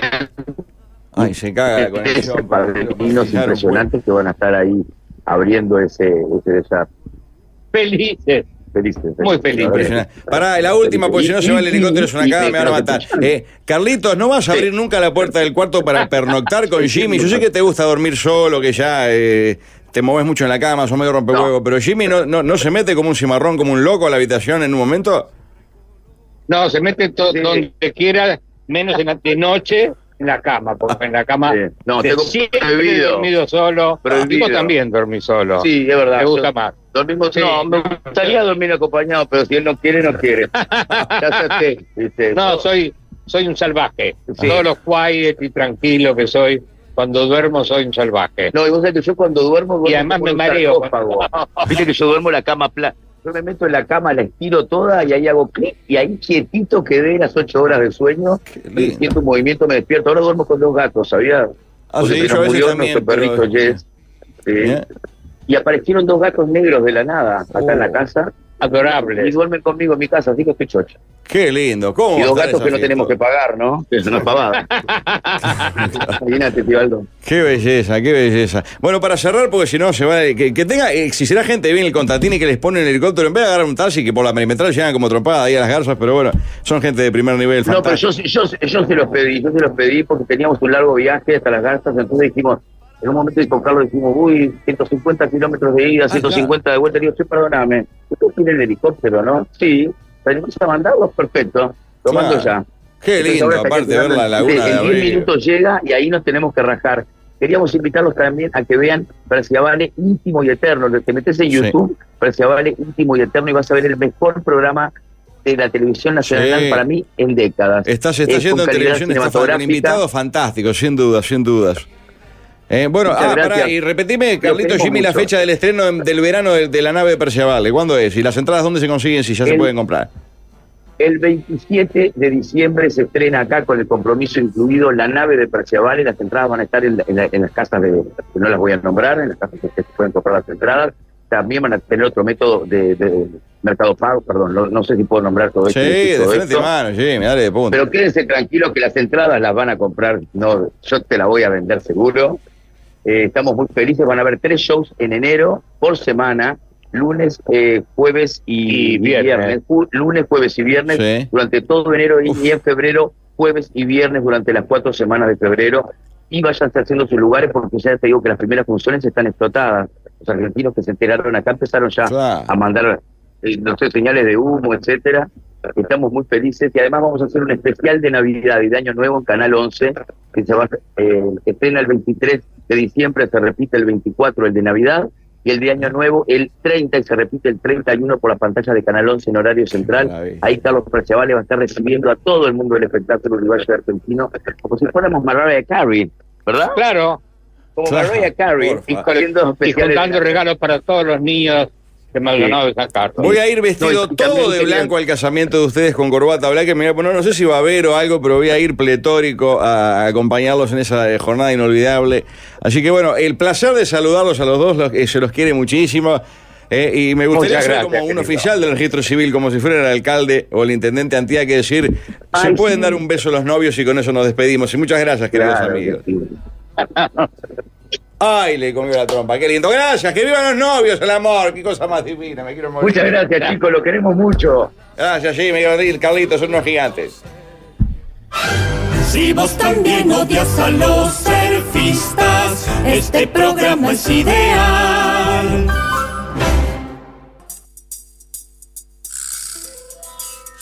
[SPEAKER 4] ay, se caga la conexión.
[SPEAKER 11] padrinos
[SPEAKER 4] Claro,
[SPEAKER 11] impresionantes que van a estar ahí abriendo ese, ese desafío.
[SPEAKER 7] Felices.
[SPEAKER 11] Felices, felices.
[SPEAKER 7] Muy feliz.
[SPEAKER 4] Impresionante. Pará, la última, porque si no se va el helicóptero, es una cagada, me van a matar. Eh, Carlitos, ¿no vas a abrir nunca la puerta del cuarto para pernoctar con Jimmy? Yo sé que te gusta dormir solo, que ya eh, te moves mucho en la cama, sos medio rompehuevo, pero Jimmy no, no, no se mete como un cimarrón, como un loco a la habitación en un momento.
[SPEAKER 7] No, se mete to- donde quiera, menos en la, de noche en la cama, porque en la cama
[SPEAKER 11] Sí. No,
[SPEAKER 7] de-
[SPEAKER 11] tengo
[SPEAKER 7] siempre
[SPEAKER 11] prohibido.
[SPEAKER 7] he dormido solo.
[SPEAKER 11] Prohibido.
[SPEAKER 7] Yo también dormí solo.
[SPEAKER 11] Sí, es verdad.
[SPEAKER 7] Me gusta
[SPEAKER 11] Yo-
[SPEAKER 7] más.
[SPEAKER 11] Dormimos,
[SPEAKER 7] Sí.
[SPEAKER 11] No, me gustaría dormir acompañado, pero si él no quiere, no quiere. ya sé, ¿viste?
[SPEAKER 7] No, soy soy un salvaje.
[SPEAKER 11] Sí.
[SPEAKER 7] Todos los quiet y tranquilo que soy, cuando duermo soy un salvaje.
[SPEAKER 11] No, y vos sabés que yo cuando duermo... duermo
[SPEAKER 7] Y además
[SPEAKER 11] como
[SPEAKER 7] me
[SPEAKER 11] un
[SPEAKER 7] mareo.
[SPEAKER 11] sarcófago. Viste que yo duermo la cama plana. Yo me meto en la cama, la estiro toda y ahí hago clic y ahí quietito quedé las ocho horas de sueño y
[SPEAKER 4] lindo.
[SPEAKER 11] siento un movimiento, me despierto. Ahora duermo con dos gatos, ¿sabías?
[SPEAKER 4] Ah,
[SPEAKER 11] Porque
[SPEAKER 4] sí,
[SPEAKER 11] se
[SPEAKER 4] yo
[SPEAKER 11] nos
[SPEAKER 4] a veces
[SPEAKER 11] murió
[SPEAKER 4] también,
[SPEAKER 11] nuestro perrito
[SPEAKER 4] pero- este, ¿eh?
[SPEAKER 11] Jess. Sí.
[SPEAKER 4] Bien.
[SPEAKER 11] Y aparecieron dos gatos negros de la nada acá en
[SPEAKER 4] Oh.
[SPEAKER 11] la casa. Y
[SPEAKER 7] Adorable.
[SPEAKER 11] duermen conmigo en mi casa, así que estoy chocha.
[SPEAKER 4] Qué lindo. ¿Cómo
[SPEAKER 11] Y
[SPEAKER 4] va a
[SPEAKER 11] dos
[SPEAKER 4] estar
[SPEAKER 11] gatos
[SPEAKER 4] esa
[SPEAKER 11] que no
[SPEAKER 4] fiesta?
[SPEAKER 11] tenemos que pagar, ¿no? Es una pavada. Imagínate, Tibaldo.
[SPEAKER 4] Qué belleza, qué belleza. Bueno, para cerrar, porque si no se va. Que, que tenga, eh, si será gente bien el contatini que les pone en el helicóptero, en vez de agarrar un taxi que por la perimetral llegan como tropada ahí a las garzas, pero bueno, son gente de primer nivel.
[SPEAKER 11] No, pero
[SPEAKER 4] fantástico.
[SPEAKER 11] yo, yo, yo se los pedí, yo se los pedí porque teníamos un largo viaje hasta las garzas, entonces dijimos, en un momento con Carlos dijimos, uy, 150 kilómetros de
[SPEAKER 4] Ah,
[SPEAKER 11] ida, 150 de vuelta, y digo, sí, perdóname, ¿ustedes tienen helicóptero, no? Sí, ¿te animás a mandarlo? Perfecto, lo
[SPEAKER 4] Claro.
[SPEAKER 11] mando ya.
[SPEAKER 4] Qué
[SPEAKER 11] Entonces,
[SPEAKER 4] lindo,
[SPEAKER 11] ahora está
[SPEAKER 4] aparte, ver la
[SPEAKER 11] calculando,
[SPEAKER 4] laguna de
[SPEAKER 11] en- En 10
[SPEAKER 4] abril.
[SPEAKER 11] minutos llega y ahí nos tenemos que rajar. Queríamos invitarlos también a que vean Vale íntimo y eterno. Te metes
[SPEAKER 4] Sí.
[SPEAKER 11] en YouTube, Vale íntimo y eterno, y vas a ver el mejor programa de la televisión nacional
[SPEAKER 4] Sí.
[SPEAKER 11] para mí en décadas.
[SPEAKER 4] Estás, está
[SPEAKER 11] Es con
[SPEAKER 4] yendo en
[SPEAKER 11] calidad
[SPEAKER 4] televisión, está fan- con
[SPEAKER 11] cinematográfica.
[SPEAKER 4] invitados fantásticos, sin dudas, sin dudas. Eh, bueno,
[SPEAKER 11] Muchas
[SPEAKER 4] ah,
[SPEAKER 11] gracias.
[SPEAKER 4] pará, y repetime,
[SPEAKER 11] Los
[SPEAKER 4] Carlito
[SPEAKER 11] queremos
[SPEAKER 4] Jimmy, la
[SPEAKER 11] mucho.
[SPEAKER 4] fecha del estreno en- del verano de, de la nave Perciavale. ¿Cuándo es? ¿Y las entradas dónde se consiguen? Si ya se
[SPEAKER 11] El-
[SPEAKER 4] pueden comprar.
[SPEAKER 11] El 27 de diciembre se estrena acá con el compromiso incluido la nave de Perciavale. Las entradas van a estar en, la- en la- en las casas de, que no las voy a nombrar, en las casas que se pueden comprar las entradas. También van a tener otro método de, de mercado pago, perdón, no, no sé si puedo nombrar todo
[SPEAKER 4] Sí,
[SPEAKER 11] esto.
[SPEAKER 4] de
[SPEAKER 11] todo
[SPEAKER 4] frente
[SPEAKER 11] esto.
[SPEAKER 4] mano, Jimmy, dale de punta.
[SPEAKER 11] Pero quédense tranquilos que las entradas las van a comprar, no, yo te las voy a vender seguro. Eh, estamos muy felices, van a haber tres shows en enero por semana. lunes, eh, jueves y,
[SPEAKER 7] Y viernes.
[SPEAKER 11] Ju- Lunes, jueves y viernes
[SPEAKER 7] Sí.
[SPEAKER 11] durante todo enero y, y en febrero, jueves y viernes durante las cuatro semanas de febrero. Y váyanse haciendo sus lugares porque ya te digo que las primeras funciones están explotadas. Los argentinos que se enteraron acá empezaron ya a mandar, eh, no sé, señales de humo, etcétera. Estamos muy felices y además vamos a hacer un especial de Navidad y de Año Nuevo en Canal 11 que se va eh, que estrena el 23 de diciembre, se repite el 24 el de Navidad y el de Año Nuevo el 30 y se repite el 31 por la pantalla de Canal 11 en horario central. Ahí Carlos Preciavale va a estar recibiendo a todo el mundo del espectáculo uruguayo y argentino como si fuéramos Mariah Carey, ¿verdad?
[SPEAKER 7] Claro.
[SPEAKER 11] Como
[SPEAKER 7] Claro,
[SPEAKER 11] Mariah Carey
[SPEAKER 7] Y,
[SPEAKER 11] y
[SPEAKER 7] cole-
[SPEAKER 11] haciendo
[SPEAKER 7] y
[SPEAKER 11] especiales de
[SPEAKER 7] juntando regalos para todos los niños de Maldonado de San Carlos.
[SPEAKER 4] Voy a ir vestido
[SPEAKER 7] No, y también
[SPEAKER 4] todo de
[SPEAKER 7] quería-
[SPEAKER 4] blanco al casamiento de ustedes con corbata blanca. y Me voy a poner, no sé si va a haber o algo, pero voy a ir pletórico a acompañarlos en esa eh, jornada inolvidable. Así que bueno, el placer de saludarlos a los dos, los- eh, se los quiere muchísimo. eh, y me gustaría
[SPEAKER 11] Muchas
[SPEAKER 4] ser
[SPEAKER 11] gracias,
[SPEAKER 4] como un
[SPEAKER 11] querido.
[SPEAKER 4] oficial del registro civil, como si fuera el alcalde o el intendente Antiaque, decir, se
[SPEAKER 11] Ay,
[SPEAKER 4] pueden
[SPEAKER 11] sí.
[SPEAKER 4] dar un beso a los novios y con eso nos despedimos. Y muchas gracias, queridos
[SPEAKER 11] Claro que
[SPEAKER 4] amigos. Ay, le comió la trompa, qué lindo. Gracias, que vivan los novios, el amor, qué cosa más divina, me quiero morir.
[SPEAKER 11] Muchas gracias, chicos, lo queremos mucho.
[SPEAKER 4] Gracias, Jimmy, Gabriel, Carlitos, son unos gigantes.
[SPEAKER 9] Si vos también odias a los surfistas, este programa es ideal.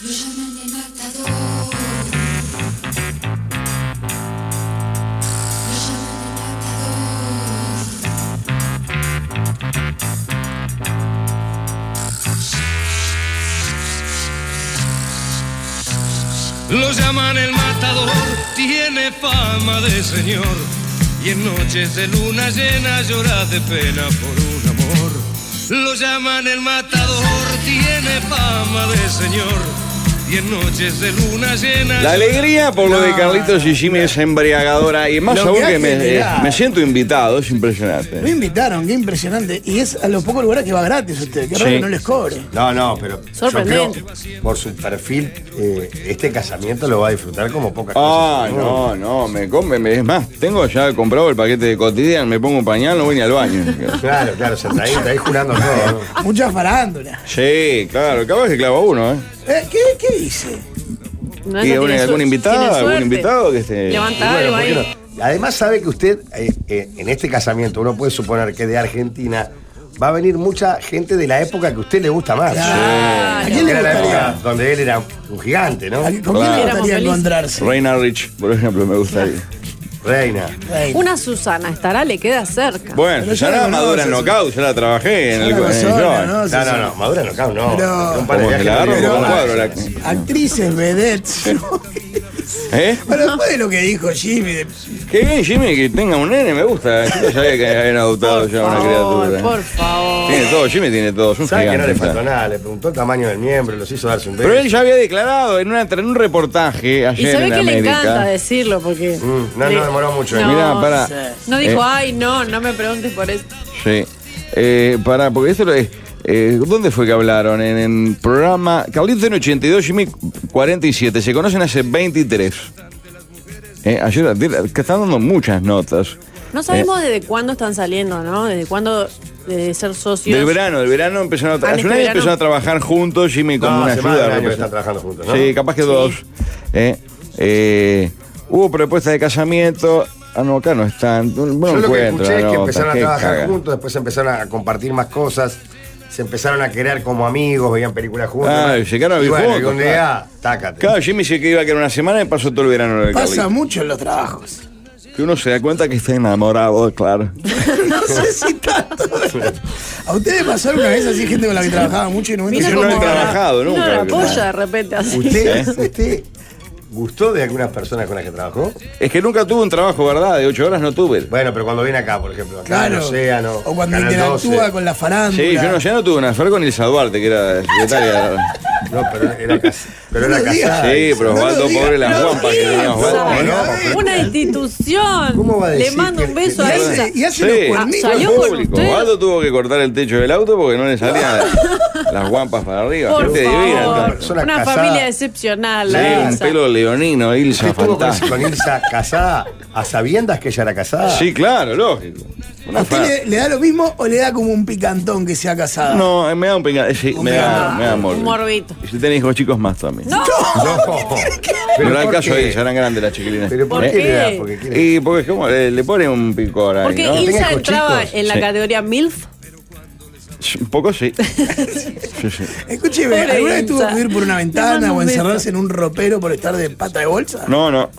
[SPEAKER 12] Lo llaman el matador. Lo llaman el
[SPEAKER 13] Lo llaman el matador, tiene fama de señor. Y en noches de luna llena llora de pena por un amor. Lo llaman el matador, tiene fama de señor. Y en noches de luna llena.
[SPEAKER 4] La alegría por lo de Carlitos y Jimmy es embriagadora y más
[SPEAKER 2] Lo
[SPEAKER 4] aún
[SPEAKER 2] que
[SPEAKER 4] que
[SPEAKER 2] hace
[SPEAKER 4] me,
[SPEAKER 2] es
[SPEAKER 4] eh,
[SPEAKER 2] mirar.
[SPEAKER 4] me siento invitado, es
[SPEAKER 2] Me
[SPEAKER 4] impresionante.
[SPEAKER 2] invitaron, qué impresionante. Y es a los pocos lugares que va gratis usted. Qué raro
[SPEAKER 1] Sí.
[SPEAKER 2] que no les cobre.
[SPEAKER 1] No, no, pero
[SPEAKER 2] Sorprendente.
[SPEAKER 1] yo creo, por su perfil, eh, este casamiento lo va a disfrutar como pocas
[SPEAKER 4] Ah,
[SPEAKER 1] cosas.
[SPEAKER 4] no, no, me come, me- es más, tengo ya comprado el paquete de cotidiano, me pongo un pañal, no voy ni al baño.
[SPEAKER 1] Claro, claro, sentadito, ahí jurando todo.
[SPEAKER 2] Mucha farándula.
[SPEAKER 4] Sí, claro, capaz que clava uno, ¿eh?
[SPEAKER 2] Eh, ¿qué, ¿Qué dice?
[SPEAKER 4] Y algún- algún invitado, algún invitado que esté.
[SPEAKER 1] Y bueno, ¿por qué no? Además sabe que usted, eh, eh, en este casamiento, uno puede suponer que de Argentina va a venir mucha gente de la época que a usted le gusta más.
[SPEAKER 2] Claro.
[SPEAKER 1] Sí.
[SPEAKER 2] ¿A quién le
[SPEAKER 1] Era la
[SPEAKER 2] gustaría?
[SPEAKER 1] época donde él era un gigante, ¿no?
[SPEAKER 2] ¿Con quién le Claro. gustaría Éramos felices. encontrarse?
[SPEAKER 4] Reina Rich, por ejemplo, me gustaría.
[SPEAKER 1] Reina.
[SPEAKER 3] Una Susana estará, le queda cerca.
[SPEAKER 4] Bueno, ya la madura en knockout, ya la trabajé en el. en el
[SPEAKER 2] Amazona, ¿no? Sí,
[SPEAKER 1] No, no,
[SPEAKER 2] sí.
[SPEAKER 1] no, Madura no, claro, no.
[SPEAKER 2] Pero-
[SPEAKER 1] Un par de
[SPEAKER 4] Como que
[SPEAKER 1] viajes
[SPEAKER 4] la
[SPEAKER 1] no
[SPEAKER 4] agarro
[SPEAKER 1] tiene
[SPEAKER 4] como un
[SPEAKER 1] nada.
[SPEAKER 4] cuadro, la-
[SPEAKER 2] Actrices, vedettes.
[SPEAKER 4] ¿Eh?
[SPEAKER 2] Bueno, después de lo que dijo Jimmy. de-
[SPEAKER 4] Qué bien, Jimmy, que tenga un nene, me gusta. Yo no sabía que habían adoptado ya una criatura.
[SPEAKER 3] Por favor.
[SPEAKER 4] Tiene todo, Jimmy tiene todo, es un
[SPEAKER 1] ¿Sabe que no
[SPEAKER 4] gigante,
[SPEAKER 1] le
[SPEAKER 4] está.
[SPEAKER 1] faltó nada? Le preguntó el tamaño del miembro, los hizo darse un beso.
[SPEAKER 4] Pero él ya había declarado en, una- en un reportaje
[SPEAKER 3] Y
[SPEAKER 4] ayer
[SPEAKER 3] se ve
[SPEAKER 4] en
[SPEAKER 3] que le
[SPEAKER 4] América.
[SPEAKER 3] encanta decirlo porque.
[SPEAKER 1] Mm, no,
[SPEAKER 3] le-
[SPEAKER 1] no demoró mucho. eh.
[SPEAKER 3] No,
[SPEAKER 4] Mirá, pará.
[SPEAKER 3] No dijo,
[SPEAKER 4] Eh.
[SPEAKER 3] ay, no, no me preguntes por eso.
[SPEAKER 4] Sí. Eh, pará, porque esto lo es. eh, ¿Dónde fue que hablaron? En, en programa. Carlitos en 82, Jimmy 47. Se conocen hace 23. Eh, ayer que están dando muchas notas.
[SPEAKER 3] No
[SPEAKER 4] Eh.
[SPEAKER 3] sabemos desde cuándo están saliendo, ¿no? Desde cuándo de ser socios.
[SPEAKER 4] Del verano, del verano empezaron a,
[SPEAKER 3] Ah,
[SPEAKER 4] tra-
[SPEAKER 3] de
[SPEAKER 4] hace
[SPEAKER 3] este
[SPEAKER 4] un año
[SPEAKER 3] verano.
[SPEAKER 4] empezaron a trabajar juntos, Jimmy como
[SPEAKER 1] No,
[SPEAKER 4] una
[SPEAKER 1] hace
[SPEAKER 4] ayuda.
[SPEAKER 1] más de un año que
[SPEAKER 4] representa-
[SPEAKER 1] están trabajando juntos, ¿no?
[SPEAKER 4] Sí, capaz que dos. Eh, eh, hubo propuesta de casamiento. Ah, no, acá no están. No
[SPEAKER 1] Yo lo que
[SPEAKER 4] encuentro
[SPEAKER 1] escuché
[SPEAKER 4] la
[SPEAKER 1] es que
[SPEAKER 4] nota,
[SPEAKER 1] empezaron a
[SPEAKER 4] qué
[SPEAKER 1] trabajar
[SPEAKER 4] caga.
[SPEAKER 1] juntos, después empezaron a compartir más cosas, se empezaron a querer como amigos, veían películas juntos.
[SPEAKER 4] Ah,
[SPEAKER 1] ¿no?
[SPEAKER 4] llegaron a
[SPEAKER 1] Y
[SPEAKER 4] vivir
[SPEAKER 1] bueno,
[SPEAKER 4] juntos,
[SPEAKER 1] y un día,
[SPEAKER 4] claro.
[SPEAKER 1] tácate.
[SPEAKER 4] Claro, Jimmy se que iba a quedar una semana y pasó todo el verano en el
[SPEAKER 2] Pasa
[SPEAKER 4] Carlito.
[SPEAKER 2] mucho en los trabajos.
[SPEAKER 4] Que uno se da cuenta que está enamorado, claro.
[SPEAKER 2] no sé si tanto. ¿A ustedes pasó alguna vez así gente con la que trabajaba Ah, mucho y no
[SPEAKER 3] Mira
[SPEAKER 2] Yo
[SPEAKER 3] cómo-
[SPEAKER 4] trabajado
[SPEAKER 3] Uno
[SPEAKER 4] nunca,
[SPEAKER 3] la
[SPEAKER 4] creo.
[SPEAKER 3] apoya de repente así.
[SPEAKER 1] ¿Usted,
[SPEAKER 4] ¿Eh?
[SPEAKER 1] usted gustó de algunas personas con las que trabajó?
[SPEAKER 4] Es que nunca tuve un trabajo, ¿verdad? De ocho horas no tuve.
[SPEAKER 1] Bueno, pero cuando viene acá, por ejemplo, acá
[SPEAKER 4] Claro.
[SPEAKER 1] en Océano.
[SPEAKER 2] O cuando
[SPEAKER 1] Canal
[SPEAKER 2] interactúa
[SPEAKER 1] 12.
[SPEAKER 2] con la farándula.
[SPEAKER 4] Sí, yo no, ya no tuve una affair con Elsa Duarte, que era secretaria.
[SPEAKER 1] No, pero era casa. Pero
[SPEAKER 4] No
[SPEAKER 1] era
[SPEAKER 4] lo digas.
[SPEAKER 1] casada.
[SPEAKER 4] Sí, pero Osvaldo,
[SPEAKER 1] lo digas.
[SPEAKER 4] pobre, las
[SPEAKER 1] lo
[SPEAKER 4] guampas que
[SPEAKER 1] digas.
[SPEAKER 4] tenía Osvaldo.
[SPEAKER 1] No, no,
[SPEAKER 3] Una institución.
[SPEAKER 1] ¿Cómo va a
[SPEAKER 3] Le
[SPEAKER 1] decir
[SPEAKER 3] mando
[SPEAKER 1] que-
[SPEAKER 3] un beso
[SPEAKER 1] que-
[SPEAKER 3] a
[SPEAKER 1] y
[SPEAKER 3] ella.
[SPEAKER 1] hace- y hace
[SPEAKER 3] Ah, Salió con usted.
[SPEAKER 4] Osvaldo tuvo que cortar el techo del auto porque no le salía. Las guampas para arriba.
[SPEAKER 3] Por
[SPEAKER 4] gente
[SPEAKER 3] favor.
[SPEAKER 4] divina.
[SPEAKER 1] Una
[SPEAKER 4] persona
[SPEAKER 3] Una
[SPEAKER 4] casada.
[SPEAKER 3] familia excepcional, la
[SPEAKER 4] Sí, un
[SPEAKER 3] Elsa.
[SPEAKER 4] pelo leonino,
[SPEAKER 1] Usted
[SPEAKER 4] Ilsa,
[SPEAKER 1] estuvo con,
[SPEAKER 4] fantástico.
[SPEAKER 1] con Ilsa casada a sabiendas que ella era casada.
[SPEAKER 4] Sí, claro, lógico.
[SPEAKER 2] ¿A
[SPEAKER 4] Una
[SPEAKER 2] usted
[SPEAKER 4] fa-
[SPEAKER 2] le, le da lo mismo o le da como un picantón que sea Ah, casada?
[SPEAKER 4] No, eh, me da un pingado. Sí, me da, me da
[SPEAKER 3] Un
[SPEAKER 4] morbo.
[SPEAKER 3] morbito.
[SPEAKER 4] Y si tenés hijos chicos más también.
[SPEAKER 3] ¡No!
[SPEAKER 4] Pero no
[SPEAKER 1] ¿por
[SPEAKER 4] hay caso
[SPEAKER 1] qué?
[SPEAKER 4] ahí, ya eran grandes las chiquilinas. ¿Pero
[SPEAKER 3] por qué le da? Porque
[SPEAKER 4] Y porque es como, le, le pone un picor ahí,
[SPEAKER 3] Porque
[SPEAKER 4] ¿no?
[SPEAKER 3] Ilsa entraba en la
[SPEAKER 4] Sí.
[SPEAKER 3] categoría MILF.
[SPEAKER 4] Sí, Un poco sí. Sí, sí.
[SPEAKER 2] Escúcheme,
[SPEAKER 3] Pobre
[SPEAKER 2] ¿alguna vez
[SPEAKER 3] Insa.
[SPEAKER 2] tuvo que ir por una
[SPEAKER 3] Le
[SPEAKER 2] ventana
[SPEAKER 3] mando
[SPEAKER 2] o
[SPEAKER 3] un beso.
[SPEAKER 2] encerrarse en un ropero por estar de pata de bolsa?
[SPEAKER 4] No, no.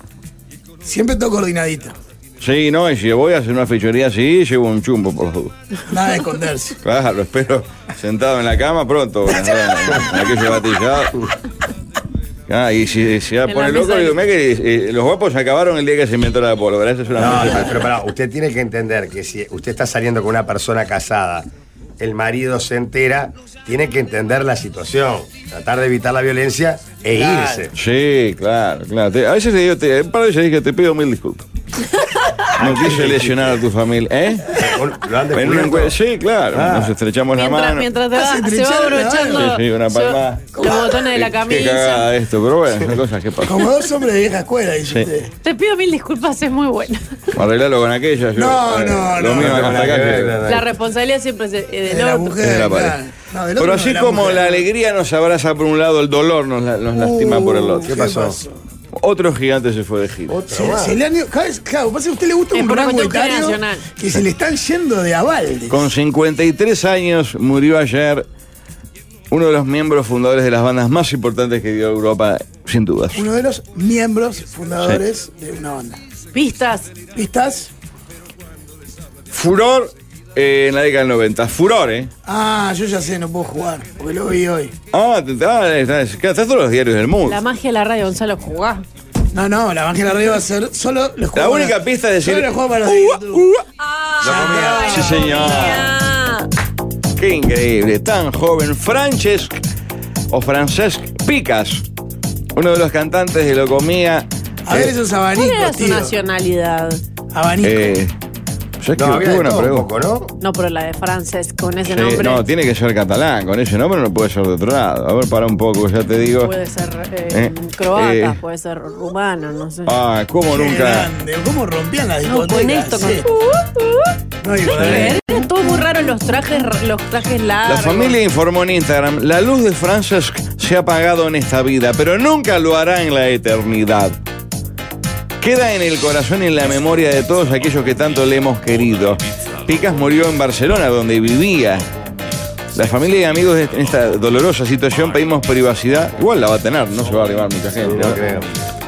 [SPEAKER 2] Siempre todo coordinadito.
[SPEAKER 4] Sí, no, y si voy a hacer una fechoría así, llevo un chumbo por los dos.
[SPEAKER 2] Nada de esconderse.
[SPEAKER 4] Claro, espero sentado en la cama pronto. bueno, bueno, Aquello batillado. Ah, y si si ya
[SPEAKER 1] En
[SPEAKER 4] pone
[SPEAKER 1] la
[SPEAKER 4] loco,
[SPEAKER 1] mesa
[SPEAKER 4] digo, mira
[SPEAKER 1] de-
[SPEAKER 4] que eh, los guapos se acabaron el día que se inventó la pólvora. Esa es una
[SPEAKER 1] No,
[SPEAKER 4] mentira.
[SPEAKER 1] no, pero pará, usted tiene que entender que si usted está saliendo con una persona casada, el marido se entera, tiene que entender la situación, tratar de evitar la violencia e irse.
[SPEAKER 4] Sí, claro, claro. Te- a veces le digo, te, un par de veces dije, te pido mil disculpas.
[SPEAKER 2] Ah,
[SPEAKER 4] No quise lesionar a tu familia, ¿eh? En un
[SPEAKER 1] descubierto?
[SPEAKER 4] encue- sí, claro. Nos estrechamos la
[SPEAKER 3] Mientras,
[SPEAKER 4] mano.
[SPEAKER 3] mientras te
[SPEAKER 2] Ah,
[SPEAKER 3] va,
[SPEAKER 2] se
[SPEAKER 3] se va
[SPEAKER 2] trincharon la
[SPEAKER 3] abrochando
[SPEAKER 4] mano. Sí, sí, una
[SPEAKER 3] se va-
[SPEAKER 4] palmada.
[SPEAKER 3] los botones de la
[SPEAKER 4] Qué
[SPEAKER 3] camisa.
[SPEAKER 4] cagada esto, pero bueno, son cosas que pasan.
[SPEAKER 2] Como dos hombres de vieja escuela, dice
[SPEAKER 4] Sí.
[SPEAKER 2] usted.
[SPEAKER 3] Te pido mil disculpas, es muy buena.
[SPEAKER 4] Arreglalo con aquella. Yo,
[SPEAKER 2] No,
[SPEAKER 4] eh,
[SPEAKER 2] no,
[SPEAKER 4] Lo
[SPEAKER 2] no,
[SPEAKER 4] mío
[SPEAKER 2] no,
[SPEAKER 4] hasta
[SPEAKER 2] no,
[SPEAKER 4] acá.
[SPEAKER 2] no,
[SPEAKER 4] que-
[SPEAKER 3] La responsabilidad siempre es eh, del
[SPEAKER 2] De la
[SPEAKER 3] otro.
[SPEAKER 2] mujer.
[SPEAKER 4] de la pareja.
[SPEAKER 2] claro. No, del otro
[SPEAKER 4] Pero
[SPEAKER 2] no,
[SPEAKER 4] así
[SPEAKER 2] de la
[SPEAKER 4] como
[SPEAKER 2] mujer.
[SPEAKER 4] la alegría nos abraza por un lado, el dolor nos, la- nos lastima por el otro.
[SPEAKER 2] Uh, ¿qué pasó?
[SPEAKER 4] Otro gigante se fue de gira.
[SPEAKER 2] Se, se le han ido- cada vez- claro, pasa que a usted le gusta
[SPEAKER 3] Es
[SPEAKER 2] un
[SPEAKER 3] por una
[SPEAKER 2] rango
[SPEAKER 3] cuestión
[SPEAKER 2] etario
[SPEAKER 3] generacional.
[SPEAKER 2] que se le están yendo de abalde.
[SPEAKER 4] Con 53 años murió ayer uno de los miembros fundadores de las bandas más importantes que dio Europa, sin dudas.
[SPEAKER 2] Uno de los miembros fundadores de una banda.
[SPEAKER 3] Pistas.
[SPEAKER 2] ¿Pistas?
[SPEAKER 4] Furor eh, en la década del 90. Furor, ¿eh?
[SPEAKER 2] Ah, yo ya sé, no puedo jugar, porque lo vi hoy.
[SPEAKER 4] Ah, te- ah, estás, estás en todos los diarios del mundo.
[SPEAKER 3] La magia de la radio, Gonzalo, jugá.
[SPEAKER 2] No, no, la Ángela Rey va a ser solo los
[SPEAKER 4] La
[SPEAKER 2] juegos
[SPEAKER 4] única
[SPEAKER 2] para-
[SPEAKER 4] pista es
[SPEAKER 2] solo
[SPEAKER 4] decir.
[SPEAKER 2] los juegos para los de YouTube.
[SPEAKER 3] Ah,
[SPEAKER 4] Sí, señor. Qué increíble. Tan joven. Francesc o Francesc Picas. Uno de los cantantes de Locomía.
[SPEAKER 2] A ver esos abanicos,
[SPEAKER 3] ¿Cuál era su
[SPEAKER 2] tío.
[SPEAKER 3] nacionalidad?
[SPEAKER 2] Abanico.
[SPEAKER 4] Eh, yo es que
[SPEAKER 1] No, había
[SPEAKER 4] tuve
[SPEAKER 1] de
[SPEAKER 4] una
[SPEAKER 1] todo un
[SPEAKER 4] pregunta.
[SPEAKER 1] poco, ¿no?
[SPEAKER 3] No, pero la de Francesc, con ese
[SPEAKER 4] Sí,
[SPEAKER 3] nombre.
[SPEAKER 4] no, tiene que ser catalán. Con ese nombre no puede ser de otro lado. A ver, para un poco, ya te digo.
[SPEAKER 3] Puede ser eh,
[SPEAKER 4] Eh,
[SPEAKER 3] croata,
[SPEAKER 4] eh.
[SPEAKER 3] puede ser rumano, no sé.
[SPEAKER 4] Ah, cómo
[SPEAKER 2] Qué
[SPEAKER 4] nunca.
[SPEAKER 2] grande, ¿Cómo rompían las
[SPEAKER 3] No,
[SPEAKER 2] discotecas?
[SPEAKER 3] con esto, con. Uh,
[SPEAKER 2] sí. No, y con-
[SPEAKER 3] Era todo muy raro los trajes, los trajes
[SPEAKER 4] La
[SPEAKER 3] largos.
[SPEAKER 4] familia informó en Instagram, la luz de Francesc se ha apagado en esta vida, pero nunca lo hará en la eternidad. Queda en el corazón y en la memoria de todos aquellos que tanto le hemos querido. Picas murió en Barcelona, donde vivía. La familia y amigos en esta dolorosa situación pedimos privacidad. Igual la va a tener, no se va a arribar mucha gente.
[SPEAKER 1] No
[SPEAKER 4] ¿no?
[SPEAKER 1] creo.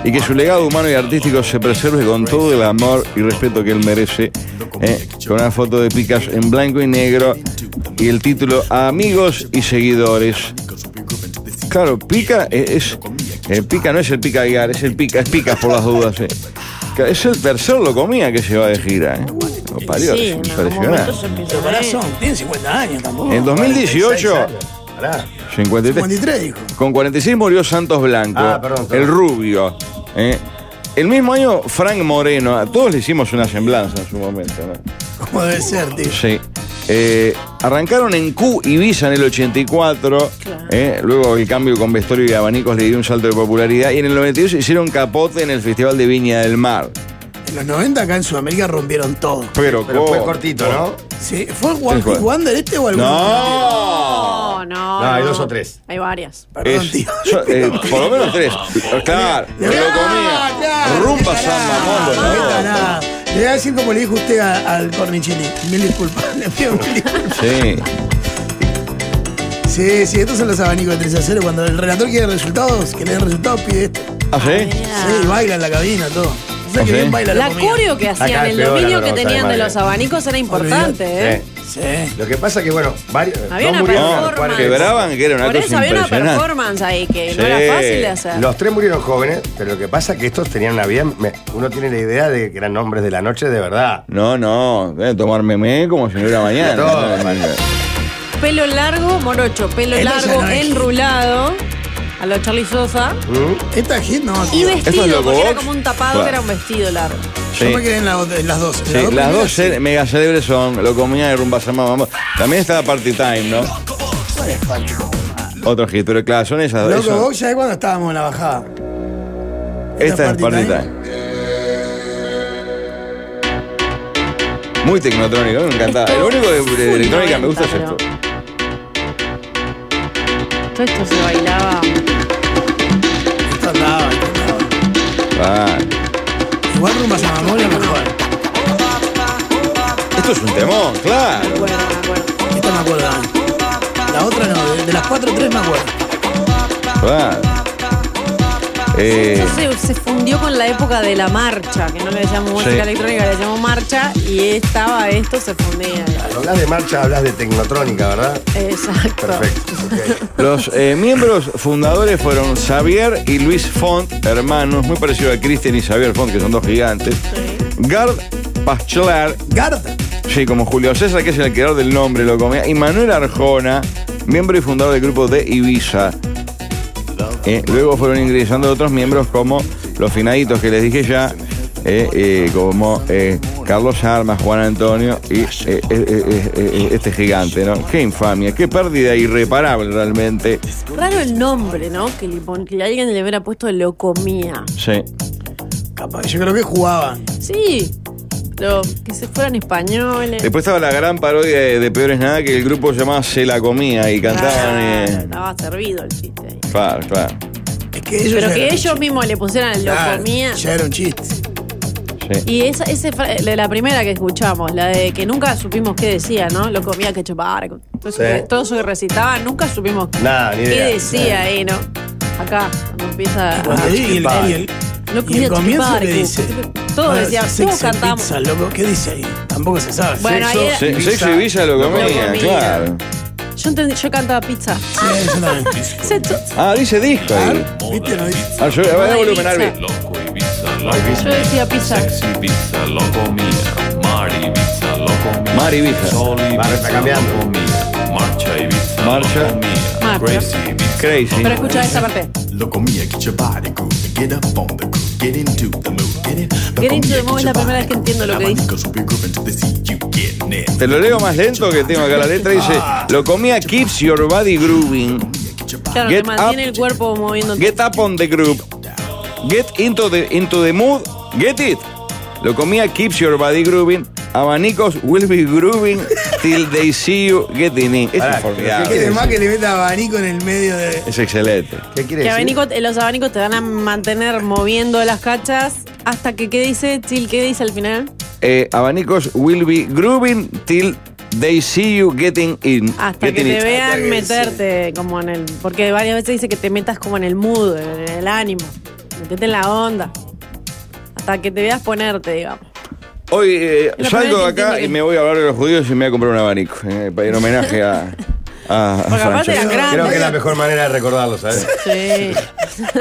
[SPEAKER 4] y que su legado humano y artístico se preserve con todo el amor y respeto que él merece. ¿eh? Con una foto de Picas en blanco y negro y el título Amigos y Seguidores. Claro, Pica es. es- el Pica no es el Pica Aguiar, es el Pica, es Picas por las dudas. ¿eh? Claro, Es el tercer locomía que se va de gira. ¿eh? Lo parió,
[SPEAKER 3] Sí,
[SPEAKER 4] es
[SPEAKER 3] en algún
[SPEAKER 4] impresionante.
[SPEAKER 3] momento se
[SPEAKER 2] Pero
[SPEAKER 3] empezó a
[SPEAKER 2] pará,
[SPEAKER 3] ver.
[SPEAKER 2] son, tienen 50 años tampoco.
[SPEAKER 4] En 2018, 53.
[SPEAKER 2] 53, dijo.
[SPEAKER 4] Con 46 murió Santos Blanco,
[SPEAKER 1] Ah, perdón, perdón.
[SPEAKER 4] el rubio. ¿eh? El mismo año, Frank Moreno. A todos le hicimos una semblanza en su momento. ¿no?
[SPEAKER 2] ¿Cómo debe ser, tío?
[SPEAKER 4] Sí. Eh, arrancaron en Q Ibiza en el 84.
[SPEAKER 3] Claro.
[SPEAKER 4] ¿eh? Luego el cambio con vestuario y abanicos le dio un salto de popularidad. Y en el 92 hicieron capote en el Festival de Viña del Mar.
[SPEAKER 2] En los 90 acá en Sudamérica rompieron todo.
[SPEAKER 4] Pero,
[SPEAKER 1] Pero fue
[SPEAKER 4] ¿cómo?
[SPEAKER 1] cortito, ¿no?
[SPEAKER 2] Sí, ¿Fue
[SPEAKER 4] Tal
[SPEAKER 2] One
[SPEAKER 4] cual.
[SPEAKER 2] Hit Wonder este o alguno?
[SPEAKER 3] No,
[SPEAKER 4] ¡No!
[SPEAKER 2] Ah.
[SPEAKER 3] no.
[SPEAKER 1] No, hay
[SPEAKER 3] no.
[SPEAKER 1] dos o tres.
[SPEAKER 3] Hay varias.
[SPEAKER 2] Perdón,
[SPEAKER 4] Es-
[SPEAKER 2] tío.
[SPEAKER 4] so- eh, por lo menos tres. Claro,
[SPEAKER 2] Le
[SPEAKER 4] lo
[SPEAKER 2] voy a-
[SPEAKER 4] comía.
[SPEAKER 2] Claro,
[SPEAKER 4] Rumba
[SPEAKER 2] qué
[SPEAKER 4] samba,
[SPEAKER 2] tarado,
[SPEAKER 4] mambo,
[SPEAKER 2] qué
[SPEAKER 4] ¿no?
[SPEAKER 2] tarado. Le voy a decir como le dijo usted a- al Cornichini. Mil disculpas, le pido mil disculpas.
[SPEAKER 4] Sí.
[SPEAKER 2] Sí, sí, estos son los abanicos de 3 a 0. Cuando el relator quiere resultados, que le den resultados, pide esto.
[SPEAKER 4] ¿Ah, sí?
[SPEAKER 3] Mira.
[SPEAKER 2] Sí, baila en la cabina, todo. O sea
[SPEAKER 4] ¿Ah,
[SPEAKER 2] que
[SPEAKER 4] sí?
[SPEAKER 2] bien baila la,
[SPEAKER 3] La
[SPEAKER 2] comida.
[SPEAKER 3] curio que hacían,
[SPEAKER 1] Acá
[SPEAKER 3] el
[SPEAKER 1] peor la
[SPEAKER 3] dominio que
[SPEAKER 1] bronca,
[SPEAKER 3] tenían de
[SPEAKER 1] madre.
[SPEAKER 3] los abanicos era importante, ¿eh?
[SPEAKER 1] Sí.
[SPEAKER 2] Sí.
[SPEAKER 1] Lo que pasa es que, bueno, varios.
[SPEAKER 3] Había
[SPEAKER 1] dos
[SPEAKER 3] una
[SPEAKER 1] murieron,
[SPEAKER 3] performance.
[SPEAKER 1] cuarenta.
[SPEAKER 4] Quebraban, que era una
[SPEAKER 3] Por
[SPEAKER 4] cosa
[SPEAKER 3] eso había una
[SPEAKER 4] impresionante.
[SPEAKER 3] performance ahí que no
[SPEAKER 4] Sí.
[SPEAKER 3] era fácil de hacer.
[SPEAKER 1] Los tres murieron jóvenes, pero lo que pasa es que estos tenían una vida. me- uno tiene la idea de que eran hombres de la noche de verdad.
[SPEAKER 4] No, no, debe tomar meme como si no hubiera mañana.
[SPEAKER 1] No,
[SPEAKER 4] No, no,
[SPEAKER 1] hermano.
[SPEAKER 3] Pelo largo, morocho, pelo
[SPEAKER 2] Eso ya
[SPEAKER 3] largo,
[SPEAKER 2] no es.
[SPEAKER 3] enrulado, a lo Charlie Sosa.
[SPEAKER 1] ¿Mm?
[SPEAKER 2] Esta hit no.
[SPEAKER 3] Y
[SPEAKER 2] tío.
[SPEAKER 4] es
[SPEAKER 3] vestido,
[SPEAKER 4] loco
[SPEAKER 3] porque era
[SPEAKER 4] box?
[SPEAKER 3] como un tapado
[SPEAKER 4] Claro.
[SPEAKER 3] que era un vestido largo.
[SPEAKER 4] Sí,
[SPEAKER 2] Yo me quedé en, la- en las dos. en
[SPEAKER 4] sí,
[SPEAKER 2] las dos
[SPEAKER 4] las
[SPEAKER 2] primeras,
[SPEAKER 4] dos
[SPEAKER 2] sí.
[SPEAKER 4] mega célebres son Lo comía de rumba samba mambo. También estaba Party Time, ¿no?
[SPEAKER 2] no es Pacho.
[SPEAKER 4] Otro hit, pero claro, son esas.
[SPEAKER 2] Loco,
[SPEAKER 4] esas-
[SPEAKER 2] vos sabés cuando estábamos en la bajada.
[SPEAKER 4] esta
[SPEAKER 2] Party
[SPEAKER 4] es
[SPEAKER 2] Time.
[SPEAKER 4] partita. Muy tecnotrónica, me encantaba. Lo único de, de electrónica me gusta es esto.
[SPEAKER 3] Todo esto se bailaba.
[SPEAKER 2] Esto andaba.
[SPEAKER 4] Ah,
[SPEAKER 2] Igual rumba a memoria mejor.
[SPEAKER 4] esto es un temón, claro.
[SPEAKER 2] Esta me acuerdo. La otra no, de, de las cuatro o tres me acuerdo.
[SPEAKER 4] claro. Eh,
[SPEAKER 3] Eso se, se fundió con la época de la marcha, que no le decíamos música
[SPEAKER 1] Sí.
[SPEAKER 3] electrónica, le decíamos marcha, y estaba esto, se fundía.
[SPEAKER 1] Cuando hablas de marcha, hablas de tecnotrónica, ¿verdad?
[SPEAKER 3] Exacto.
[SPEAKER 1] Perfecto.
[SPEAKER 4] Los eh, miembros fundadores fueron Xavier y Luis Font, hermanos, muy parecido a Cristian y Xavier Font, que son dos gigantes. Gard Paschlar.
[SPEAKER 2] Gard.
[SPEAKER 4] Sí, como Julio César, que es el creador del nombre, lo comía. Y Manuel Arjona, miembro y fundador del grupo de Ibiza. Eh, luego fueron ingresando otros miembros como los finaditos que les dije ya, eh, eh, como eh, Carlos Armas, Juan Antonio y eh, eh, eh, eh, este gigante, ¿no? Qué infamia, qué pérdida irreparable realmente.
[SPEAKER 3] Raro el nombre, ¿no? Que, le pon- que alguien le hubiera puesto locomía.
[SPEAKER 4] Sí.
[SPEAKER 2] Capaz, yo creo que jugaban.
[SPEAKER 3] Sí, pero que se fueran españoles.
[SPEAKER 4] Después estaba la gran parodia de, de Peores Nada que el grupo llamaba Se la comía y cantaban. eh,
[SPEAKER 3] Ah, Estaba servido el chiste.
[SPEAKER 4] claro, claro.
[SPEAKER 2] Que ellos
[SPEAKER 3] pero
[SPEAKER 2] ya
[SPEAKER 3] que
[SPEAKER 2] eran-
[SPEAKER 3] ellos mismos le pusieran
[SPEAKER 2] Claro,
[SPEAKER 3] locomía.
[SPEAKER 2] Ya era un chiste.
[SPEAKER 3] Y esa, ese fra- la la primera que escuchamos, la de que nunca supimos qué decía, ¿no? Lo comía que chupar. Todo eso
[SPEAKER 1] Sí.
[SPEAKER 3] que- todo eso que recitaba, nunca supimos
[SPEAKER 1] Nada, ni idea.
[SPEAKER 3] qué decía ahí, ¿no? Acá, cuando empieza.
[SPEAKER 2] Cuando
[SPEAKER 3] Ah,
[SPEAKER 2] y el,
[SPEAKER 3] chupar.
[SPEAKER 2] y el-
[SPEAKER 3] Lo
[SPEAKER 2] y
[SPEAKER 3] comía
[SPEAKER 2] el comienzo
[SPEAKER 3] chupar,
[SPEAKER 2] que dice.
[SPEAKER 3] Todos
[SPEAKER 2] Ah,
[SPEAKER 3] decíamos,
[SPEAKER 2] sexo
[SPEAKER 3] todos
[SPEAKER 2] y
[SPEAKER 3] cantábamos.
[SPEAKER 2] pizza, loco, ¿qué dice ahí? Tampoco se sabe.
[SPEAKER 3] Bueno, ahí era-
[SPEAKER 4] Se- Sexo y Villa lo comía, claro.
[SPEAKER 3] Yo, entendí- yo cantaba pizza. Se-
[SPEAKER 4] Ah, dice disco ahí.
[SPEAKER 2] ¿Viste? No dice.
[SPEAKER 4] Ah, yo, a ver, da volumen, Arby.
[SPEAKER 14] Loco Ibiza, lo
[SPEAKER 3] Yo
[SPEAKER 14] comía.
[SPEAKER 3] decía pizza.
[SPEAKER 14] Sexy Ibiza, lo comía. Mar Ibiza, lo comía.
[SPEAKER 4] Mar Ibiza.
[SPEAKER 14] Sol Ibiza, lo comía. Marcha Ibiza, lo comía.
[SPEAKER 3] Marcha.
[SPEAKER 14] Crazy Ibiza,
[SPEAKER 4] Crazy.
[SPEAKER 3] Pero escucha esta parte.
[SPEAKER 14] Locomía, get your body groove. Get up on the groove. Get into the mood. Get it.
[SPEAKER 3] Getting to the Moon es la primera vez que entiendo lo que dice.
[SPEAKER 4] Te lo leo más lento que tengo acá la letra. Dice,
[SPEAKER 14] Ah.
[SPEAKER 4] lo comía keeps your body grooving.
[SPEAKER 3] Claro,
[SPEAKER 4] Get
[SPEAKER 3] te mantiene el cuerpo moviendo.
[SPEAKER 4] Get up on the group. Get into the, into the mood. Get it. Lo comía keeps your body grooving. Abanicos will be grooving till they see you getting in. Es
[SPEAKER 1] Pará,
[SPEAKER 4] formidable.
[SPEAKER 2] ¿Qué demás que le meta abanico en el medio de.
[SPEAKER 4] Es excelente.
[SPEAKER 1] ¿Qué
[SPEAKER 3] Que abanico- eh, los abanicos te van a mantener moviendo las cachas hasta que, ¿qué dice, Chil? ¿Qué dice al final?
[SPEAKER 4] Eh, abanicos will be grooving till they see you getting in.
[SPEAKER 3] Hasta que
[SPEAKER 4] Getting
[SPEAKER 3] te
[SPEAKER 4] it.
[SPEAKER 3] vean meterte como en el. Porque varias veces dice que te metas como en el mood, en el ánimo. Metete en la onda. Hasta que te veas ponerte, digamos.
[SPEAKER 4] Hoy eh,
[SPEAKER 3] La
[SPEAKER 4] salgo de
[SPEAKER 3] primera que
[SPEAKER 4] acá
[SPEAKER 3] entiendo
[SPEAKER 4] y
[SPEAKER 3] que-
[SPEAKER 4] me voy a hablar de los judíos y me voy a comprar un abanico. eh, para- en homenaje a. a- a Francho.
[SPEAKER 1] Creo que es la mejor manera de recordarlo, ¿sabes?
[SPEAKER 3] Sí.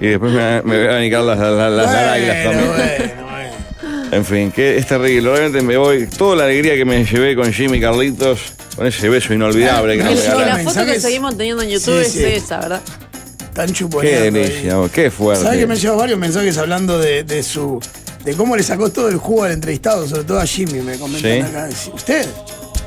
[SPEAKER 4] Y después me, me voy a abanicar las, las, las arañas también. En fin, que es terrible. Realmente me voy. Toda la alegría que me llevé con Jimmy Carlitos, con ese beso inolvidable que
[SPEAKER 3] Y
[SPEAKER 4] nos
[SPEAKER 3] la
[SPEAKER 4] regalaron.
[SPEAKER 3] foto que
[SPEAKER 2] mensajes-
[SPEAKER 3] seguimos teniendo en YouTube
[SPEAKER 2] Sí, sí.
[SPEAKER 3] es esa, ¿verdad?
[SPEAKER 2] Tan
[SPEAKER 4] Qué
[SPEAKER 2] chuponeando. ahí.
[SPEAKER 4] delicia, vos, qué
[SPEAKER 2] ¿Sabes que me han
[SPEAKER 4] fuerte.
[SPEAKER 2] llegado varios mensajes hablando de, de su. de cómo le sacó todo el jugo al entrevistado, sobre todo a Jimmy, me comentan
[SPEAKER 4] Sí.
[SPEAKER 2] acá. Dice, ¿Usted?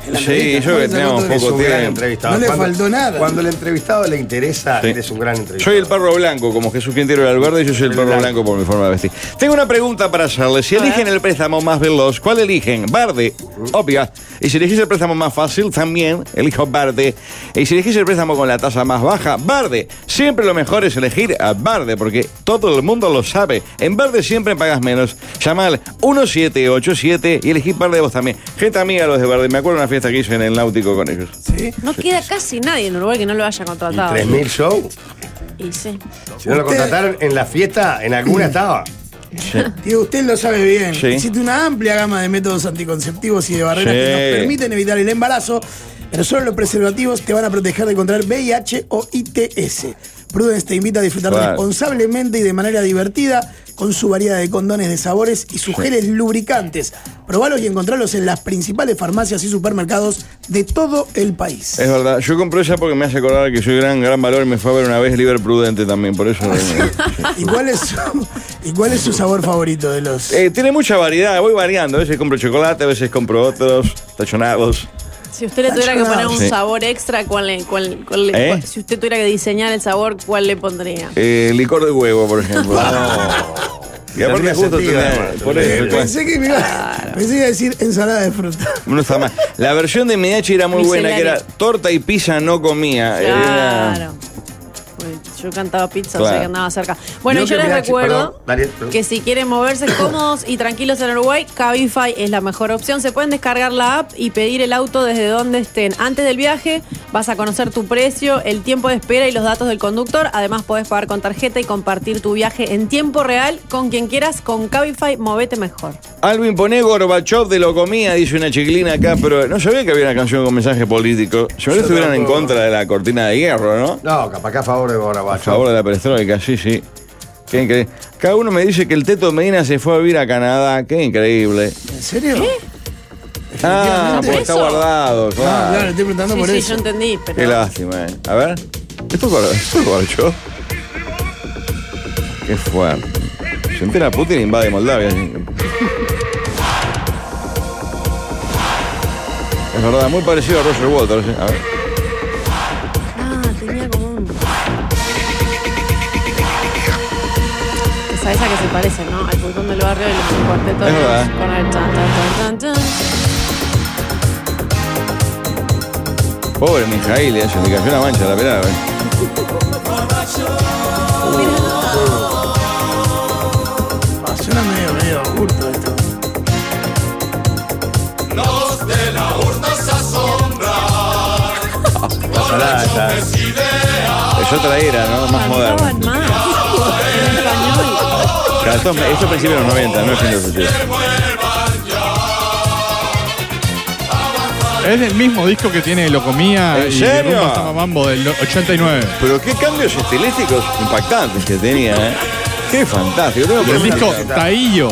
[SPEAKER 2] En la
[SPEAKER 4] Sí,
[SPEAKER 2] entrevista,
[SPEAKER 4] yo
[SPEAKER 2] ¿cómo
[SPEAKER 4] que
[SPEAKER 2] le sacó
[SPEAKER 4] teníamos
[SPEAKER 2] todo el-
[SPEAKER 1] Es un
[SPEAKER 4] poco
[SPEAKER 1] gran
[SPEAKER 4] tiempo.
[SPEAKER 1] entrevistado.
[SPEAKER 2] No le
[SPEAKER 1] Cuando-
[SPEAKER 2] faltado nada.
[SPEAKER 1] Cuando el entrevistado le interesa,
[SPEAKER 4] Sí.
[SPEAKER 1] eres un gran entrevistado.
[SPEAKER 4] Soy el perro blanco, como Jesús Quintero era el verde, yo soy el perro blanco por mi forma de vestir. Tengo una pregunta para hacerles. Si eligen el préstamo más veloz, ¿cuál eligen? Verde, obvio. Y si elegís el préstamo más fácil, también elijo verde. Y si elegís el préstamo con la tasa más baja, verde. Siempre lo mejor es elegir a verde, porque todo el mundo lo sabe. En verde siempre pagas menos. Llama al 1787 y elegí verde vos también. Gente amiga los de verde. Me acuerdo de una fiesta que hice en el Náutico con ellos.
[SPEAKER 3] No queda casi nadie en Uruguay que no lo haya contratado.
[SPEAKER 1] 3.000 shows.
[SPEAKER 3] Y sí.
[SPEAKER 1] Si no
[SPEAKER 2] Usted-
[SPEAKER 1] lo contrataron en la fiesta, en alguna estaba.
[SPEAKER 2] Digo, usted lo sabe bien.
[SPEAKER 1] Sí.
[SPEAKER 2] Existe una amplia gama de métodos anticonceptivos y de barreras
[SPEAKER 1] Sí.
[SPEAKER 2] que nos permiten evitar el embarazo, pero solo los preservativos te van a proteger de contraer VIH o ITS. Prudence te invita a disfrutar
[SPEAKER 15] Claro.
[SPEAKER 2] responsablemente y de manera divertida con su variedad de condones de sabores y sus geles lubricantes. Probalos y encontralos en las principales farmacias y supermercados de todo el país.
[SPEAKER 4] Es verdad, yo compré esa porque me hace acordar que soy gran, gran valor y me fue a ver una vez Liber Prudente también, por eso.
[SPEAKER 2] ¿Y cuál es su, y cuál es su sabor favorito de los
[SPEAKER 4] Eh, tiene mucha variedad, voy variando, a veces compro chocolate, a veces compro otros, tachonados.
[SPEAKER 3] Si usted le
[SPEAKER 2] La
[SPEAKER 3] tuviera que
[SPEAKER 2] chorrada.
[SPEAKER 3] poner un
[SPEAKER 4] Sí.
[SPEAKER 3] sabor extra, ¿cuál le, cuál, cuál le-
[SPEAKER 4] ¿Eh?
[SPEAKER 3] cuál- si usted tuviera que diseñar el sabor, ¿cuál le pondría?
[SPEAKER 4] Eh, licor de huevo, por ejemplo. Y aparte
[SPEAKER 1] Tendría
[SPEAKER 4] justo eh,
[SPEAKER 1] sentido,
[SPEAKER 4] tenés-
[SPEAKER 1] además.
[SPEAKER 4] por eso, claro.
[SPEAKER 2] Pensé que me iba, pensé que iba a decir ensalada de fruta.
[SPEAKER 4] No está mal. La versión de Mediachi era muy buena, que era
[SPEAKER 3] Miscelánea.
[SPEAKER 4] torta y pizza no comía. Era-
[SPEAKER 3] Claro. Pues Yo cantaba pizza, o sea
[SPEAKER 4] Claro.
[SPEAKER 3] que andaba cerca. Bueno, y yo les recuerdo que si quieren moverse cómodos y tranquilos en Uruguay, Cabify es la mejor opción. Se pueden descargar la app y pedir el auto desde donde estén. Antes del viaje vas a conocer tu precio, el tiempo de espera y los datos del conductor. Además podés pagar con tarjeta y compartir tu viaje en tiempo real con quien quieras. Con Cabify, movete mejor.
[SPEAKER 4] Alvin poné Gorbachev de lo comía, dice una chiclina acá, pero no sabía que había una canción con mensaje político. Si no
[SPEAKER 1] Yo
[SPEAKER 4] estuvieran en
[SPEAKER 1] tampoco.
[SPEAKER 4] contra de la cortina de hierro, ¿no?
[SPEAKER 1] No, capaz que a favor de Gorbachev.
[SPEAKER 4] A favor de la perestroika, sí, sí. Qué increíble. Cada uno me dice que el Teto Medina se fue a vivir a Canadá. Qué increíble.
[SPEAKER 2] ¿En serio?
[SPEAKER 3] ¿Eh?
[SPEAKER 4] Ah,
[SPEAKER 2] Definitivamente.
[SPEAKER 4] porque está
[SPEAKER 2] ¿Eso?
[SPEAKER 4] guardado, claro.
[SPEAKER 2] Ah, claro, estoy preguntando
[SPEAKER 3] Sí,
[SPEAKER 2] por
[SPEAKER 3] sí,
[SPEAKER 2] eso.
[SPEAKER 3] yo entendí, pero...
[SPEAKER 4] Qué lástima, eh. A ver. ¿Esto es Gor- esto es Gorbachev? Qué fuerte. Se entera Putin invade Moldavia. Es verdad, muy parecido a Roger Walters. eh. A ver.
[SPEAKER 3] Ah, tenía como un. Esa, esa que se parece, ¿no? Al pulpón del barrio y los cuartetos
[SPEAKER 4] Es verdad. ¿eh?
[SPEAKER 3] con el chan, chan, chan, chan, chan.
[SPEAKER 4] Pobre Mijail, eh, se le cayó una mancha a la pelada. eh.
[SPEAKER 2] Ah, suena medio, medio hurto esto.
[SPEAKER 13] Los de la horta se asombran.
[SPEAKER 4] Ojalá, está. Es otra era, ¿no? Más moderna.
[SPEAKER 3] Estaban mal. En español.
[SPEAKER 4] Claro, esto, esto es principio de los 90, no es fin de los 80.
[SPEAKER 5] Es el mismo disco que tiene Lo Comía
[SPEAKER 4] ¿En
[SPEAKER 5] Ah, y
[SPEAKER 4] serio?
[SPEAKER 5] Rumba Samba Mambo del 89.
[SPEAKER 4] Pero qué cambios estilísticos impactantes que tenía, ¿eh? Qué fantástico. Tengo
[SPEAKER 5] Y
[SPEAKER 4] que
[SPEAKER 5] el disco
[SPEAKER 4] preguntar.
[SPEAKER 5] Taillo.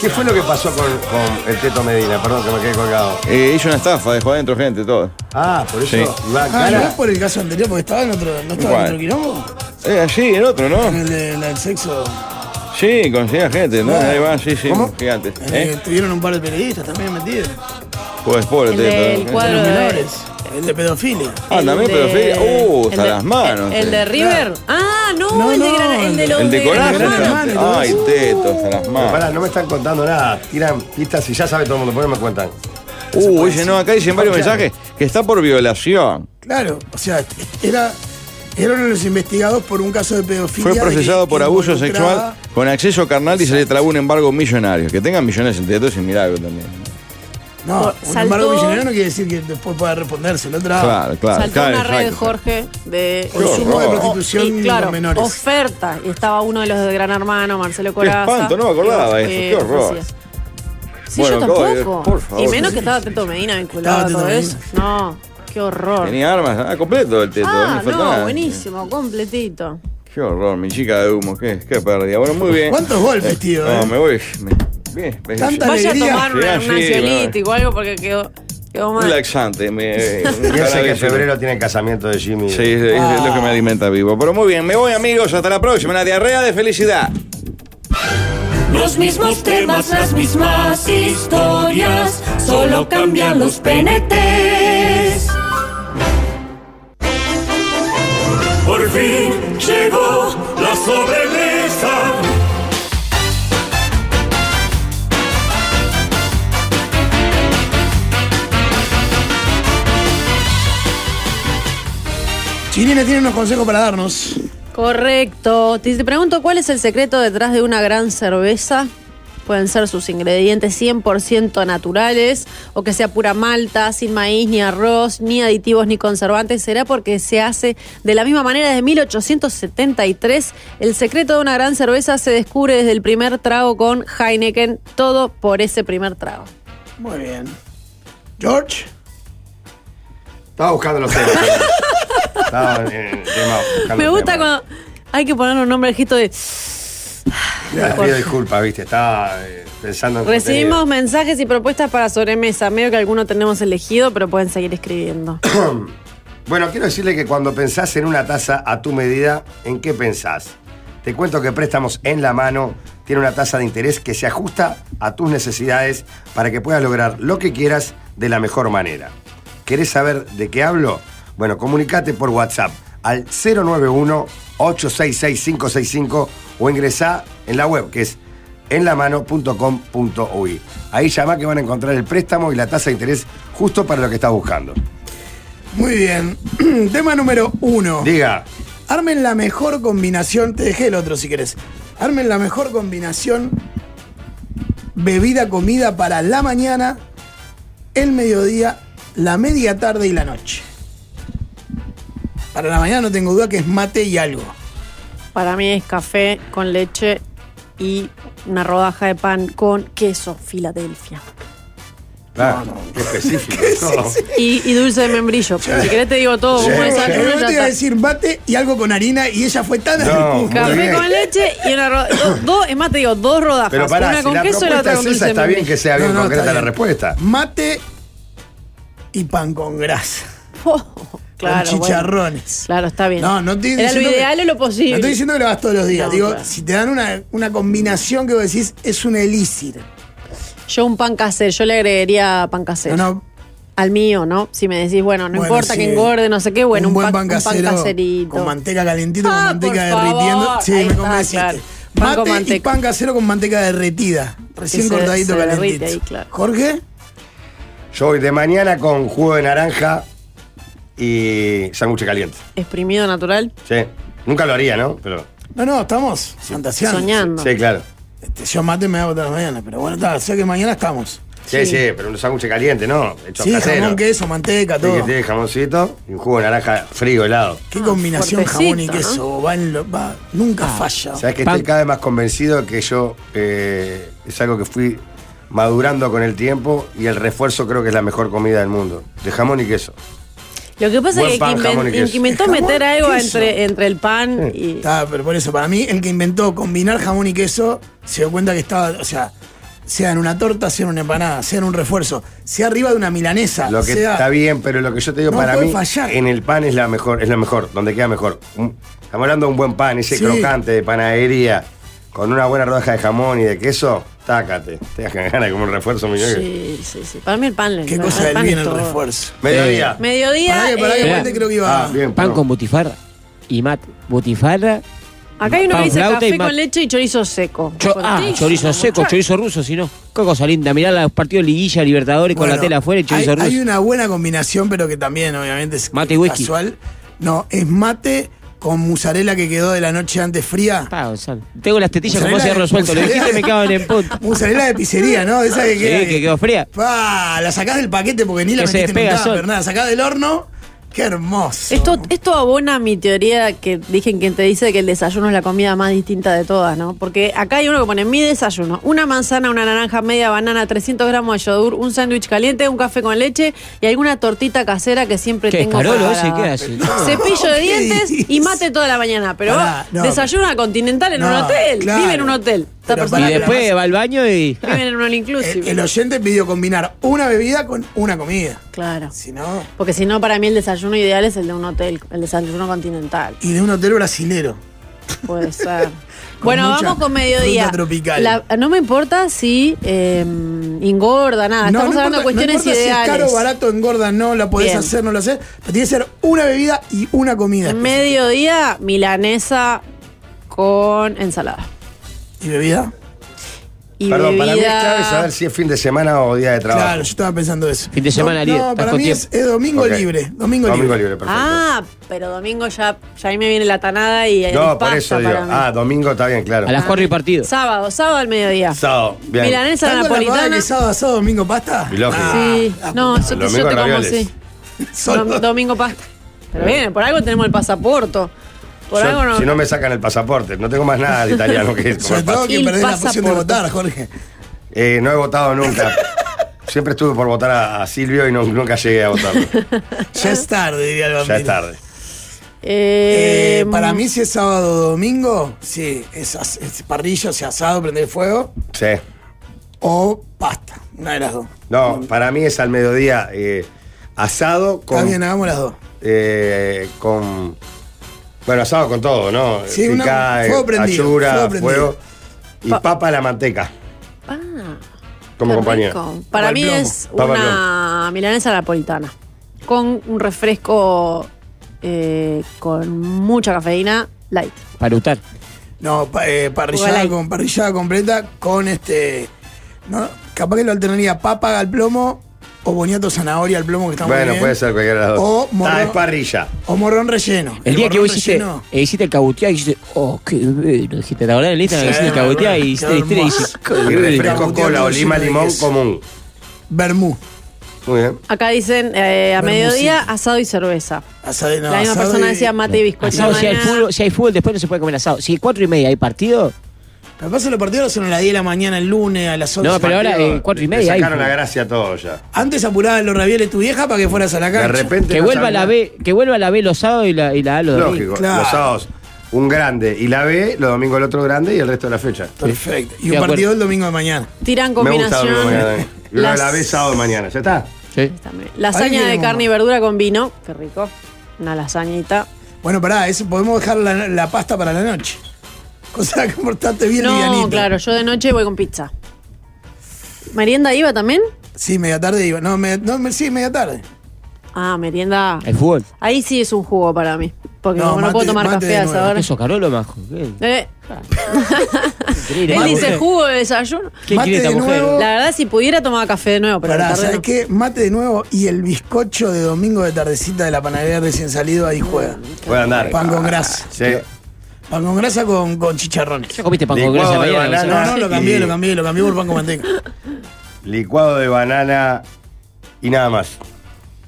[SPEAKER 1] ¿Qué fue lo que pasó con, con el Teto Medina? Perdón que me quedé colgado.
[SPEAKER 4] Eh, hizo una estafa, dejó adentro gente, todo.
[SPEAKER 1] Ah, por eso.
[SPEAKER 4] Sí.
[SPEAKER 1] Iba
[SPEAKER 2] Ah, ¿no es
[SPEAKER 1] cara.
[SPEAKER 2] por el caso anterior? Porque estaba en otro, ¿no estaba
[SPEAKER 4] ¿Cuál?
[SPEAKER 2] en otro quilombo.
[SPEAKER 4] Eh, así, el otro,
[SPEAKER 2] En
[SPEAKER 4] ¿no?
[SPEAKER 2] el de- la del sexo.
[SPEAKER 4] Sí, conseguía gente, ¿no? Ahí va, sí, sí,
[SPEAKER 2] ¿Cómo?
[SPEAKER 4] gigantes.
[SPEAKER 2] en el
[SPEAKER 4] ¿Eh?
[SPEAKER 2] que Tuvieron un par de periodistas también metidos.
[SPEAKER 4] Pues pobre
[SPEAKER 3] El
[SPEAKER 4] teto,
[SPEAKER 3] del
[SPEAKER 4] ¿eh?
[SPEAKER 3] cuadro
[SPEAKER 2] Los
[SPEAKER 3] de.
[SPEAKER 2] menores. El de pedofilia.
[SPEAKER 4] Ah, también,
[SPEAKER 3] de-
[SPEAKER 4] pero feria. Uh,
[SPEAKER 3] el
[SPEAKER 4] hasta
[SPEAKER 3] de-
[SPEAKER 4] las manos.
[SPEAKER 3] El, el de
[SPEAKER 4] eh.
[SPEAKER 3] River. Ah, no,
[SPEAKER 2] No,
[SPEAKER 3] el de
[SPEAKER 2] no,
[SPEAKER 3] Gran, el de los
[SPEAKER 4] El de
[SPEAKER 3] de Gran
[SPEAKER 4] Corazón.
[SPEAKER 3] Hermano.
[SPEAKER 2] Hermano, todo
[SPEAKER 4] Ay,
[SPEAKER 2] eso.
[SPEAKER 4] teto, hasta las
[SPEAKER 1] Pero
[SPEAKER 4] manos.
[SPEAKER 1] pará, no me están contando nada. Tiran pistas y ya sabe todo el mundo, ¿por qué no me cuentan?
[SPEAKER 4] Uh, oye, no, acá dicen varios
[SPEAKER 1] Escuchame.
[SPEAKER 4] mensajes que está por violación.
[SPEAKER 2] Claro, o sea, era, era uno de los investigados por un caso de pedofilia.
[SPEAKER 4] Fue procesado
[SPEAKER 2] de que
[SPEAKER 4] por abuso
[SPEAKER 2] involucraba-
[SPEAKER 4] sexual con acceso carnal y se le trabó un embargo millonario. Que tengan millones en teto es un milagro también.
[SPEAKER 2] No,
[SPEAKER 3] Por-
[SPEAKER 2] un
[SPEAKER 3] saltó-
[SPEAKER 2] embargo millonario no quiere decir que después pueda responderse. Lo otra.
[SPEAKER 4] Claro, claro.
[SPEAKER 3] Saltó
[SPEAKER 4] claro,
[SPEAKER 3] una red,
[SPEAKER 4] exacto.
[SPEAKER 3] Jorge, de.
[SPEAKER 2] Consumo Ah,
[SPEAKER 4] horror.
[SPEAKER 2] de
[SPEAKER 3] Y,
[SPEAKER 2] prostitución
[SPEAKER 3] claro,
[SPEAKER 2] con menores.
[SPEAKER 3] oferta. Y estaba uno de los de Gran Hermano, Marcelo Coraza.
[SPEAKER 4] espanto, no me acordaba de eso, qué horror.
[SPEAKER 3] así es. Sí,
[SPEAKER 4] Bueno,
[SPEAKER 3] yo
[SPEAKER 4] acabo de-
[SPEAKER 3] tampoco.
[SPEAKER 4] por favor.
[SPEAKER 3] y menos que estaba Teto Medina vinculado
[SPEAKER 2] Estaba
[SPEAKER 3] a todo
[SPEAKER 2] Teto
[SPEAKER 3] eso. No, qué horror.
[SPEAKER 4] Tenía armas, ah, completo el teto, no
[SPEAKER 3] Ah,
[SPEAKER 4] le
[SPEAKER 3] no,
[SPEAKER 4] faltó nada.
[SPEAKER 3] buenísimo, completito.
[SPEAKER 4] Qué horror, mi chica de humo, qué, qué pérdida. Bueno, muy bien.
[SPEAKER 2] ¿Cuántos golpes,
[SPEAKER 4] Eh,
[SPEAKER 2] tío?
[SPEAKER 4] No,
[SPEAKER 2] eh?
[SPEAKER 4] me voy. me- bien, me-
[SPEAKER 2] Tanta
[SPEAKER 4] un
[SPEAKER 3] Vaya a
[SPEAKER 2] alegría.
[SPEAKER 3] tomar
[SPEAKER 4] Sí,
[SPEAKER 3] una,
[SPEAKER 4] sí,
[SPEAKER 3] un ansiolítico
[SPEAKER 4] bueno.
[SPEAKER 3] o algo porque quedó, quedó mal.
[SPEAKER 4] laxante. Me, eh, un
[SPEAKER 1] Piensen que en
[SPEAKER 4] cannabis.
[SPEAKER 1] febrero tiene el casamiento de Jimmy.
[SPEAKER 4] Sí, es, es lo que me alimenta vivo. Pero muy bien, me voy, amigos. Hasta la próxima. Una diarrea de felicidad.
[SPEAKER 9] Los mismos temas, las mismas historias, solo cambian los penetes. Por fin llegó la sobremesa.
[SPEAKER 2] Chilina tiene unos consejos para darnos.
[SPEAKER 3] Correcto. Te, te pregunto, ¿cuál es el secreto detrás de una gran cerveza? Pueden ser sus ingredientes 100% naturales o que sea pura malta, sin maíz, ni arroz, ni aditivos, ni conservantes. Será porque se hace de la misma manera desde 1873. El secreto de una gran cerveza se descubre desde el primer trago con Heineken. Todo por ese primer trago.
[SPEAKER 2] Muy bien. George.
[SPEAKER 1] Estaba buscando los temas. Estaba en el tema. buscando
[SPEAKER 3] Me
[SPEAKER 1] los
[SPEAKER 3] gusta
[SPEAKER 1] temas.
[SPEAKER 3] cuando hay que poner un nombre al gesto de...
[SPEAKER 1] Le pido disculpas, viste, estaba eh, pensando en.
[SPEAKER 3] Recibimos mensajes y propuestas para sobremesa. Medio que alguno tenemos elegido, pero pueden seguir escribiendo.
[SPEAKER 1] Bueno, quiero decirle que cuando pensás en una taza a tu medida, ¿en qué pensás? Te cuento que Préstamos en la Mano tiene una tasa de interés que se ajusta a tus necesidades para que puedas lograr lo que quieras de la mejor manera. ¿Querés saber de qué hablo? Bueno, comunicate por WhatsApp al 091-866-565 o ingresá en la web que es enlamano.com.uy. Ahí llama que van a encontrar el préstamo y la tasa de interés justo para lo que estás buscando.
[SPEAKER 2] Muy bien. Tema número uno.
[SPEAKER 1] Diga.
[SPEAKER 2] Armen la mejor combinación. Te dejé el otro si querés. Armen la mejor combinación. Bebida, comida para la mañana, el mediodía, la media tarde y la noche. Para la mañana no tengo duda que es mate y algo.
[SPEAKER 3] Para mí es café con leche y una rodaja de pan con queso, Filadelfia.
[SPEAKER 1] Ah, qué específico. todo.
[SPEAKER 3] Y, y dulce de membrillo. Si querés te digo todo, vos
[SPEAKER 2] Yo
[SPEAKER 3] podés saber una
[SPEAKER 2] te iba
[SPEAKER 3] lata.
[SPEAKER 2] a decir mate y algo con harina y ella fue tan...
[SPEAKER 3] Café con leche y una rodaja. es más, te digo, dos rodajas.
[SPEAKER 1] Pero pará,
[SPEAKER 3] una
[SPEAKER 1] si
[SPEAKER 3] con
[SPEAKER 1] la
[SPEAKER 3] queso y la
[SPEAKER 1] propuesta
[SPEAKER 3] otra
[SPEAKER 1] es
[SPEAKER 3] con dulce
[SPEAKER 1] esa,
[SPEAKER 3] de
[SPEAKER 1] está bien
[SPEAKER 3] membrillo.
[SPEAKER 1] que sea bien
[SPEAKER 2] No, no,
[SPEAKER 1] concreta
[SPEAKER 2] está
[SPEAKER 1] la
[SPEAKER 2] bien.
[SPEAKER 1] respuesta.
[SPEAKER 2] Mate y pan con grasa.
[SPEAKER 3] Claro,
[SPEAKER 2] con
[SPEAKER 3] bueno.
[SPEAKER 2] chicharrones.
[SPEAKER 3] Claro, está bien.
[SPEAKER 2] No, no estoy
[SPEAKER 3] Era lo
[SPEAKER 2] diciendo que-
[SPEAKER 3] ideal o lo posible.
[SPEAKER 2] No estoy diciendo que lo hagas todos los días.
[SPEAKER 3] No,
[SPEAKER 2] Digo,
[SPEAKER 3] claro.
[SPEAKER 2] si te dan una, una combinación que vos decís, es un elixir.
[SPEAKER 3] Yo un pan casero, yo le agregaría pan casero.
[SPEAKER 2] No, no.
[SPEAKER 3] Al mío, ¿no? Si me decís, bueno, no
[SPEAKER 2] Bueno,
[SPEAKER 3] importa
[SPEAKER 2] sí.
[SPEAKER 3] que engorde, no sé qué, bueno,
[SPEAKER 2] un
[SPEAKER 3] un,
[SPEAKER 2] buen
[SPEAKER 3] pan,
[SPEAKER 2] pan,
[SPEAKER 3] un pan
[SPEAKER 2] casero.
[SPEAKER 3] caserito.
[SPEAKER 2] Con manteca calentita, con
[SPEAKER 3] Ah,
[SPEAKER 2] manteca
[SPEAKER 3] por
[SPEAKER 2] derritiendo.
[SPEAKER 3] favor.
[SPEAKER 2] Sí,
[SPEAKER 3] Ahí
[SPEAKER 2] me
[SPEAKER 3] está,
[SPEAKER 2] convenciste.
[SPEAKER 3] claro. Pan
[SPEAKER 2] Mate
[SPEAKER 3] con
[SPEAKER 2] y
[SPEAKER 3] manteca.
[SPEAKER 2] pan casero con manteca derretida. Recién
[SPEAKER 3] se-
[SPEAKER 2] cortadito
[SPEAKER 3] se derrite
[SPEAKER 2] calentito.
[SPEAKER 3] ahí, claro.
[SPEAKER 2] Jorge,
[SPEAKER 1] Yo voy de mañana con jugo de naranja y sándwich caliente.
[SPEAKER 3] Exprimido natural.
[SPEAKER 1] Sí. Nunca lo haría, ¿no? Pero.
[SPEAKER 2] no, no, estamos fantaseando.
[SPEAKER 3] Soñando.
[SPEAKER 1] Sí, claro.
[SPEAKER 2] Este, yo mate me hago todas las mañanas, pero bueno, está, o sea que mañana estamos.
[SPEAKER 1] Sí, sí, pero un sándwich caliente, ¿no? Hecho
[SPEAKER 2] Sí,
[SPEAKER 1] casero.
[SPEAKER 2] jamón, queso, manteca,
[SPEAKER 1] Sí, que
[SPEAKER 2] todo.
[SPEAKER 1] tiene jamoncito y un jugo de naranja frío, helado.
[SPEAKER 2] Qué combinación jamón y
[SPEAKER 3] Ah, fuertecito, ¿no?
[SPEAKER 2] queso. Va en lo- va, nunca falla.
[SPEAKER 1] Sabes Ah. que estoy cada vez más convencido que yo eh, es algo que fui madurando con el tiempo y el refuerzo creo que es la mejor comida del mundo. De jamón y queso.
[SPEAKER 3] Lo que pasa
[SPEAKER 1] Buen
[SPEAKER 3] es que
[SPEAKER 1] pan,
[SPEAKER 3] el que
[SPEAKER 1] jamón y
[SPEAKER 3] inven- el
[SPEAKER 1] queso.
[SPEAKER 3] que inventó
[SPEAKER 2] Jamón,
[SPEAKER 3] meter algo
[SPEAKER 2] queso.
[SPEAKER 3] entre, entre el pan y.
[SPEAKER 2] Está, Ah, pero por eso, para mí, el que inventó combinar jamón y queso se dio cuenta que estaba, o sea, sea en una torta, sea en una empanada, sea en un refuerzo, sea arriba de una milanesa,
[SPEAKER 1] Lo que
[SPEAKER 2] sea-
[SPEAKER 1] está bien, pero lo que yo te digo
[SPEAKER 2] No
[SPEAKER 1] para
[SPEAKER 2] puede
[SPEAKER 1] mí
[SPEAKER 2] fallar.
[SPEAKER 1] en el pan es la mejor, es lo mejor, donde queda mejor. Un- estamos hablando de un buen pan, ese
[SPEAKER 2] Sí.
[SPEAKER 1] crocante de panadería, con una buena rodaja de jamón y de queso, tácate. Te das ganas de comer un refuerzo, mi ñoqui.
[SPEAKER 3] Sí, sí, sí. Para mí el pan le
[SPEAKER 2] Qué
[SPEAKER 3] el
[SPEAKER 2] cosa
[SPEAKER 3] pan
[SPEAKER 2] del bien
[SPEAKER 3] es
[SPEAKER 2] el
[SPEAKER 3] todo.
[SPEAKER 2] refuerzo.
[SPEAKER 1] Mediodía.
[SPEAKER 3] Mediodía.
[SPEAKER 2] Eh, Pará que- pará que
[SPEAKER 3] eh,
[SPEAKER 2] Walter creo que iba.
[SPEAKER 1] Ah, bien,
[SPEAKER 6] Pan
[SPEAKER 1] perdón.
[SPEAKER 6] con butifarra y mate. Butifarra.
[SPEAKER 3] acá hay uno que
[SPEAKER 6] pan,
[SPEAKER 3] dice
[SPEAKER 6] Ah, flauta y
[SPEAKER 3] café
[SPEAKER 6] mate.
[SPEAKER 3] con leche y chorizo seco.
[SPEAKER 6] Cho- ah,
[SPEAKER 3] Cortísimo,
[SPEAKER 6] chorizo seco,
[SPEAKER 3] muchacho.
[SPEAKER 6] chorizo ruso, si no. Qué cosa linda. Mirá los partidos Liguilla, Libertadores con la
[SPEAKER 2] Bueno,
[SPEAKER 6] tela afuera y chorizo
[SPEAKER 2] hay,
[SPEAKER 6] ruso.
[SPEAKER 2] hay una buena combinación, pero que también, obviamente, es
[SPEAKER 6] Mate y whisky.
[SPEAKER 2] casual. No, es mate con mozzarella que quedó de la noche antes fría.
[SPEAKER 6] Pa, Gonzalo. Tengo las tetillas como
[SPEAKER 2] Mozzarella
[SPEAKER 6] se
[SPEAKER 2] de-
[SPEAKER 6] resuelto. Lo dijiste me cago en el punto.
[SPEAKER 2] Mozzarella de pizzería, ¿no? Esa que
[SPEAKER 6] Sí,
[SPEAKER 2] queda.
[SPEAKER 6] que quedó fría.
[SPEAKER 2] Pa, la sacás del paquete porque ni la
[SPEAKER 6] Que se
[SPEAKER 2] metiste en un
[SPEAKER 6] despega
[SPEAKER 2] tupper,
[SPEAKER 6] sol.
[SPEAKER 2] nada. Sacás del horno. Qué hermoso.
[SPEAKER 3] Esto, esto abona mi teoría que dije que te dice que el desayuno es la comida más distinta de todas, ¿no? Porque acá hay uno que pone mi desayuno, una manzana, una naranja, media banana, 300 gramos de yogur, un sándwich caliente, un café con leche y alguna tortita casera que siempre
[SPEAKER 6] ¿Qué
[SPEAKER 3] tengo.
[SPEAKER 6] escarolo
[SPEAKER 3] preparada.
[SPEAKER 6] ese? ¿Qué hace?
[SPEAKER 3] Cepillo de
[SPEAKER 2] ¿Qué
[SPEAKER 3] dientes
[SPEAKER 2] dices?
[SPEAKER 3] y mate toda la mañana, pero
[SPEAKER 2] Pará, no,
[SPEAKER 3] desayuna continental en un
[SPEAKER 2] No,
[SPEAKER 3] hotel,
[SPEAKER 2] claro.
[SPEAKER 3] vive en un hotel, esta
[SPEAKER 2] Pero
[SPEAKER 3] persona
[SPEAKER 6] Y
[SPEAKER 2] pará,
[SPEAKER 6] después va al baño y.
[SPEAKER 3] vive en un all
[SPEAKER 2] El,
[SPEAKER 3] inclusive.
[SPEAKER 2] el oyente pidió combinar una bebida con una comida.
[SPEAKER 3] Claro.
[SPEAKER 2] Si no.
[SPEAKER 3] Porque si no, para mí el desayuno ideal es el de un hotel, el desayuno continental.
[SPEAKER 2] Y de un hotel brasilero.
[SPEAKER 3] Puede ser. bueno,
[SPEAKER 2] mucha
[SPEAKER 3] vamos con mediodía.
[SPEAKER 2] fruta tropical.
[SPEAKER 3] La- no me importa si eh, engorda, nada. ah, Estamos hablando de
[SPEAKER 2] no
[SPEAKER 3] cuestiones
[SPEAKER 2] importa
[SPEAKER 3] ideales.
[SPEAKER 2] Si es caro, barato, engorda, no la podés
[SPEAKER 3] Bien.
[SPEAKER 2] hacer, no lo haces. Pero tiene que ser una bebida y una comida.
[SPEAKER 3] Mediodía, milanesa con ensalada.
[SPEAKER 2] ¿Y bebida?
[SPEAKER 3] Y
[SPEAKER 1] Perdón,
[SPEAKER 3] bebida.
[SPEAKER 1] para mí es clave saber si es fin de semana o día de trabajo.
[SPEAKER 2] Claro, yo estaba pensando eso.
[SPEAKER 6] Fin de semana
[SPEAKER 2] no,
[SPEAKER 6] libre,
[SPEAKER 2] No,
[SPEAKER 6] estás
[SPEAKER 2] para
[SPEAKER 6] con
[SPEAKER 2] mí es,
[SPEAKER 6] tiempo.
[SPEAKER 2] es domingo
[SPEAKER 1] Ok.
[SPEAKER 2] libre. Domingo,
[SPEAKER 1] Domingo
[SPEAKER 2] libre.
[SPEAKER 1] libre, perfecto.
[SPEAKER 3] Ah, pero domingo ya, ya ahí me viene la tanada y el
[SPEAKER 1] no, por
[SPEAKER 3] pasta
[SPEAKER 1] eso digo.
[SPEAKER 3] para mí.
[SPEAKER 1] Ah, domingo está bien, claro.
[SPEAKER 6] A las cuatro y partido.
[SPEAKER 3] Sábado, sábado al mediodía.
[SPEAKER 1] Sábado, bien.
[SPEAKER 3] Milanesa
[SPEAKER 2] ¿Están con la pavada
[SPEAKER 3] napolitana.
[SPEAKER 2] que sábado, asado, domingo pasta?
[SPEAKER 1] Y lógico.
[SPEAKER 3] Sí. No, yo,
[SPEAKER 1] domingo
[SPEAKER 3] yo te como
[SPEAKER 1] ravioles.
[SPEAKER 3] así.
[SPEAKER 2] Solo-
[SPEAKER 3] Dom- domingo pasta. Pero bien, por algo tenemos el pasaporto. Por
[SPEAKER 1] Yo-
[SPEAKER 3] algo no.
[SPEAKER 1] Si no me sacan el pasaporte, no tengo más nada de italiano que es.
[SPEAKER 2] Sobre todo que
[SPEAKER 3] Il
[SPEAKER 2] perdés la opción de
[SPEAKER 3] pasaporte.
[SPEAKER 2] votar, Jorge.
[SPEAKER 1] Eh, no he votado nunca. Siempre estuve por votar a, a Silvio y no- nunca llegué a votarlo.
[SPEAKER 2] Ya es tarde, diría el bambino.
[SPEAKER 1] ya es tarde.
[SPEAKER 3] Eh, mm.
[SPEAKER 2] Eh, para mí, si es sábado o domingo, sí, es, as- es parrilla, o sea, asado, prender fuego,
[SPEAKER 1] Sí.
[SPEAKER 2] o pasta. Una de las dos.
[SPEAKER 1] No, para mí es al mediodía eh, asado
[SPEAKER 2] Está
[SPEAKER 1] con,
[SPEAKER 2] bien, hagamos las dos.
[SPEAKER 1] eh, con. Bueno, asado con todo, ¿no?
[SPEAKER 2] Sí, una-
[SPEAKER 1] Picá, eh,
[SPEAKER 2] fuego prendido,
[SPEAKER 1] achura,
[SPEAKER 2] fuego
[SPEAKER 1] fuego,
[SPEAKER 2] prendido.
[SPEAKER 1] y papa a la manteca
[SPEAKER 3] Ah,
[SPEAKER 1] como
[SPEAKER 3] qué
[SPEAKER 1] compañero.
[SPEAKER 3] rico. Para
[SPEAKER 2] Papa
[SPEAKER 3] mí
[SPEAKER 2] al plomo.
[SPEAKER 3] es
[SPEAKER 1] Papa al
[SPEAKER 3] una milanesa napolitana. con un refresco eh, con mucha cafeína light.
[SPEAKER 6] Para usar.
[SPEAKER 2] No, pa- eh, parrillada,
[SPEAKER 3] Ojalá y-
[SPEAKER 2] con, parrillada completa con este. ¿no? Capaz que lo alternaría pápaga al plomo o boniato zanahoria al plomo que está muy
[SPEAKER 1] bueno,
[SPEAKER 2] bien.
[SPEAKER 1] puede ser cualquiera de las dos.
[SPEAKER 2] O morrón-
[SPEAKER 1] Ah, es parrilla.
[SPEAKER 2] O morrón relleno.
[SPEAKER 6] El día que
[SPEAKER 2] morrón
[SPEAKER 6] vos hiciste,
[SPEAKER 2] relleno-
[SPEAKER 6] eh, hiciste el cabuteado y dijiste, oh, qué bueno, dijiste, ¿te acordás del Instagram que
[SPEAKER 2] Sí,
[SPEAKER 6] hiciste el cabuteado y
[SPEAKER 2] qué
[SPEAKER 6] hiciste la historia y dijiste, qué
[SPEAKER 1] Y
[SPEAKER 6] bueno?
[SPEAKER 1] refresco, cola o lima, limón común.
[SPEAKER 2] Bermú.
[SPEAKER 1] Muy bien.
[SPEAKER 3] Acá dicen eh, a mediodía asado y cerveza.
[SPEAKER 2] Ah, Asado,
[SPEAKER 3] La misma persona decía mate y bizcocho.
[SPEAKER 6] Asado, si hay,
[SPEAKER 3] maná.
[SPEAKER 6] fútbol, si hay fútbol, después no se puede comer asado. Si cuatro y media hay partido,
[SPEAKER 2] Capaz que los partidos son a las 10 de la mañana el lunes, a las 11.
[SPEAKER 6] eh,
[SPEAKER 1] Partido, le Sacaron la gracia a todo ya.
[SPEAKER 2] Antes apuraba los ravioles tu vieja para que fueras a la cancha.
[SPEAKER 6] que vuelva la B, que vuelva la B los sábados y la, y la A los
[SPEAKER 1] Lógico.
[SPEAKER 6] domingos. Claro.
[SPEAKER 1] Los sábados un grande y la B, los domingos el otro grande y el resto de la fecha.
[SPEAKER 2] Perfecto. Y un partido el domingo de mañana.
[SPEAKER 3] Tiran
[SPEAKER 1] Me gusta
[SPEAKER 3] combinación.
[SPEAKER 1] domingo de mañana. Y luego
[SPEAKER 3] Las-
[SPEAKER 1] la B sábado de mañana. ¿Ya está?
[SPEAKER 6] Sí.
[SPEAKER 3] Lasaña
[SPEAKER 2] Ahí
[SPEAKER 3] de
[SPEAKER 2] tenemos.
[SPEAKER 3] carne y verdura con vino. Qué rico. Una lasañita.
[SPEAKER 2] Bueno, pará, eso podemos dejar la, la pasta para la noche. Cosa que portate bien
[SPEAKER 3] no,
[SPEAKER 2] livianito.
[SPEAKER 3] claro, yo de noche voy con pizza. ¿Merienda iba también?
[SPEAKER 2] Sí, media tarde iba. No, me, no me- sí, media tarde.
[SPEAKER 3] Ah, merienda.
[SPEAKER 6] El fútbol.
[SPEAKER 3] Ahí sí es un jugo para mí. Porque
[SPEAKER 2] No,
[SPEAKER 3] como no
[SPEAKER 2] mate-
[SPEAKER 3] puedo tomar
[SPEAKER 2] mate
[SPEAKER 3] café
[SPEAKER 2] de
[SPEAKER 3] a esa
[SPEAKER 2] nuevo.
[SPEAKER 3] hora.
[SPEAKER 6] Eso, Carolo, majo. ¿Qué?
[SPEAKER 3] Eh,
[SPEAKER 6] increíble,
[SPEAKER 3] él
[SPEAKER 6] majo.
[SPEAKER 3] dice jugo de desayuno.
[SPEAKER 6] ¿Qué quiere esta mujer?
[SPEAKER 3] La verdad, si pudiera tomar café de nuevo, pero
[SPEAKER 2] Pará,
[SPEAKER 3] de tarde
[SPEAKER 2] ¿sabes
[SPEAKER 3] no.
[SPEAKER 2] qué? Mate de nuevo y el bizcocho de domingo de tardecita de la panadería recién salido ahí juega.
[SPEAKER 1] Puede andar.
[SPEAKER 2] Pan con grasa.
[SPEAKER 1] Sí.
[SPEAKER 2] Pan con grasa con, con chicharrones.
[SPEAKER 6] ¿Ya comiste pan con
[SPEAKER 1] Licuado
[SPEAKER 6] grasa
[SPEAKER 1] de
[SPEAKER 6] mañana?
[SPEAKER 1] banana.
[SPEAKER 6] Gonzalo?
[SPEAKER 2] No, no, lo
[SPEAKER 1] Y-
[SPEAKER 2] cambié, lo cambié, lo cambié por pan con manteca.
[SPEAKER 1] Licuado de banana y nada más.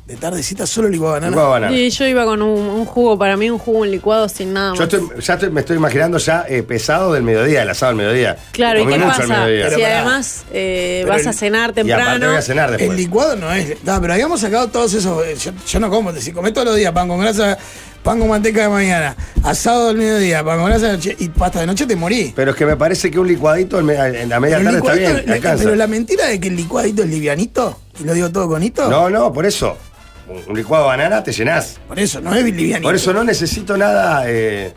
[SPEAKER 2] De tardecita solo licuado de banana.
[SPEAKER 1] Licuado de banana.
[SPEAKER 3] Y yo iba con un, un jugo, para mí un jugo, un licuado sin nada más.
[SPEAKER 1] Yo estoy- ya estoy- me estoy imaginando ya eh, pesado del mediodía, el asado del mediodía.
[SPEAKER 3] Claro, ¿y
[SPEAKER 1] Comí
[SPEAKER 3] qué
[SPEAKER 1] mucho al
[SPEAKER 3] pasa?
[SPEAKER 1] mediodía.
[SPEAKER 3] Si además eh,
[SPEAKER 1] Pero
[SPEAKER 3] vas
[SPEAKER 1] el-
[SPEAKER 3] a cenar
[SPEAKER 1] Y aparte
[SPEAKER 3] temprano.
[SPEAKER 1] voy a cenar después.
[SPEAKER 2] El licuado no es. da, pero habíamos sacado todos esos. eh, Yo, yo no como, si comés todos los días pan con grasa, pan con manteca de mañana, asado del mediodía, pan con grasa de noche y pasta de noche, te morí.
[SPEAKER 1] Pero es que me parece que un licuadito en me- en la media
[SPEAKER 2] Pero, el
[SPEAKER 1] tarde está
[SPEAKER 2] licuadito-
[SPEAKER 1] bien,
[SPEAKER 2] la-
[SPEAKER 1] alcanza.
[SPEAKER 2] pero la mentira de que el licuadito es livianito, y lo digo todo con hito,
[SPEAKER 1] No, no, por eso. Un un licuado de banana te llenás.
[SPEAKER 2] por eso, no es livianito.
[SPEAKER 1] Por eso no necesito nada eh,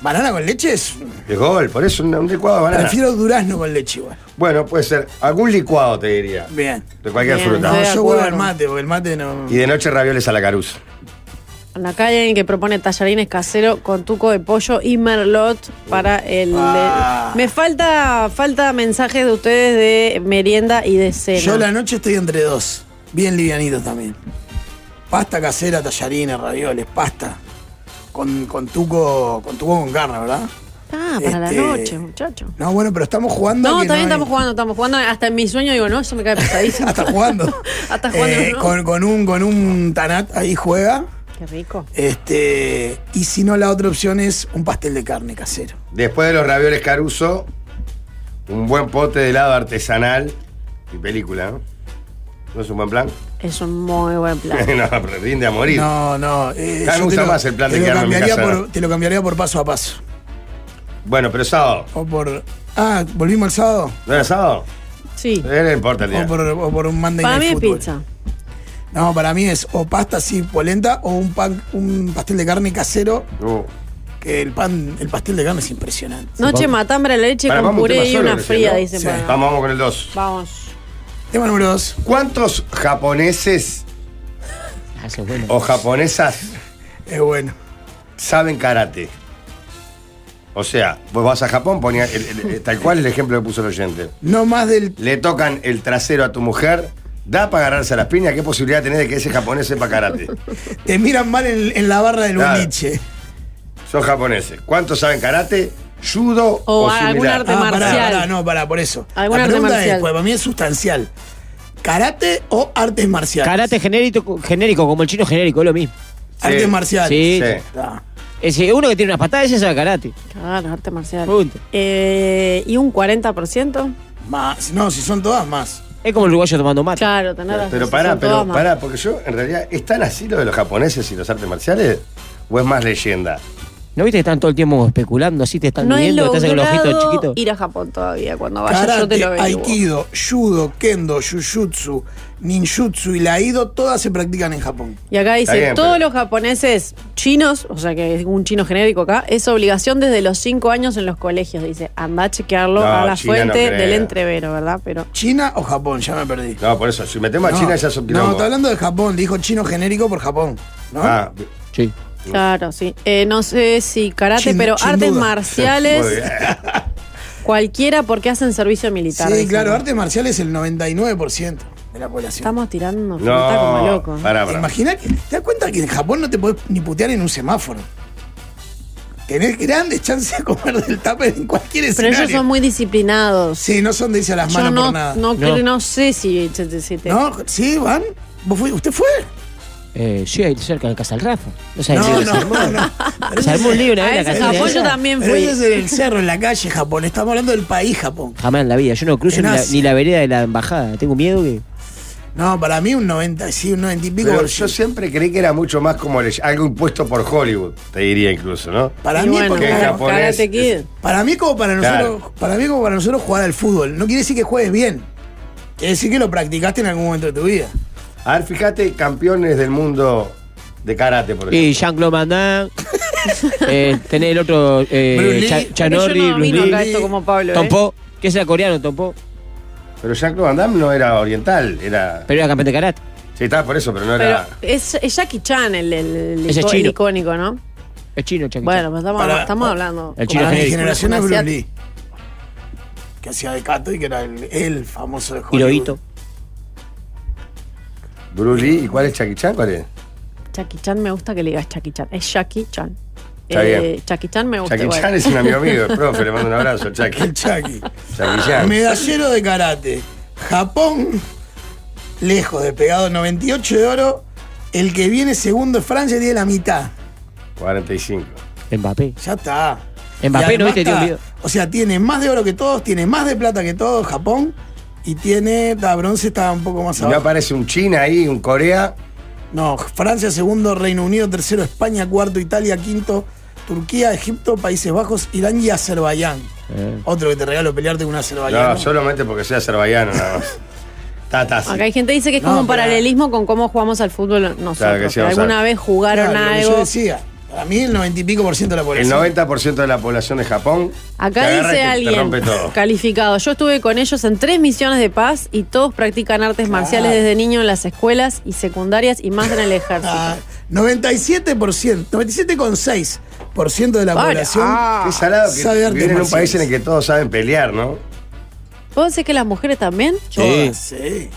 [SPEAKER 2] Banana con leche es.
[SPEAKER 1] de gol, por eso un, un licuado de banana.
[SPEAKER 2] Prefiero durazno Ah, con leche igual.
[SPEAKER 1] Bueno, puede ser algún licuado, te diría.
[SPEAKER 2] Bien.
[SPEAKER 1] De cualquier
[SPEAKER 3] Bien,
[SPEAKER 1] fruta.
[SPEAKER 2] No,
[SPEAKER 3] de
[SPEAKER 2] yo vuelvo
[SPEAKER 3] acuerdo.
[SPEAKER 2] al mate, porque el mate no.
[SPEAKER 1] Y de noche ravioles a la caruza.
[SPEAKER 3] En la calle hay alguien que propone tallarines casero con tuco de pollo y merlot para el.
[SPEAKER 2] Ah.
[SPEAKER 3] Me falta falta mensajes de ustedes de merienda y de cena.
[SPEAKER 2] Yo la noche estoy entre dos. Bien livianito también. Pasta casera, tallarines, ravioles, pasta. Con, con tuco con tuco con carne, ¿verdad?
[SPEAKER 3] Ah, para
[SPEAKER 2] Este,
[SPEAKER 3] la noche, muchacho.
[SPEAKER 2] No, bueno, pero estamos jugando.
[SPEAKER 3] No,
[SPEAKER 2] que
[SPEAKER 3] también
[SPEAKER 2] hay-
[SPEAKER 3] estamos jugando, estamos jugando. Hasta en mi sueño digo, no, eso me cae pesadísimo.
[SPEAKER 2] Hasta jugando.
[SPEAKER 3] Hasta jugando.
[SPEAKER 2] Eh,
[SPEAKER 3] ¿no?
[SPEAKER 2] con, con un, con un tanat ahí juega.
[SPEAKER 3] Qué rico.
[SPEAKER 2] Este, y si no, la otra opción es un pastel de carne casero.
[SPEAKER 1] Después de los ravioles caruso, un buen pote de helado artesanal y película, ¿no? ¿No es un buen plan?
[SPEAKER 3] Es un muy buen plan.
[SPEAKER 1] no, pero rinde a morir.
[SPEAKER 2] No, no. eh,
[SPEAKER 1] Ah, me
[SPEAKER 2] yo te
[SPEAKER 1] gusta
[SPEAKER 2] lo-
[SPEAKER 1] más el plan
[SPEAKER 2] te
[SPEAKER 1] de
[SPEAKER 2] lo
[SPEAKER 1] quedarme en mi
[SPEAKER 2] cambiaría
[SPEAKER 1] casa.
[SPEAKER 2] por- Te lo cambiaría por paso a paso.
[SPEAKER 1] Bueno, pero sábado.
[SPEAKER 2] O por. Ah, volvimos al sábado.
[SPEAKER 1] ¿No era sábado?
[SPEAKER 3] Sí.
[SPEAKER 1] Eh, no importa el día.
[SPEAKER 2] O por, o por un Monday
[SPEAKER 3] Para mí
[SPEAKER 2] Night
[SPEAKER 3] es
[SPEAKER 2] Football.
[SPEAKER 3] pizza.
[SPEAKER 2] No, para mí es o pasta así polenta o un pan, un pastel de carne casero.
[SPEAKER 1] Uh.
[SPEAKER 2] Que el pan, el pastel de carne es impresionante.
[SPEAKER 3] Noche matambre, la leche
[SPEAKER 1] Pará,
[SPEAKER 3] con
[SPEAKER 1] vamos, un
[SPEAKER 3] puré
[SPEAKER 1] tema
[SPEAKER 3] y
[SPEAKER 1] solo
[SPEAKER 3] una
[SPEAKER 1] recién,
[SPEAKER 3] fría,
[SPEAKER 1] ¿no?
[SPEAKER 3] dicen.
[SPEAKER 1] Sí.
[SPEAKER 3] para-
[SPEAKER 1] Vamos, vamos con el 2.
[SPEAKER 3] Vamos.
[SPEAKER 2] Tema número dos.
[SPEAKER 1] ¿Cuántos japoneses
[SPEAKER 6] Ah, eso es bueno.
[SPEAKER 1] o japonesas
[SPEAKER 2] Es bueno.
[SPEAKER 1] saben karate? O sea, vos vas a Japón, ponía el- el- el- tal cual el ejemplo que puso el oyente.
[SPEAKER 2] No más del.
[SPEAKER 1] Le tocan el trasero a tu mujer, da para agarrarse a las piñas, ¿qué posibilidad tenés de que ese japonés sepa karate?
[SPEAKER 2] Te miran mal en, en la barra del
[SPEAKER 1] Claro.
[SPEAKER 2] boliche.
[SPEAKER 1] Son japoneses. ¿Cuántos saben karate, judo o,
[SPEAKER 3] O algún
[SPEAKER 1] similar?
[SPEAKER 3] arte
[SPEAKER 2] Ah, pará,
[SPEAKER 3] marcial.
[SPEAKER 2] pará, no, pará, por eso.
[SPEAKER 3] Algún
[SPEAKER 2] la
[SPEAKER 3] arte
[SPEAKER 2] pregunta
[SPEAKER 3] marcial.
[SPEAKER 2] es, pues, para mí es sustancial. ¿Karate o artes marciales?
[SPEAKER 6] Karate genérico, genérico, como el chino genérico, es lo mismo.
[SPEAKER 2] Artes
[SPEAKER 1] Sí,
[SPEAKER 2] marciales.
[SPEAKER 6] sí.
[SPEAKER 2] Ah,
[SPEAKER 6] Es decir, uno que tiene unas patadas, ese sabe karate.
[SPEAKER 3] Claro, arte marcial.
[SPEAKER 6] Punto.
[SPEAKER 3] Eh, ¿Y un 40%?
[SPEAKER 2] Más. No, si son todas más.
[SPEAKER 6] Es como el uruguayo tomando mate.
[SPEAKER 3] Claro, tenés razón,
[SPEAKER 1] Pero
[SPEAKER 3] si
[SPEAKER 1] pará,
[SPEAKER 3] son
[SPEAKER 1] pero
[SPEAKER 3] todas más.
[SPEAKER 1] pará, porque yo en realidad, ¿están así lo de los japoneses y los artes marciales? ¿O es más leyenda?
[SPEAKER 6] ¿No viste que están todo el tiempo especulando? Así te están
[SPEAKER 3] No he
[SPEAKER 6] viendo, te hacen el ojito
[SPEAKER 3] logrado
[SPEAKER 6] chiquito.
[SPEAKER 3] ir a Japón todavía. Cuando vaya Ah, yo te
[SPEAKER 2] Karate,
[SPEAKER 3] lo averiguo.
[SPEAKER 2] Aikido, Judo, Kendo, Jujutsu, Ninjutsu y la Ido, todas se practican en Japón.
[SPEAKER 3] Y acá dice,
[SPEAKER 2] Está bien,
[SPEAKER 3] todos
[SPEAKER 2] pero-
[SPEAKER 3] los japoneses chinos, o sea que es un chino genérico acá, es obligación desde los 5 años en los colegios. Dice, anda a chequearlo
[SPEAKER 1] No,
[SPEAKER 3] a la
[SPEAKER 1] China no
[SPEAKER 3] fuente
[SPEAKER 1] creo.
[SPEAKER 3] del entrevero, ¿verdad? Pero
[SPEAKER 2] ¿China o Japón? Ya me perdí.
[SPEAKER 1] No, por eso, si metemos a
[SPEAKER 2] No,
[SPEAKER 1] China ya es un
[SPEAKER 2] No,
[SPEAKER 1] quilombo.
[SPEAKER 2] está hablando de Japón, dijo chino genérico por Japón. ¿no?
[SPEAKER 1] Ah,
[SPEAKER 6] sí.
[SPEAKER 3] Claro, sí. Eh, no sé si karate,
[SPEAKER 2] Sin-
[SPEAKER 3] pero
[SPEAKER 2] sin
[SPEAKER 3] artes
[SPEAKER 2] duda.
[SPEAKER 1] Muy bien.
[SPEAKER 3] marciales, cualquiera porque hacen servicio militar.
[SPEAKER 2] Sí,
[SPEAKER 3] dicen.
[SPEAKER 2] claro, artes marciales el 99% de la población.
[SPEAKER 3] Estamos tirando fruta como locos.
[SPEAKER 2] Imagina que- ¿Te das cuenta que en Japón no te podés ni putear en un semáforo? Tenés grandes chances de comer del tupper en cualquier
[SPEAKER 3] Pero
[SPEAKER 2] escenario.
[SPEAKER 3] ellos son muy disciplinados.
[SPEAKER 2] Sí, no son de irse a las
[SPEAKER 3] Yo
[SPEAKER 2] manos
[SPEAKER 3] no,
[SPEAKER 2] por nada.
[SPEAKER 3] no, creo- no sé si... si te-
[SPEAKER 2] No, sí, van. ¿Vos fui- ¿Usted fue?
[SPEAKER 6] Eh, sí, ahí cerca de Casa del Rafa. No, sabes
[SPEAKER 2] No,
[SPEAKER 6] si-
[SPEAKER 2] no, no, no.
[SPEAKER 6] Se armó un lío una vez
[SPEAKER 2] A
[SPEAKER 6] en la
[SPEAKER 2] ese
[SPEAKER 6] Casa del
[SPEAKER 2] Japón
[SPEAKER 6] Rafa.
[SPEAKER 2] yo también Pero fui. eso es en el cerro, en la calle Japón. Estamos hablando del país Japón.
[SPEAKER 6] Jamás en la vida. Yo no cruzo
[SPEAKER 2] En
[SPEAKER 6] ni la,
[SPEAKER 2] Asia.
[SPEAKER 6] ni la vereda de la embajada. Tengo miedo que.
[SPEAKER 2] No, para mí un 90, sí, un 90 y pico.
[SPEAKER 1] Pero
[SPEAKER 2] por
[SPEAKER 1] yo siempre creí que era mucho más como le- algo impuesto por Hollywood, te diría incluso, ¿no?
[SPEAKER 2] Para mí, es
[SPEAKER 1] porque en japonés.
[SPEAKER 2] para mí es como para
[SPEAKER 1] Claro.
[SPEAKER 2] nosotros, para mí es como para nosotros jugar al fútbol. No quiere decir que juegues bien. Quiere decir que lo practicaste en algún momento de tu vida.
[SPEAKER 1] A ver, fíjate, campeones del mundo de karate, por ejemplo.
[SPEAKER 6] Y Jean-Claude Van Damme. eh, tenés el otro.
[SPEAKER 1] Bruce
[SPEAKER 6] Eh,
[SPEAKER 1] Lee.
[SPEAKER 6] Cha-
[SPEAKER 1] Porque yo no
[SPEAKER 6] Chanorri, Bruce
[SPEAKER 1] vino
[SPEAKER 6] Lee.
[SPEAKER 1] acá esto como Pablo, ¿eh?
[SPEAKER 6] Tom Po, que sea coreano, Tom Po.
[SPEAKER 1] Pero Jean-Claude Van Damme no era oriental, era.
[SPEAKER 6] Pero era campeón de karate.
[SPEAKER 1] Sí, está por eso, pero no
[SPEAKER 3] Pero
[SPEAKER 1] era.
[SPEAKER 3] es, es Jackie Chan el, el- el
[SPEAKER 1] Ese es
[SPEAKER 3] ico- el
[SPEAKER 1] chino.
[SPEAKER 3] icónico, ¿no?
[SPEAKER 6] Es chino, Chucky
[SPEAKER 3] Bueno, pues estamos,
[SPEAKER 2] Para-
[SPEAKER 3] estamos hablando.
[SPEAKER 6] El chino
[SPEAKER 2] para mi
[SPEAKER 6] genérico.
[SPEAKER 2] generación es
[SPEAKER 3] Una
[SPEAKER 2] Bruce
[SPEAKER 3] asiat-
[SPEAKER 2] Lee. Que hacía de Cato y que era el, el famoso de Hollywood.
[SPEAKER 6] Hirohito.
[SPEAKER 1] Bruce Lee, ¿y cuál es Jackie Chan? ¿Cuál es?
[SPEAKER 3] Jackie Chan me gusta que le digas Jackie Chan. Es Jackie Chan.
[SPEAKER 1] Está
[SPEAKER 3] Eh,
[SPEAKER 1] bien.
[SPEAKER 3] Jackie Chan me gusta.
[SPEAKER 1] Jackie
[SPEAKER 3] igual.
[SPEAKER 1] Chan es un amigo mío, el profe, le mando un abrazo, Jackie.
[SPEAKER 2] Jackie.
[SPEAKER 1] Jackie Chan.
[SPEAKER 2] Medallero de karate. Japón, lejos de pegado 98 de oro. El que viene segundo es Francia, tiene la mitad.
[SPEAKER 1] 45.
[SPEAKER 6] Mbappé.
[SPEAKER 2] Ya está.
[SPEAKER 6] Mbappé,
[SPEAKER 2] Y
[SPEAKER 6] ¿no
[SPEAKER 2] además
[SPEAKER 6] viste? Tiene un
[SPEAKER 2] está-
[SPEAKER 6] video.
[SPEAKER 2] O sea, tiene más de oro que todos, tiene más de plata que todos, Japón. Y tiene, la bronce está un poco más
[SPEAKER 1] Si no
[SPEAKER 2] abajo.
[SPEAKER 1] aparece un China ahí, un Corea.
[SPEAKER 2] No, Francia segundo, Reino Unido tercero, España cuarto, Italia quinto, Turquía, Egipto, Países Bajos, Irán y Azerbaiyán. Otro que te regalo pelearte con un azerbaiyano.
[SPEAKER 1] Eh. No, solamente porque sea azerbaiyano nada más. Está, está, sí.
[SPEAKER 3] Acá hay gente que dice que es
[SPEAKER 1] No,
[SPEAKER 3] como un
[SPEAKER 1] pero-
[SPEAKER 3] paralelismo con cómo jugamos al fútbol nosotros.
[SPEAKER 1] Claro que sí,
[SPEAKER 3] que
[SPEAKER 1] vamos a
[SPEAKER 3] alguna
[SPEAKER 1] ver.
[SPEAKER 3] vez jugaron
[SPEAKER 2] Claro, lo que
[SPEAKER 3] algo.
[SPEAKER 2] yo decía, para mí el 90 y pico por ciento de la
[SPEAKER 1] El
[SPEAKER 2] población.
[SPEAKER 1] 90% de la población de Japón.
[SPEAKER 3] Acá
[SPEAKER 1] te agarra y
[SPEAKER 3] dice
[SPEAKER 1] te- te
[SPEAKER 3] alguien
[SPEAKER 1] rompe todo.
[SPEAKER 3] calificado. Yo estuve con ellos en tres misiones de paz y todos practican artes marciales desde niño en las escuelas y secundarias y más en el ejército.
[SPEAKER 2] Ah. 97%, 97,6% de la
[SPEAKER 3] Bueno,
[SPEAKER 2] población
[SPEAKER 3] ah.
[SPEAKER 1] Qué salado que
[SPEAKER 2] sabe artes
[SPEAKER 1] vivir en un
[SPEAKER 2] marciales.
[SPEAKER 1] país en el que todos saben pelear, ¿no?
[SPEAKER 3] ¿Puedo decir que las mujeres también?
[SPEAKER 2] Todas, sí.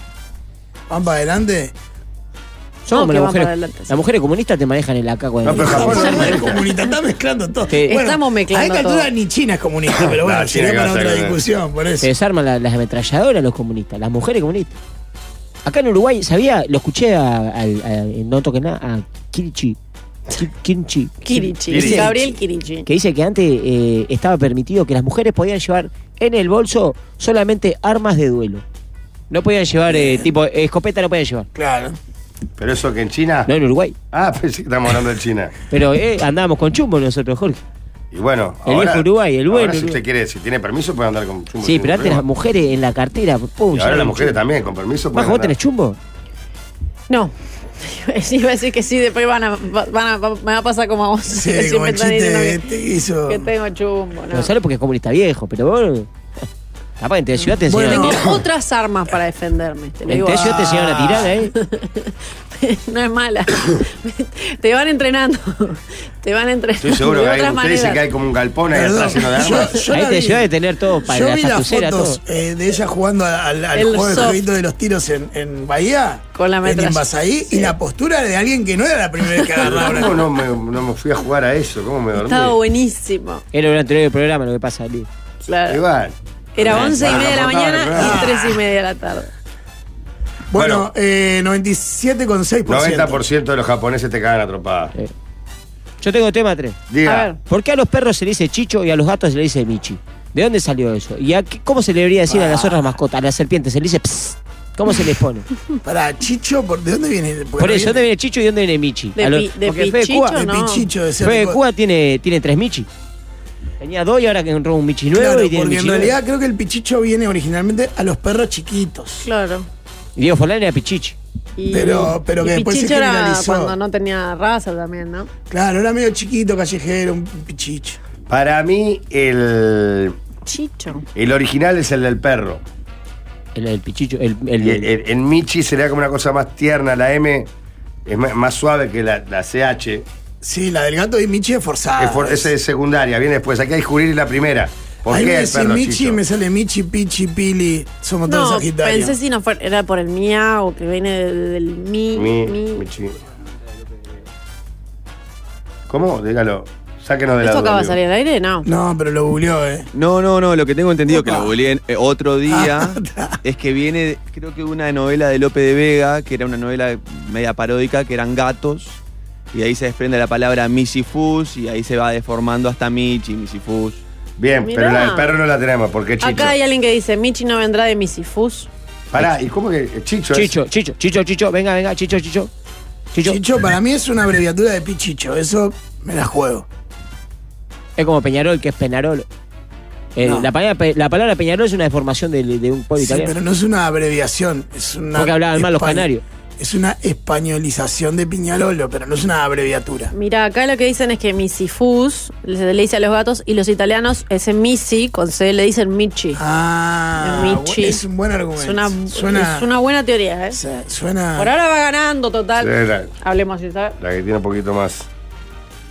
[SPEAKER 2] Van para adelante.
[SPEAKER 6] Son
[SPEAKER 3] No, que van
[SPEAKER 6] como las
[SPEAKER 3] para
[SPEAKER 6] mujeres.
[SPEAKER 3] adelante,
[SPEAKER 6] Las mujeres comunistas te manejan el AK-47.
[SPEAKER 1] No, pero Japón no
[SPEAKER 2] es comunista, está mezclando todo.
[SPEAKER 6] Sí.
[SPEAKER 2] Estamos mezclando A esta
[SPEAKER 6] todo.
[SPEAKER 2] altura ni China es comunista, pero bueno,
[SPEAKER 6] No, China
[SPEAKER 2] sería
[SPEAKER 6] que va
[SPEAKER 2] para
[SPEAKER 6] a ser
[SPEAKER 2] otra
[SPEAKER 6] que-
[SPEAKER 2] discusión, por eso.
[SPEAKER 6] Se desarman la- las ametralladoras los comunistas, las mujeres comunistas. Acá en Uruguay, sabía, lo escuché a, al- a- no toque nada, a Kirichi. Ki- Kirichi.
[SPEAKER 3] Kirichi.
[SPEAKER 6] Ese-
[SPEAKER 3] Gabriel Kirichi.
[SPEAKER 6] Que dice que antes eh, estaba permitido que las mujeres podían llevar en el bolso solamente armas de duelo. No podían llevar, eh, tipo, escopeta no podían llevar.
[SPEAKER 2] Claro.
[SPEAKER 1] Pero eso que en China.
[SPEAKER 6] No, en Uruguay.
[SPEAKER 1] Ah, pensé que estamos hablando de China.
[SPEAKER 6] Pero eh, andábamos con chumbo nosotros, Jorge.
[SPEAKER 1] Y bueno,
[SPEAKER 6] El
[SPEAKER 1] ahora,
[SPEAKER 6] viejo Uruguay, el bueno
[SPEAKER 1] ahora si
[SPEAKER 6] Uruguay.
[SPEAKER 1] usted quiere, si tiene permiso, puede andar con chumbo.
[SPEAKER 6] Sí,
[SPEAKER 1] sin
[SPEAKER 6] pero antes
[SPEAKER 1] problema.
[SPEAKER 6] las mujeres en la cartera, pum,
[SPEAKER 1] Y ahora
[SPEAKER 6] llevaban
[SPEAKER 1] las mujeres
[SPEAKER 6] chumbo.
[SPEAKER 1] también, con permiso. pueden
[SPEAKER 6] Majo, ¿vos
[SPEAKER 1] andar.
[SPEAKER 6] tenés chumbo?
[SPEAKER 3] No. Iba a decir que sí, después van a, van a- me va a pasar como a vos.
[SPEAKER 2] Sí,
[SPEAKER 3] que
[SPEAKER 2] como
[SPEAKER 3] siempre
[SPEAKER 2] el
[SPEAKER 3] están
[SPEAKER 2] chiste
[SPEAKER 3] diciendo
[SPEAKER 2] de
[SPEAKER 3] que,
[SPEAKER 2] este que hizo.
[SPEAKER 3] que tengo chumbo.
[SPEAKER 6] No
[SPEAKER 3] No.
[SPEAKER 6] solo porque es comunista viejo, pero vos. Capaz en Tres Ciudad te enseñaron
[SPEAKER 3] Tengo
[SPEAKER 6] a tirar.
[SPEAKER 3] otras armas para defenderme. Te lo
[SPEAKER 6] En
[SPEAKER 3] digo.
[SPEAKER 6] Tres Ciudad te enseñaron a tirar, ¿eh?
[SPEAKER 3] no es mala. te van entrenando. te van entrenando.
[SPEAKER 1] Estoy seguro
[SPEAKER 3] de
[SPEAKER 1] que hay,
[SPEAKER 3] otras
[SPEAKER 1] usted dice
[SPEAKER 3] maneras.
[SPEAKER 1] que hay como un galpón ahí
[SPEAKER 2] Perdón,
[SPEAKER 1] atrás lleno de
[SPEAKER 2] yo-
[SPEAKER 1] armas.
[SPEAKER 2] yo la vi.
[SPEAKER 6] tener todo para
[SPEAKER 2] Yo
[SPEAKER 6] la
[SPEAKER 2] vi las
[SPEAKER 6] tatucera,
[SPEAKER 2] fotos eh, de ella jugando al, al- al
[SPEAKER 3] El
[SPEAKER 2] juego de
[SPEAKER 3] soft.
[SPEAKER 2] jueguito de los tiros en, en Bahía.
[SPEAKER 3] Con la
[SPEAKER 2] En
[SPEAKER 3] metralla.
[SPEAKER 2] Invasaí. Y la postura de alguien que no era la primera vez que agarraba una
[SPEAKER 1] ¿Cómo no me, no me fui a jugar a eso? ¿Cómo me dormí?
[SPEAKER 3] Estaba buenísimo.
[SPEAKER 6] Era el anterior del programa lo que pasa, Ali.
[SPEAKER 3] Claro.
[SPEAKER 1] Igual.
[SPEAKER 3] Era
[SPEAKER 6] Bueno,
[SPEAKER 3] once y media de la
[SPEAKER 6] bueno,
[SPEAKER 3] mañana
[SPEAKER 6] bueno.
[SPEAKER 3] y tres y media de la tarde.
[SPEAKER 2] Bueno, eh, 97,6%.
[SPEAKER 1] 90% de los japoneses te cagan atropada.
[SPEAKER 6] Yo tengo tema 3.
[SPEAKER 1] Diga. A ver.
[SPEAKER 6] ¿Por qué a los perros se le dice Chicho y a los gatos se le
[SPEAKER 2] Ah.
[SPEAKER 6] dice Michi? ¿De dónde salió eso? ¿Y a qué- cómo se le debería decir a las otras mascotas? A las serpientes se le dice Psst. ¿Cómo se les pone?
[SPEAKER 2] Para Chicho, ¿por- ¿de dónde viene? Porque
[SPEAKER 6] Por
[SPEAKER 2] no
[SPEAKER 6] eso, ¿dónde viene Chicho y dónde viene Michi?
[SPEAKER 2] De
[SPEAKER 6] A los-
[SPEAKER 2] pi- de
[SPEAKER 6] porque Fede
[SPEAKER 2] Pichicho,
[SPEAKER 6] Cuba,
[SPEAKER 2] no. De Pichicho, de ser
[SPEAKER 6] Fede
[SPEAKER 2] de-
[SPEAKER 6] Cuba tiene, tiene tres Michi. Tenía dos y ahora que entró un Michi nuevo
[SPEAKER 2] Claro,
[SPEAKER 6] y tiene
[SPEAKER 2] porque
[SPEAKER 6] Michi
[SPEAKER 2] en
[SPEAKER 6] nuevo.
[SPEAKER 2] realidad creo que el pichicho viene originalmente a los perros chiquitos.
[SPEAKER 3] Claro.
[SPEAKER 6] Y Diego Forlán era Pichichi.
[SPEAKER 3] Y-
[SPEAKER 2] Pero- Oh, pero que
[SPEAKER 3] y
[SPEAKER 2] después se
[SPEAKER 3] Pichicho era
[SPEAKER 2] generalizó.
[SPEAKER 3] cuando no tenía raza también, ¿no?
[SPEAKER 2] Claro, era medio chiquito, callejero, un pichicho.
[SPEAKER 1] Para mí, el,
[SPEAKER 3] Chicho.
[SPEAKER 1] el original es el del perro.
[SPEAKER 6] El, pichicho. El,
[SPEAKER 1] el, el Michi sería como una cosa más tierna. La M es ma- más, suave que la, la CH.
[SPEAKER 2] Sí, la del gato y Michi es forzada.
[SPEAKER 1] Es for- esa es secundaria, viene después. Aquí hay Juril y la primera. ¿Por
[SPEAKER 2] Ahí
[SPEAKER 1] qué
[SPEAKER 2] me
[SPEAKER 1] el
[SPEAKER 2] decís
[SPEAKER 1] perro
[SPEAKER 2] Michi
[SPEAKER 1] Chicho?
[SPEAKER 2] y me sale Michi, Pichi, Pili. Somos todos
[SPEAKER 3] No,
[SPEAKER 2] Sagitarios.
[SPEAKER 3] pensé si no fuera, era por el mía o que viene del, del mi,
[SPEAKER 1] Mi-
[SPEAKER 3] mi.
[SPEAKER 1] Michi. ¿Cómo? Dígalo.
[SPEAKER 3] Ah.
[SPEAKER 1] Sáquenos de la
[SPEAKER 3] ¿Esto
[SPEAKER 1] duda.
[SPEAKER 3] acaba de
[SPEAKER 1] amigo.
[SPEAKER 3] salir al aire? No.
[SPEAKER 2] No, pero lo googleó, ¿eh?
[SPEAKER 15] No, no, no, lo que tengo entendido que lo googleé eh, otro día es que viene, creo que una novela de Lope de Vega, que era una novela media paródica, que eran gatos, y de ahí se desprende la palabra misifus, y ahí se va deformando hasta Michi, misifus.
[SPEAKER 1] Bien,
[SPEAKER 3] Mirá. pero la del perro
[SPEAKER 1] no la tenemos, porque
[SPEAKER 3] Acá hay alguien que dice, Michi no vendrá de Misifus.
[SPEAKER 1] Pará, ¿y cómo que Chicho?
[SPEAKER 6] Chicho, Chicho, Chicho, Chicho, venga, venga, Chicho, Chicho.
[SPEAKER 2] Chicho. para mí es una abreviatura de Pichicho. Eso me la juego.
[SPEAKER 6] Es como Peñarol, que es Penarol. Eh,
[SPEAKER 2] No.
[SPEAKER 6] la, palabra, pe- la palabra Peñarol es una deformación del- de, un pueblo
[SPEAKER 2] Sí,
[SPEAKER 6] italiano.
[SPEAKER 2] pero no es una abreviación. Es una
[SPEAKER 6] Porque hablaban mal los
[SPEAKER 2] españ-
[SPEAKER 6] canarios.
[SPEAKER 2] Es una españolización de Piñalolo, pero no es una abreviatura.
[SPEAKER 3] Mira, acá lo que dicen es que Misifus le, le dice a los gatos y los italianos ese Misi con C le dicen Michi.
[SPEAKER 2] Ah,
[SPEAKER 3] Michi.
[SPEAKER 2] es un buen argumento.
[SPEAKER 3] Es una,
[SPEAKER 2] Suena-
[SPEAKER 3] es una buena teoría, ¿eh?
[SPEAKER 2] suena-
[SPEAKER 3] Por ahora va ganando, total.
[SPEAKER 1] Sí, la-
[SPEAKER 3] Hablemos así, ¿sabes?
[SPEAKER 1] La que tiene un poquito más.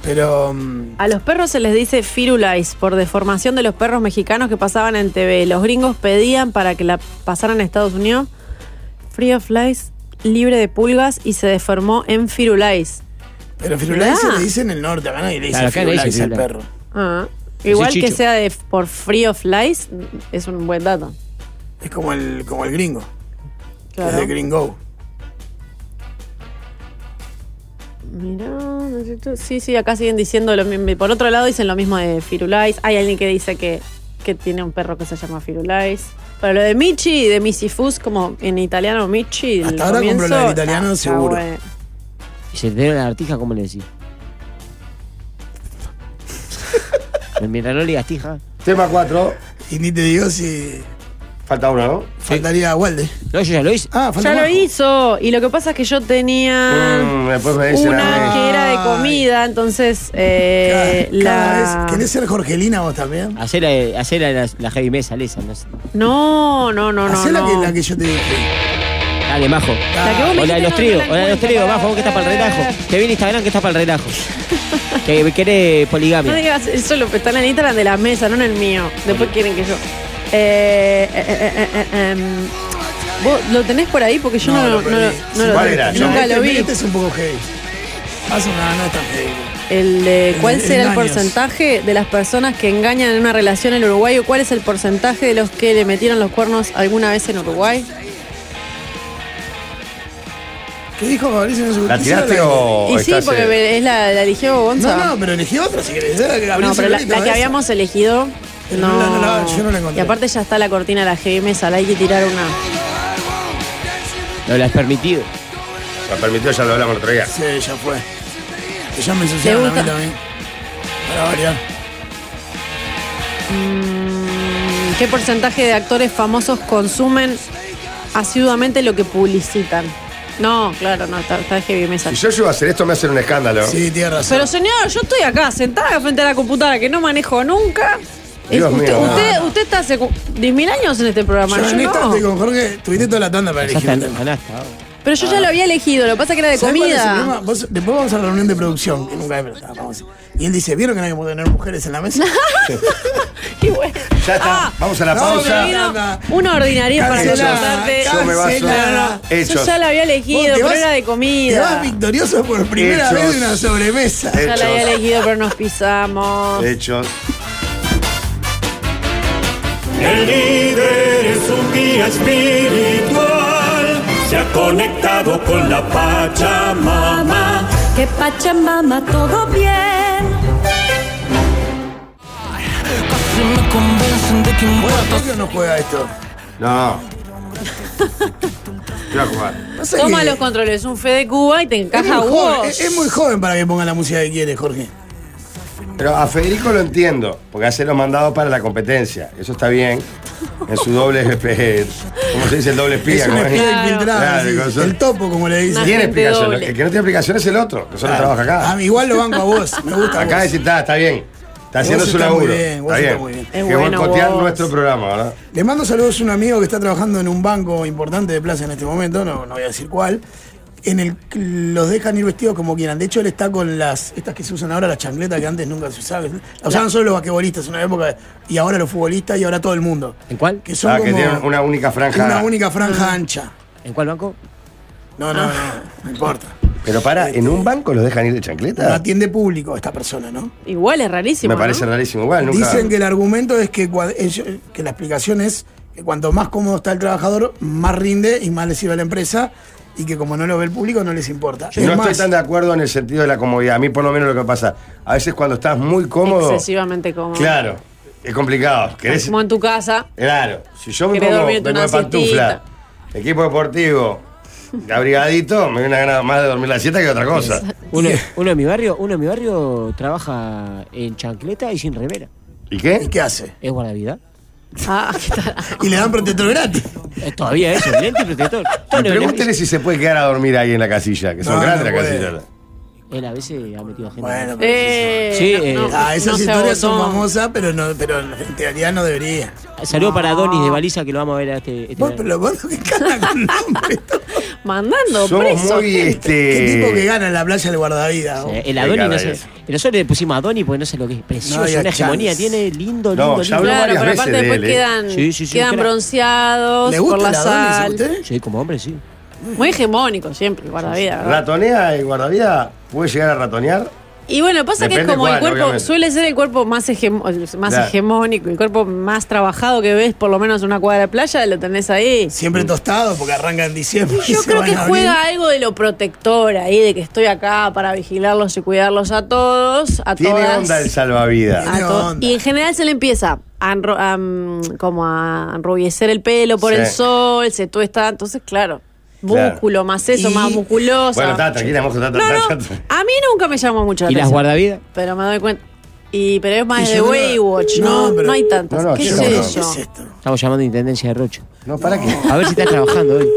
[SPEAKER 2] Pero. um,
[SPEAKER 3] A los perros se les dice firulais por deformación de los perros mexicanos que pasaban en TV. Los gringos pedían para que la pasaran a Estados Unidos free of lice, libre de pulgas y se deformó en firulais.
[SPEAKER 2] Pero Firulais
[SPEAKER 3] Mirá.
[SPEAKER 2] se le dice en el norte, acá nadie le dice
[SPEAKER 6] Claro, acá le
[SPEAKER 2] Firulais
[SPEAKER 6] dicen
[SPEAKER 2] al perro.
[SPEAKER 6] Firulais.
[SPEAKER 3] Ah,
[SPEAKER 6] Ese
[SPEAKER 3] Igual que
[SPEAKER 6] chicho.
[SPEAKER 3] sea de, por free of lice, es un buen dato.
[SPEAKER 2] Es como el, como el gringo.
[SPEAKER 3] Claro.
[SPEAKER 2] Es el gringo.
[SPEAKER 3] Mirá, no sé tú- sí, sí, acá siguen diciendo lo mismo. Por otro lado dicen lo mismo de Firulais. Hay alguien que dice que, que tiene un perro que se llama Firulais. Pero lo de Michi y de Misifus, como en italiano Michi. del
[SPEAKER 2] Hasta ahora compro lo del
[SPEAKER 3] comienzo, está-
[SPEAKER 2] italiano
[SPEAKER 3] está
[SPEAKER 2] seguro.
[SPEAKER 3] bueno.
[SPEAKER 6] Y se dieron la artija, ¿cómo le decís? Me miraron y gastija.
[SPEAKER 1] Tema 4.
[SPEAKER 2] Y ni te digo si.
[SPEAKER 1] Falta uno, ¿no?
[SPEAKER 2] Faltaría Walde.
[SPEAKER 6] No, yo ya lo hice.
[SPEAKER 2] Ah,
[SPEAKER 3] Ya
[SPEAKER 2] falta
[SPEAKER 3] lo
[SPEAKER 2] Juanjo.
[SPEAKER 3] hizo. Y lo que pasa es que yo tenía
[SPEAKER 1] Mm, después me dicen
[SPEAKER 3] una
[SPEAKER 1] a mí.
[SPEAKER 3] que era de comida, entonces eh,
[SPEAKER 6] Cada- cada
[SPEAKER 3] la.
[SPEAKER 6] vez-
[SPEAKER 2] ¿Querés ser Jorgelina vos también?
[SPEAKER 6] Hacer la, hacer la, la, la heavy metal esa, no sé.
[SPEAKER 3] No, no, no, no.
[SPEAKER 2] Hacé la,
[SPEAKER 3] no.
[SPEAKER 2] que, la que yo te dije.
[SPEAKER 6] Dale, majo.
[SPEAKER 2] La que vos me
[SPEAKER 6] Hola de
[SPEAKER 2] dijiste
[SPEAKER 6] los
[SPEAKER 2] no,
[SPEAKER 6] trigos,
[SPEAKER 2] no la
[SPEAKER 6] hola de los
[SPEAKER 2] encuentro,
[SPEAKER 6] trigos,
[SPEAKER 2] pará.
[SPEAKER 6] majo, que está para el relajo. Te vi en Instagram que está para el relajo. que querés
[SPEAKER 3] No
[SPEAKER 6] poligamia.
[SPEAKER 3] digas eso, lo que están en Instagram de la mesa, no en el mío. Después quieren que yo. Eh, eh, eh, eh, eh, em. ¿Vos lo tenés por ahí? Porque yo no, lo- no, lo- no lo
[SPEAKER 1] ¿Cuál era?
[SPEAKER 3] Nunca
[SPEAKER 2] Este-
[SPEAKER 3] lo vi.
[SPEAKER 2] Este es un poco heavy. Hace una no es tan heavy.
[SPEAKER 3] El, de Eh, ¿Cuál
[SPEAKER 2] El-
[SPEAKER 3] será el
[SPEAKER 2] engaños.
[SPEAKER 3] porcentaje de las personas que engañan en una relación en Uruguay o cuál es el porcentaje de los que le metieron los cuernos alguna vez en Uruguay?
[SPEAKER 2] ¿Qué dijo Fabricio en su
[SPEAKER 1] ¿La tiraste o.?
[SPEAKER 3] Y sí,
[SPEAKER 1] estás,
[SPEAKER 3] porque
[SPEAKER 1] eh,
[SPEAKER 3] me- es la, la eligió Gonza.
[SPEAKER 2] No, no, pero elegí otra si querés. Era la que
[SPEAKER 3] No,
[SPEAKER 2] Gabriel
[SPEAKER 3] pero la,
[SPEAKER 2] Simonetti
[SPEAKER 3] la que
[SPEAKER 2] esa.
[SPEAKER 3] habíamos elegido.
[SPEAKER 2] Pero
[SPEAKER 3] No,
[SPEAKER 2] no la- no la- yo no la encontré.
[SPEAKER 3] Y aparte ya está la cortina de la heavy metal, hay que tirar una.
[SPEAKER 6] No la has permitido.
[SPEAKER 1] La permitió, ya lo hablamos el otro día.
[SPEAKER 2] Sí, ya fue. Que ya me
[SPEAKER 3] ¿Te
[SPEAKER 2] ensuciaron a mí
[SPEAKER 3] gusta?
[SPEAKER 2] también. Para variar.
[SPEAKER 3] Mm, ¿Qué porcentaje de actores famosos consumen asiduamente lo que publicitan? No, claro, no, está, está heavy metal.
[SPEAKER 1] Si yo llego a hacer esto, me hacen un escándalo.
[SPEAKER 2] Sí, tiene razón.
[SPEAKER 3] Pero señor, yo estoy acá sentada frente a la computadora que no manejo nunca. Es-
[SPEAKER 1] Dios
[SPEAKER 3] usted,
[SPEAKER 1] mío.
[SPEAKER 3] usted, usted está hace cu- 10.000 años en este programa,
[SPEAKER 2] Yo
[SPEAKER 3] yo
[SPEAKER 2] en esta
[SPEAKER 3] no.
[SPEAKER 2] estoy con Jorge, tuviste toda la tanda para
[SPEAKER 6] Ya
[SPEAKER 2] elegir.
[SPEAKER 6] está,
[SPEAKER 2] el tema.
[SPEAKER 6] ganaste. ah.
[SPEAKER 3] Pero yo ya lo había elegido, lo que pasa que era de
[SPEAKER 2] ¿Sabés cuál es el problema?
[SPEAKER 3] comida.
[SPEAKER 2] Vos- después vamos a la reunión de producción, que nunca me vamos. Y él dice, ¿vieron que no hay que tener mujeres en la mesa?
[SPEAKER 3] Y bueno,
[SPEAKER 1] Ya está,
[SPEAKER 3] Ah,
[SPEAKER 1] vamos a la
[SPEAKER 2] no,
[SPEAKER 1] pausa.
[SPEAKER 2] me vino-
[SPEAKER 3] una ordinaria para
[SPEAKER 2] Cancelá,
[SPEAKER 3] consultarte.
[SPEAKER 1] Yo me baso.
[SPEAKER 2] Cancela.
[SPEAKER 3] Yo
[SPEAKER 1] Hechos.
[SPEAKER 3] ya la había
[SPEAKER 2] Vos
[SPEAKER 3] elegido,
[SPEAKER 2] te
[SPEAKER 3] pero
[SPEAKER 2] vas-
[SPEAKER 3] era de
[SPEAKER 2] Te vas
[SPEAKER 3] comida.
[SPEAKER 2] victorioso por primera
[SPEAKER 1] Hechos.
[SPEAKER 2] vez de una sobremesa.
[SPEAKER 1] Eh.
[SPEAKER 3] Ya la había
[SPEAKER 1] Hechos.
[SPEAKER 3] elegido, pero nos pisamos.
[SPEAKER 1] Hechos.
[SPEAKER 9] El líder es un guía espiritual, se ha conectado con la Pachamama.
[SPEAKER 12] Que Pachamama todo bien.
[SPEAKER 2] ¿Por qué no juega esto?
[SPEAKER 1] No. Yo voy a jugar.
[SPEAKER 2] Pasa
[SPEAKER 3] Toma
[SPEAKER 2] que-
[SPEAKER 3] los controles, un fe de Cuba y te
[SPEAKER 2] Es
[SPEAKER 3] encaja
[SPEAKER 2] muy, joven,
[SPEAKER 3] vos.
[SPEAKER 2] es- es muy joven para que ponga la música que quiere, Jorge.
[SPEAKER 1] Pero a Federico lo entiendo, porque hace los mandados para la competencia. Eso está bien. En su doble. eh, ¿Cómo se dice el doble espía?
[SPEAKER 2] es un
[SPEAKER 1] ¿Cómo
[SPEAKER 2] espía infiltrado,
[SPEAKER 1] Claro,
[SPEAKER 2] sí.
[SPEAKER 1] con su-
[SPEAKER 2] el topo, como le dicen.
[SPEAKER 1] Tiene explicación. El que no tiene explicación es el otro. Nosotros
[SPEAKER 2] Claro.
[SPEAKER 1] trabajamos acá.
[SPEAKER 2] Ah, igual lo banco a vos, me gusta
[SPEAKER 1] Acá
[SPEAKER 2] vos.
[SPEAKER 1] decís, está, está bien. Está
[SPEAKER 2] Vos
[SPEAKER 1] haciendo su
[SPEAKER 2] estás muy
[SPEAKER 1] laburo.
[SPEAKER 2] bien, vos
[SPEAKER 1] está bien.
[SPEAKER 2] estás muy bien.
[SPEAKER 1] Que
[SPEAKER 2] Es
[SPEAKER 1] bueno,
[SPEAKER 2] bueno
[SPEAKER 1] boicotear
[SPEAKER 2] vos.
[SPEAKER 1] nuestro programa, ¿verdad?
[SPEAKER 2] Le mando saludos a un amigo que está trabajando en un banco importante de plaza en este momento, no, no voy a decir cuál. En el que los dejan ir vestidos como quieran. De hecho, él está con las. Estas que se usan ahora, las chancletas que antes nunca se usaban. Las usaban solo los basquetbolistas en una época. Y ahora los futbolistas y ahora todo el mundo.
[SPEAKER 6] ¿En cuál?
[SPEAKER 2] Que son
[SPEAKER 1] Ah, que
[SPEAKER 2] como
[SPEAKER 1] tienen una única franja.
[SPEAKER 2] una única franja ancha.
[SPEAKER 6] Mm. ¿En cuál banco? Ah.
[SPEAKER 2] No, no, no, no importa.
[SPEAKER 1] Pero para, ¿en un banco los dejan ir de
[SPEAKER 2] este, No
[SPEAKER 1] chancleta?
[SPEAKER 2] atiende público esta persona, ¿no?
[SPEAKER 3] Igual es rarísimo.
[SPEAKER 1] Me parece
[SPEAKER 3] ¿no?
[SPEAKER 1] rarísimo. Igual, nunca.
[SPEAKER 2] Dicen que el argumento es que, cua- ellos- que la explicación es que cuanto más cómodo está el trabajador, más rinde y más le sirve a la empresa y que como no lo ve el público, no les importa.
[SPEAKER 1] Yo
[SPEAKER 2] es
[SPEAKER 1] no estoy
[SPEAKER 2] más,
[SPEAKER 1] tan de acuerdo en el sentido de la comodidad. A mí, por lo menos, lo que pasa. A veces, cuando estás muy cómodo.
[SPEAKER 3] Excesivamente cómodo.
[SPEAKER 1] Claro, es complicado. ¿Querés?
[SPEAKER 3] Como en tu casa.
[SPEAKER 1] Claro, si yo me
[SPEAKER 3] Querés
[SPEAKER 1] pongo
[SPEAKER 3] dormirte
[SPEAKER 1] vengo de
[SPEAKER 3] una
[SPEAKER 1] pantufla, equipo deportivo, abrigadito, me da una gana más de dormir la siesta que otra cosa.
[SPEAKER 6] Uno, uno de mi barrio, uno de mi barrio trabaja en chancleta y sin remera.
[SPEAKER 1] ¿Y qué?
[SPEAKER 2] ¿Y qué hace?
[SPEAKER 6] Es guardavidad.
[SPEAKER 3] Ah, qué tal.
[SPEAKER 2] Y le dan protector gratis.
[SPEAKER 6] todavía eso, lente y protector. Todo
[SPEAKER 1] Y
[SPEAKER 6] lo
[SPEAKER 1] pregúntele si se puede quedar a dormir ahí en la casilla, que son
[SPEAKER 6] No,
[SPEAKER 1] grandes
[SPEAKER 6] no
[SPEAKER 1] las
[SPEAKER 6] puede.
[SPEAKER 1] casillas.
[SPEAKER 6] Él a veces ha metido a gente.
[SPEAKER 2] Bueno,
[SPEAKER 3] pero
[SPEAKER 6] sí,
[SPEAKER 2] Eh,
[SPEAKER 6] eh,
[SPEAKER 2] ah, esas historias son famosas, pero, no, pero en teoría no debería.
[SPEAKER 6] Saludo para Donis de Baliza que lo vamos a ver a este. este verano.
[SPEAKER 3] Mandando
[SPEAKER 6] Somos
[SPEAKER 3] preso.
[SPEAKER 6] muy,
[SPEAKER 3] gente.
[SPEAKER 6] este,
[SPEAKER 2] ¿Qué tipo que gana en la playa el guardavidas?
[SPEAKER 6] Eh, el Adonis, no sé. eh, Nosotros le pusimos Adonis porque no sé lo que es. Precioso,
[SPEAKER 2] No había
[SPEAKER 6] una hegemonía
[SPEAKER 2] chance.
[SPEAKER 6] tiene, lindo,
[SPEAKER 1] No,
[SPEAKER 6] lindo,
[SPEAKER 1] ya
[SPEAKER 6] lindo.
[SPEAKER 1] habló
[SPEAKER 3] Claro,
[SPEAKER 1] varias
[SPEAKER 3] pero
[SPEAKER 1] veces
[SPEAKER 3] aparte
[SPEAKER 1] de
[SPEAKER 3] después
[SPEAKER 1] él. ¿eh?
[SPEAKER 3] quedan,
[SPEAKER 6] Sí, sí, sí,
[SPEAKER 3] quedan
[SPEAKER 6] claro.
[SPEAKER 3] bronceados por la sal.
[SPEAKER 6] Sí, como hombre, sí.
[SPEAKER 3] Muy hegemónico siempre, guardavidas. ¿verdad?
[SPEAKER 1] ¿Ratonea y guardavida? ¿Puede llegar a ratonear?
[SPEAKER 3] Y bueno, pasa que
[SPEAKER 1] Depende
[SPEAKER 3] es como
[SPEAKER 1] cuál,
[SPEAKER 3] el cuerpo,
[SPEAKER 1] obviamente.
[SPEAKER 3] suele ser el cuerpo más, hegemo- el más
[SPEAKER 1] Claro.
[SPEAKER 3] hegemónico, el cuerpo más trabajado que ves, por lo menos en una cuadra de playa, lo tenés ahí.
[SPEAKER 2] Siempre tostado porque arranca en diciembre. y
[SPEAKER 3] Yo
[SPEAKER 2] se
[SPEAKER 3] creo
[SPEAKER 2] van
[SPEAKER 3] que
[SPEAKER 2] a abrir.
[SPEAKER 3] juega algo de lo protector ahí, de que estoy acá para vigilarlos y cuidarlos a todos, a
[SPEAKER 1] Tiene
[SPEAKER 3] todas.
[SPEAKER 1] onda el
[SPEAKER 3] a
[SPEAKER 1] salvavidas.
[SPEAKER 3] to- y en general se le empieza a enro- a, mm, como a enrubiecer el pelo por
[SPEAKER 1] Sí.
[SPEAKER 3] el sol, se tuesta, entonces claro,
[SPEAKER 1] Claro.
[SPEAKER 3] músculo, más eso,
[SPEAKER 1] Y-
[SPEAKER 3] más musculosa.
[SPEAKER 1] Bueno, está, tranquila, mojo, está,
[SPEAKER 3] No,
[SPEAKER 1] está,
[SPEAKER 3] no,
[SPEAKER 1] está, está.
[SPEAKER 3] a mí nunca me llamó mucho la
[SPEAKER 6] ¿Y las
[SPEAKER 3] atención.
[SPEAKER 6] guardavidas?
[SPEAKER 3] Pero me doy cuenta. Y, pero es más
[SPEAKER 2] Y
[SPEAKER 3] de
[SPEAKER 2] yo no-
[SPEAKER 3] Baywatch, no,
[SPEAKER 2] no,
[SPEAKER 3] no,
[SPEAKER 2] pero-
[SPEAKER 3] hay tantas.
[SPEAKER 6] no,
[SPEAKER 3] ¿Qué sé
[SPEAKER 6] yo no
[SPEAKER 3] yo?
[SPEAKER 6] creo. ¿Qué es Estamos llamando a Intendencia de Rocha.
[SPEAKER 1] No, ¿para qué?
[SPEAKER 6] A ver si estás trabajando hoy.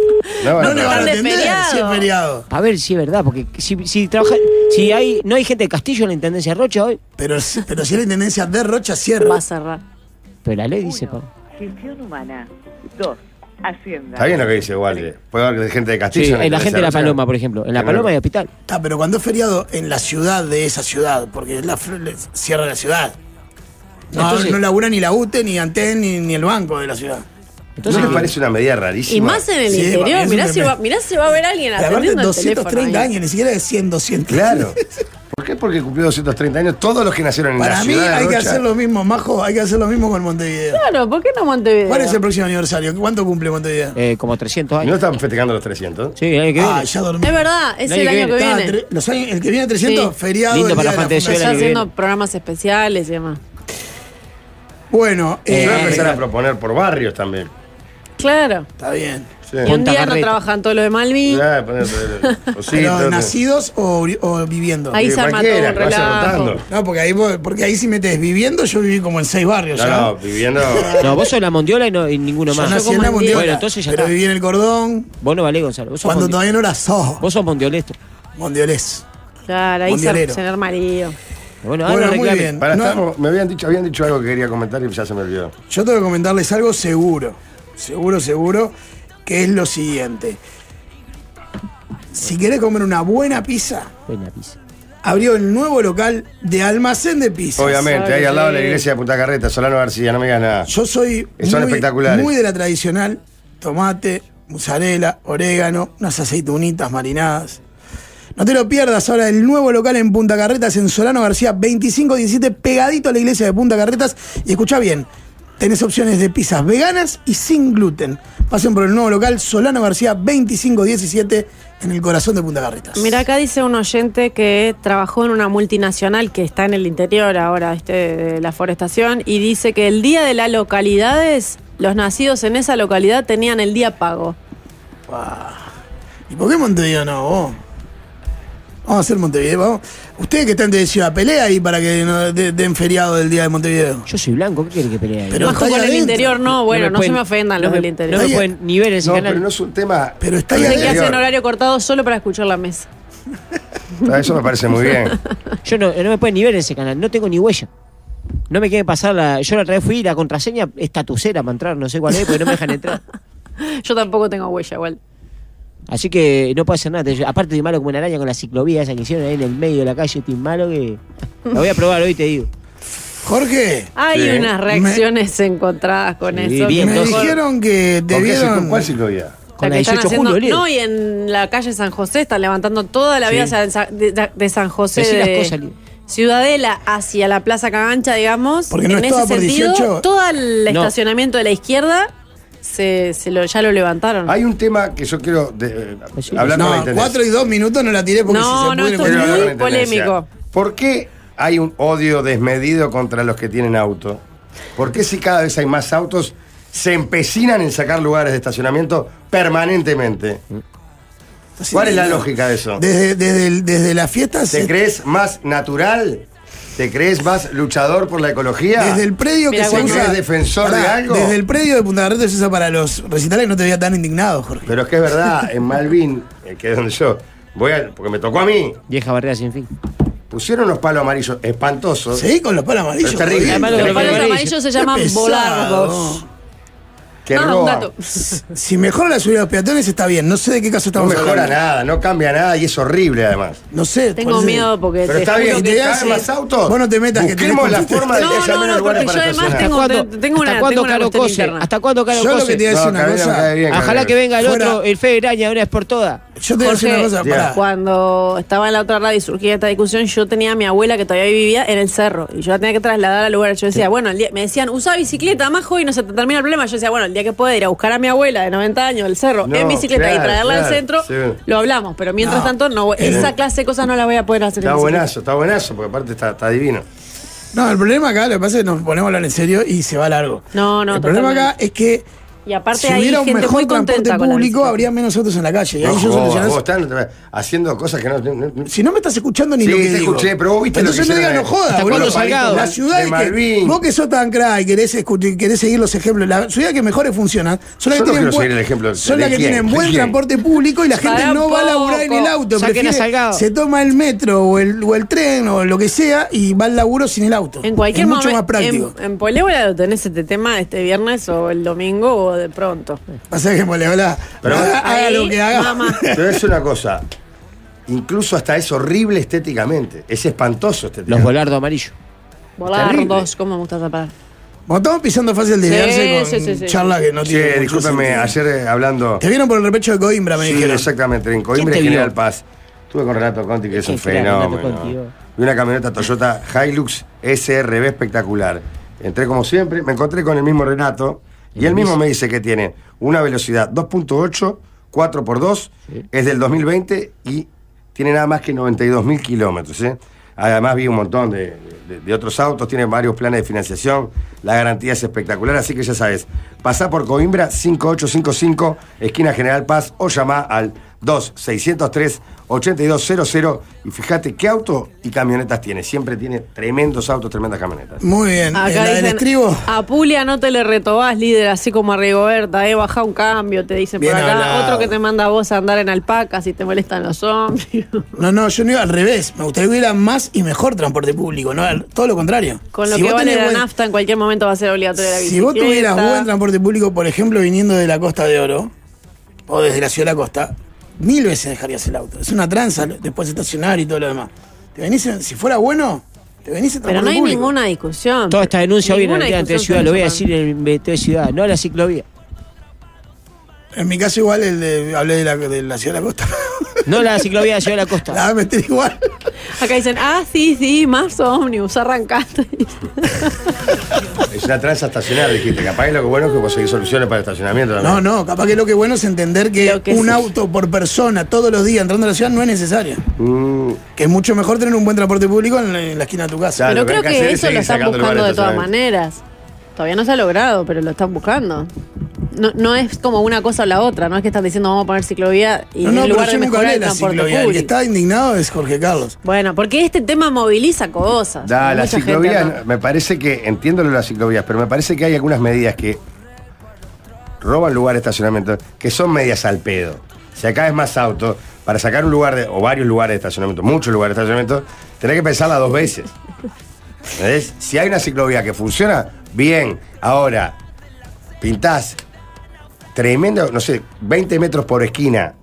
[SPEAKER 1] No,
[SPEAKER 2] No le van a atender si es feriado.
[SPEAKER 6] A ver si es verdad, porque si, si trabaja, si hay, no hay gente de Castillo en la Intendencia de Rocha hoy.
[SPEAKER 2] Pero, pero si es la Intendencia de Rocha, cierra.
[SPEAKER 3] Va a cerrar.
[SPEAKER 6] Pero la ley dice, pa.
[SPEAKER 16] Gestión humana. 2. Hacienda.
[SPEAKER 1] Está bien lo que dice Walde. Puede haber gente de Castillo.
[SPEAKER 6] Sí,
[SPEAKER 1] en
[SPEAKER 6] en la gente de La
[SPEAKER 1] Rocha.
[SPEAKER 6] Paloma, por ejemplo. En La
[SPEAKER 1] Claro.
[SPEAKER 6] Paloma y Hospital.
[SPEAKER 2] Está, pero cuando es feriado en la ciudad de esa ciudad, porque es la fr- le- cierra la ciudad. No,
[SPEAKER 6] Entonces-
[SPEAKER 2] no labura ni la UTE, ni Anten, ni, ni el banco de la ciudad.
[SPEAKER 1] Ah, ¿No les parece una medida rarísima?
[SPEAKER 3] Y más en el
[SPEAKER 2] Sí, para mí
[SPEAKER 3] interior,
[SPEAKER 2] es
[SPEAKER 3] mirá
[SPEAKER 2] un
[SPEAKER 3] si, va, mirá si va a ver alguien
[SPEAKER 2] Pero aparte,
[SPEAKER 3] atendiendo el
[SPEAKER 2] 230
[SPEAKER 3] teléfono. ahí.
[SPEAKER 2] años, ni siquiera de 100, 200.
[SPEAKER 1] Claro. ¿Por qué? Porque cumplió 230 años todos los que nacieron en
[SPEAKER 2] Para
[SPEAKER 1] la
[SPEAKER 2] mí
[SPEAKER 1] ciudad de
[SPEAKER 2] hay que
[SPEAKER 1] Rocha.
[SPEAKER 2] hacer lo mismo, Majo, hay que hacer lo mismo con Montevideo.
[SPEAKER 3] Claro, ¿por qué no Montevideo?
[SPEAKER 2] ¿Cuál es el próximo aniversario? ¿Cuánto cumple Montevideo?
[SPEAKER 6] Eh, como 300 años.
[SPEAKER 1] ¿No están festejando los 300?
[SPEAKER 6] Sí, el año que
[SPEAKER 2] Ah,
[SPEAKER 6] viene.
[SPEAKER 2] ya dormí.
[SPEAKER 3] Es verdad, es el, año que
[SPEAKER 2] Está,
[SPEAKER 3] viene.
[SPEAKER 2] tre- los años- el que viene 300,
[SPEAKER 3] Sí.
[SPEAKER 2] feriado. el día de la
[SPEAKER 3] Está
[SPEAKER 2] fundación.
[SPEAKER 3] haciendo programas especiales y demás.
[SPEAKER 2] Bueno,
[SPEAKER 1] Se va a
[SPEAKER 2] eh,
[SPEAKER 1] empezar a proponer por barrios también.
[SPEAKER 3] Claro.
[SPEAKER 2] Está bien.
[SPEAKER 1] Sí.
[SPEAKER 3] Y un día no trabajan todos los de Malvin.
[SPEAKER 1] Ya, poner, eh,
[SPEAKER 2] Pero,
[SPEAKER 1] ositos,
[SPEAKER 2] ¿Nacidos o, ori- o viviendo?
[SPEAKER 3] Ahí se arma
[SPEAKER 1] cualquiera, todo un que vaya relajo. rotando.
[SPEAKER 2] No, porque ahí, vos- porque ahí si metes viviendo, yo viví como en seis barrios.
[SPEAKER 1] No,
[SPEAKER 2] ya.
[SPEAKER 1] no, viviendo.
[SPEAKER 6] No, vos sos la Mondiola y, no, y ninguno
[SPEAKER 2] Yo
[SPEAKER 6] más.
[SPEAKER 2] nací en la Mondiola,
[SPEAKER 6] Bueno, entonces ya
[SPEAKER 2] pero
[SPEAKER 6] está.
[SPEAKER 2] viví en el cordón
[SPEAKER 6] Vos no valés, Gonzalo. Vos sos
[SPEAKER 2] cuando
[SPEAKER 6] mondi-
[SPEAKER 2] todavía no era sojo.
[SPEAKER 6] Vos sos mondiolesto.
[SPEAKER 2] Mondiolés.
[SPEAKER 3] Claro, ahí se,
[SPEAKER 2] Mondiolero.
[SPEAKER 3] se arma el lío.
[SPEAKER 6] Bueno,
[SPEAKER 2] ahora Bueno, muy reclame. bien.
[SPEAKER 1] Pará,
[SPEAKER 2] No.
[SPEAKER 1] estamos- me habían dicho, habían dicho algo que quería comentar y ya se me olvidó.
[SPEAKER 2] Yo tengo que comentarles algo seguro, seguro, seguro, que es lo siguiente. Si querés comer una buena pizza,
[SPEAKER 6] Buena pizza.
[SPEAKER 2] abrió el nuevo local de almacén de pizzas.
[SPEAKER 1] Obviamente, ahí al lado de la iglesia de Punta Carreta, Solano García, no me digas nada.
[SPEAKER 2] Yo soy
[SPEAKER 1] Son
[SPEAKER 2] muy,
[SPEAKER 1] espectaculares.
[SPEAKER 2] muy de la tradicional, tomate, mozzarella, orégano, unas aceitunitas marinadas. No te lo pierdas ahora el nuevo local en Punta Carretas en Solano García 2517, pegadito a la iglesia de Punta Carretas. Y escucha bien, tenés opciones de pizzas veganas y sin gluten. Pasen por el nuevo local Solano García 2517 en el corazón de Punta Carretas.
[SPEAKER 3] Mira, acá dice un oyente que trabajó en una multinacional que está en el interior ahora, este, de la forestación, y dice que el día de las localidades, los nacidos en esa localidad tenían el día pago.
[SPEAKER 2] ¿Y por qué Montevideo no, vos? Vamos a hacer Montevideo, vamos. Ustedes que están de ciudad, pelea ahí para que no de- den feriado del día de Montevideo.
[SPEAKER 6] Yo soy blanco, ¿qué quiere que pelee ahí?
[SPEAKER 2] Pero
[SPEAKER 3] Más
[SPEAKER 2] está
[SPEAKER 3] como
[SPEAKER 2] ahí
[SPEAKER 3] en el
[SPEAKER 2] adentro.
[SPEAKER 3] interior, no, bueno, no, se
[SPEAKER 6] pueden-
[SPEAKER 3] me ofendan los
[SPEAKER 6] no me-
[SPEAKER 3] del interior.
[SPEAKER 6] No me pueden ni ver en ese
[SPEAKER 1] No,
[SPEAKER 6] canal.
[SPEAKER 1] pero no es un tema.
[SPEAKER 2] Pero está
[SPEAKER 3] Dicen que
[SPEAKER 1] interior.
[SPEAKER 3] hacen horario cortado solo para escuchar la mesa.
[SPEAKER 1] Ah, Eso me parece muy bien.
[SPEAKER 6] Yo no, no me pueden ni ver en ese canal, no tengo ni huella. No me quieren pasar la. Yo la otra vez fui y la contraseña es tatucera para entrar, no sé cuál es, porque no me dejan entrar.
[SPEAKER 3] Yo tampoco tengo huella, igual.
[SPEAKER 6] Así que no puedo hacer nada. Te- Aparte, estoy malo como una araña con la ciclovía esa que hicieron ahí en el medio de la calle, estoy malo que. La voy a probar hoy, te digo.
[SPEAKER 2] Jorge.
[SPEAKER 3] Hay
[SPEAKER 6] Sí.
[SPEAKER 3] unas reacciones encontradas con
[SPEAKER 6] Sí,
[SPEAKER 3] eso.
[SPEAKER 6] bien,
[SPEAKER 3] que
[SPEAKER 2] Me
[SPEAKER 6] Entonces-
[SPEAKER 2] dijeron que
[SPEAKER 1] ¿Con qué
[SPEAKER 2] debieron.
[SPEAKER 1] ciclo- ¿Cuál ciclovía?
[SPEAKER 6] Con
[SPEAKER 3] La
[SPEAKER 6] la
[SPEAKER 3] que están
[SPEAKER 6] 18 de
[SPEAKER 3] haciendo,
[SPEAKER 6] julio, boludo.
[SPEAKER 3] no, y en la calle San José están levantando toda la vía
[SPEAKER 6] Sí.
[SPEAKER 3] hacia el Sa- de, de- de San José
[SPEAKER 6] Decí las
[SPEAKER 3] de
[SPEAKER 6] cosas, Lid.
[SPEAKER 3] Ciudadela hacia la Plaza Cagancha, digamos.
[SPEAKER 2] Porque no
[SPEAKER 3] en ese
[SPEAKER 2] estaba por
[SPEAKER 3] sentido,
[SPEAKER 2] 18.
[SPEAKER 3] todo el
[SPEAKER 6] No.
[SPEAKER 3] estacionamiento de la izquierda se, se lo, ya lo levantaron.
[SPEAKER 1] Hay un tema que yo quiero de- eh,
[SPEAKER 6] Pues
[SPEAKER 1] hablar con la
[SPEAKER 2] No,
[SPEAKER 1] intendencia.
[SPEAKER 2] cuatro y dos minutos no la tiré porque
[SPEAKER 3] No,
[SPEAKER 2] si se
[SPEAKER 3] no,
[SPEAKER 2] pudre
[SPEAKER 3] esto
[SPEAKER 2] con-
[SPEAKER 1] Quiero
[SPEAKER 3] muy
[SPEAKER 1] hablar con la intendencia.
[SPEAKER 3] polémico.
[SPEAKER 1] ¿Por qué hay un odio desmedido contra los que tienen auto? ¿Por qué si cada vez hay más autos se empecinan en sacar lugares de estacionamiento permanentemente? ¿Cuál es la lógica de eso?
[SPEAKER 2] Desde, desde, el- desde la fiesta
[SPEAKER 1] ¿Te
[SPEAKER 2] se-
[SPEAKER 1] crees más natural? ¿Te crees más luchador por la ecología?
[SPEAKER 2] Desde el predio
[SPEAKER 3] Mira,
[SPEAKER 2] que se
[SPEAKER 1] ¿Tú
[SPEAKER 3] cuando-
[SPEAKER 2] usa.
[SPEAKER 1] eres defensor de
[SPEAKER 2] Pará,
[SPEAKER 1] algo?
[SPEAKER 2] Desde el predio de Punta Carretas se usa para los recitales no te veía tan indignado, Jorge.
[SPEAKER 1] Pero es que es verdad, en Malvin, eh, que es donde yo voy, a- porque me tocó a mí,
[SPEAKER 6] Vieja barrera sin fin.
[SPEAKER 1] pusieron unos palos amarillos espantosos.
[SPEAKER 2] Sí, con los palos amarillos.
[SPEAKER 1] Pero es terrible.
[SPEAKER 2] Jorge.
[SPEAKER 6] Además, los
[SPEAKER 3] Los palos
[SPEAKER 6] amarillos.
[SPEAKER 3] amarillos se
[SPEAKER 2] Qué
[SPEAKER 3] llaman
[SPEAKER 2] pesado.
[SPEAKER 3] volardos.
[SPEAKER 1] Que
[SPEAKER 3] Ah, un
[SPEAKER 1] roban.
[SPEAKER 3] dato.
[SPEAKER 2] Si mejora la subida a los peatones está bien. No sé de qué caso
[SPEAKER 1] No
[SPEAKER 2] estamos
[SPEAKER 1] mejora
[SPEAKER 2] hablando.
[SPEAKER 1] nada, no cambia nada y es horrible además.
[SPEAKER 2] No sé.
[SPEAKER 3] Tengo
[SPEAKER 2] parece-
[SPEAKER 3] miedo porque
[SPEAKER 1] Pero
[SPEAKER 3] te
[SPEAKER 1] está bien,
[SPEAKER 3] juro
[SPEAKER 1] si
[SPEAKER 3] que
[SPEAKER 1] te
[SPEAKER 3] sí.
[SPEAKER 1] dan más autos.
[SPEAKER 2] Vos no te metas, que
[SPEAKER 1] Busquemos
[SPEAKER 2] tenés
[SPEAKER 1] la
[SPEAKER 2] conflicto.
[SPEAKER 1] forma de que
[SPEAKER 3] No,
[SPEAKER 1] haya
[SPEAKER 3] no,
[SPEAKER 1] menos
[SPEAKER 3] no,
[SPEAKER 1] lugares
[SPEAKER 3] porque yo
[SPEAKER 1] para
[SPEAKER 3] además
[SPEAKER 1] estacionar.
[SPEAKER 3] Tengo-
[SPEAKER 6] ¿Hasta
[SPEAKER 3] te- tengo una-
[SPEAKER 6] ¿Hasta cuándo
[SPEAKER 3] tengo una
[SPEAKER 6] Caro
[SPEAKER 3] cuestión
[SPEAKER 6] Cose?
[SPEAKER 3] interna.
[SPEAKER 6] ¿Hasta cuándo Caro
[SPEAKER 2] Yo lo
[SPEAKER 6] Cose?
[SPEAKER 2] que te iba a decir
[SPEAKER 1] No,
[SPEAKER 2] una
[SPEAKER 1] Cabrera me
[SPEAKER 2] cosa.
[SPEAKER 1] cae bien,
[SPEAKER 6] Ojalá
[SPEAKER 1] Cabrera.
[SPEAKER 6] que venga el
[SPEAKER 2] Fuera.
[SPEAKER 6] otro, eh, el Fede Graña, una vez por todas.
[SPEAKER 2] Yo te voy a decir una
[SPEAKER 3] Jorge,
[SPEAKER 2] cosa.
[SPEAKER 1] Diga.
[SPEAKER 2] Pará.
[SPEAKER 3] Cuando estaba en la otra radio y surgía esta discusión, yo tenía a mi abuela que todavía vivía en el cerro y yo la tenía que trasladar al lugar. Yo decía, bueno, el día- me decían, usa bicicleta, majo, y no se te termina el problema. Yo decía, bueno, el día que pueda ir a buscar a mi abuela de 90 años del cerro
[SPEAKER 1] No,
[SPEAKER 3] en bicicleta y
[SPEAKER 1] claro,
[SPEAKER 3] traerla al
[SPEAKER 1] claro,
[SPEAKER 3] centro,
[SPEAKER 1] sí.
[SPEAKER 3] lo hablamos. Pero mientras
[SPEAKER 2] No, Eh,
[SPEAKER 3] tanto, no, voy- esa clase de cosas no la voy a poder hacer.
[SPEAKER 1] Está
[SPEAKER 3] en bicicleta.
[SPEAKER 1] buenazo, está buenazo, porque aparte está, está divino.
[SPEAKER 2] No, el problema acá, lo que pasa es que nos ponemos a hablar en serio y se va largo.
[SPEAKER 3] No, no,
[SPEAKER 2] El problema acá
[SPEAKER 3] totalmente.
[SPEAKER 2] es que
[SPEAKER 3] Y aparte
[SPEAKER 2] si
[SPEAKER 3] hay
[SPEAKER 2] hubiera un
[SPEAKER 3] gente
[SPEAKER 2] mejor
[SPEAKER 3] muy contenta
[SPEAKER 2] transporte
[SPEAKER 3] con la
[SPEAKER 2] público,
[SPEAKER 3] bicicleta.
[SPEAKER 2] habría menos autos en la calle. Y
[SPEAKER 1] No
[SPEAKER 2] ahí yo
[SPEAKER 1] jodas,
[SPEAKER 2] solucionás-
[SPEAKER 1] vos estás no te- haciendo cosas que no. no- no-
[SPEAKER 2] Si no me estás escuchando ni
[SPEAKER 1] Sí,
[SPEAKER 2] lo que
[SPEAKER 1] te
[SPEAKER 2] digo.
[SPEAKER 1] escuché, pero vos viste lo que
[SPEAKER 2] Entonces no
[SPEAKER 1] hicieron
[SPEAKER 2] digas,
[SPEAKER 1] ahí.
[SPEAKER 2] no jodas,
[SPEAKER 1] Hasta
[SPEAKER 2] boludo.
[SPEAKER 1] cuando salgado.
[SPEAKER 2] La ciudad
[SPEAKER 1] De
[SPEAKER 2] es que,
[SPEAKER 1] Malvin.
[SPEAKER 2] vos que sos tan crack y querés, escuchar- querés seguir los ejemplos, la ciudad que mejores funcionan son las
[SPEAKER 1] Yo
[SPEAKER 2] que tienen,
[SPEAKER 1] no quiero
[SPEAKER 2] buen-
[SPEAKER 1] seguir el ejemplo de-
[SPEAKER 2] son
[SPEAKER 1] ¿de
[SPEAKER 2] las que
[SPEAKER 1] quién?
[SPEAKER 2] tienen
[SPEAKER 1] ¿De
[SPEAKER 2] buen
[SPEAKER 1] quién?
[SPEAKER 2] transporte público y la gente
[SPEAKER 3] Pará
[SPEAKER 2] no va a
[SPEAKER 3] poco.
[SPEAKER 2] laburar en el auto.
[SPEAKER 6] Saquen a
[SPEAKER 2] prefiere-
[SPEAKER 6] Salgado.
[SPEAKER 2] se toma el metro o el, o el tren o lo que sea y va al laburo sin el auto.
[SPEAKER 3] En cualquier
[SPEAKER 2] es mucho
[SPEAKER 3] momento,
[SPEAKER 2] más práctico.
[SPEAKER 3] En, en Polévola lo tenés este tema este viernes o el domingo o de pronto.
[SPEAKER 2] Pasa que mole, hola.
[SPEAKER 1] Pero-
[SPEAKER 2] haga, haga
[SPEAKER 3] Ahí,
[SPEAKER 2] lo que haga.
[SPEAKER 3] mamá.
[SPEAKER 1] Te voy a decir una cosa. Incluso hasta es horrible estéticamente. Es espantoso
[SPEAKER 6] Los
[SPEAKER 1] estéticamente.
[SPEAKER 6] volardos amarillos.
[SPEAKER 3] Volar
[SPEAKER 1] Terrible.
[SPEAKER 3] dos, ¿cómo me gusta tapar?
[SPEAKER 2] Bueno, estamos pisando fácil de
[SPEAKER 3] Sí,
[SPEAKER 2] liarse
[SPEAKER 3] sí,
[SPEAKER 2] con
[SPEAKER 3] sí, sí.
[SPEAKER 2] charla que no
[SPEAKER 1] Che,
[SPEAKER 2] tiene. mucho
[SPEAKER 1] discúlpame,
[SPEAKER 2] sentido.
[SPEAKER 1] ayer eh, hablando.
[SPEAKER 2] Te vieron por el repecho de Coimbra, me
[SPEAKER 1] Sí,
[SPEAKER 2] dijeron.
[SPEAKER 1] exactamente, en Coimbra
[SPEAKER 6] te
[SPEAKER 1] y
[SPEAKER 6] vio?
[SPEAKER 1] General Paz. Estuve con Renato Conti, que es
[SPEAKER 6] ¿Quién
[SPEAKER 1] un
[SPEAKER 6] fue Renato Conti,
[SPEAKER 1] fenómeno.
[SPEAKER 6] vos?
[SPEAKER 1] Y una camioneta Toyota Hilux SRB espectacular. Entré como siempre, me encontré con el mismo Renato y él mismo me dice que tiene una velocidad 2.8, 4x2, es del 2020 y tiene nada más que 92.000 kilómetros. ¿eh? Además vi un montón de, de- de otros autos, tiene varios planes de financiación, la garantía es espectacular, así que ya sabes, pasá por Coimbra 5855, esquina General Paz o llamá al 2603-8200 y fíjate qué auto y camionetas tiene. Siempre tiene tremendos autos, tremendas camionetas.
[SPEAKER 2] Muy bien. ¿En
[SPEAKER 3] Acá
[SPEAKER 2] la del
[SPEAKER 3] dicen,
[SPEAKER 2] estribo?
[SPEAKER 3] a Pulia no te le retobás, líder, así como a Rigoberta, eh, baja un cambio, te dicen
[SPEAKER 2] Bien
[SPEAKER 3] por acá.
[SPEAKER 2] hablado.
[SPEAKER 3] Otro que te manda a vos a andar en alpaca si te molestan los zombies.
[SPEAKER 2] No, no, yo no iba al revés. Me gustaría que hubiera más y mejor transporte público, no al- todo lo contrario.
[SPEAKER 3] Con lo
[SPEAKER 2] Si
[SPEAKER 3] que
[SPEAKER 2] vos
[SPEAKER 3] vale
[SPEAKER 2] tenés
[SPEAKER 3] la
[SPEAKER 2] buen-
[SPEAKER 3] nafta, en cualquier momento va a ser obligatoria la bicicleta.
[SPEAKER 2] Si vos tuvieras buen transporte público, por ejemplo, viniendo de la Costa de Oro, o desde la ciudad de la costa, mil veces dejarías el auto. Es una tranza, lo- después estacionar y todo lo demás. Te venís en- si fuera bueno, te venís en
[SPEAKER 3] Pero no
[SPEAKER 2] transporte
[SPEAKER 3] hay
[SPEAKER 2] público.
[SPEAKER 3] ninguna discusión.
[SPEAKER 6] Toda esta denuncia hoy en el
[SPEAKER 3] Ninguna
[SPEAKER 6] día de
[SPEAKER 3] discusión
[SPEAKER 6] ciudad, lo voy a
[SPEAKER 3] sobre
[SPEAKER 6] decir en el de ciudad, no a la ciclovía.
[SPEAKER 2] En mi caso igual el de- hablé de la, de la ciudad de la costa.
[SPEAKER 6] No la ciclovía de ciudad de la
[SPEAKER 2] la
[SPEAKER 6] costa.
[SPEAKER 2] va a meter igual.
[SPEAKER 3] eso. Acá dicen, ah, sí, sí, marzo ómnibus, arrancaste.
[SPEAKER 1] Es una tranza estacionar, dijiste. Capaz que lo que bueno es que conseguís soluciones para el estacionamiento. también.
[SPEAKER 2] No, no, capaz que lo que bueno es entender que,
[SPEAKER 3] Lo que
[SPEAKER 2] un
[SPEAKER 3] sí.
[SPEAKER 2] auto por persona todos los días entrando a la ciudad no es necesario.
[SPEAKER 1] Mm,
[SPEAKER 2] Que es mucho mejor tener un buen transporte público en la, en la esquina de tu casa.
[SPEAKER 1] Claro.
[SPEAKER 3] pero creo
[SPEAKER 1] Ah, lo que hay que hacer
[SPEAKER 3] que
[SPEAKER 1] es
[SPEAKER 3] eso
[SPEAKER 1] seguir
[SPEAKER 3] lo están
[SPEAKER 1] sacando lugares
[SPEAKER 3] buscando de todas
[SPEAKER 1] estacionamiento.
[SPEAKER 3] maneras. Todavía no se ha logrado, pero lo están buscando. No, no es como una cosa o la otra, no es que estás diciendo vamos a poner ciclovía y
[SPEAKER 2] No, no,
[SPEAKER 3] en
[SPEAKER 2] pero
[SPEAKER 3] lugar de
[SPEAKER 2] yo nunca
[SPEAKER 3] mejorar
[SPEAKER 2] hablé de
[SPEAKER 3] el
[SPEAKER 2] la
[SPEAKER 3] transporte
[SPEAKER 2] ciclovía. El que
[SPEAKER 3] público.
[SPEAKER 2] está indignado es Jorge Carlos.
[SPEAKER 3] Bueno, porque este tema moviliza cosas.
[SPEAKER 1] Da,
[SPEAKER 3] Hay
[SPEAKER 1] las
[SPEAKER 3] mucha gente
[SPEAKER 1] ciclovías,
[SPEAKER 3] acá.
[SPEAKER 1] me parece que, entiendo lo de las ciclovías, pero me parece que hay algunas medidas que roban lugar de estacionamiento, que son medias al pedo. Si acá es más auto, para sacar un lugar de, o varios lugares de estacionamiento, muchos lugares de estacionamiento, tenés que pensarla dos veces. ¿Entendés? Si hay una ciclovía que funciona, bien. Ahora, pintás tremendo, no sé, 20 metros por esquina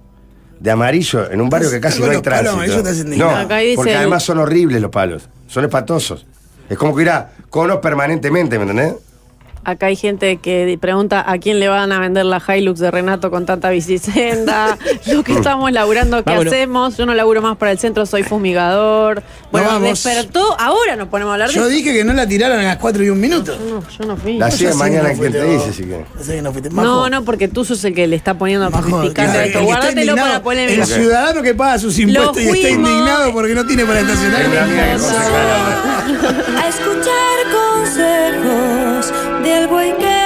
[SPEAKER 1] de amarillo en un barrio que casi
[SPEAKER 2] Con
[SPEAKER 1] no hay
[SPEAKER 2] los palos
[SPEAKER 1] tránsito.
[SPEAKER 2] amarillos te hacen
[SPEAKER 1] no,
[SPEAKER 2] indignado. Acá dice
[SPEAKER 1] porque
[SPEAKER 2] el-
[SPEAKER 1] además son horribles los palos, son espantosos. Es como que irá conos permanentemente, ¿me entendés?
[SPEAKER 3] Acá hay gente que pregunta a quién le van a vender la Hilux de Renato con tanta bicicenda, lo que estamos laburando, qué
[SPEAKER 2] Vámonos.
[SPEAKER 3] hacemos, yo no laburo más para el centro, soy fumigador. Bueno,
[SPEAKER 2] vamos.
[SPEAKER 3] despertó, ahora nos ponemos a hablar de
[SPEAKER 2] Yo
[SPEAKER 3] esto.
[SPEAKER 2] dije que no la tiraron a las 4 y un minuto.
[SPEAKER 3] No, yo no fui.
[SPEAKER 1] La
[SPEAKER 2] sé
[SPEAKER 1] hacía
[SPEAKER 2] si
[SPEAKER 1] mañana
[SPEAKER 2] no
[SPEAKER 1] en quien
[SPEAKER 2] fuiste
[SPEAKER 1] te
[SPEAKER 2] vos.
[SPEAKER 1] dice, si querés.
[SPEAKER 2] No sé que no fuiste. Majo,
[SPEAKER 3] No, no, porque tú sos el que le está poniendo a
[SPEAKER 2] Majo,
[SPEAKER 3] criticar
[SPEAKER 2] claro, el que
[SPEAKER 3] esto.
[SPEAKER 2] está
[SPEAKER 3] Guárdatelo
[SPEAKER 2] indignado,
[SPEAKER 3] para polémica.
[SPEAKER 2] El ciudadano que paga sus impuestos y está
[SPEAKER 3] fuimos.
[SPEAKER 2] indignado porque no tiene para estacionar.
[SPEAKER 12] a escuchar consejos del buen que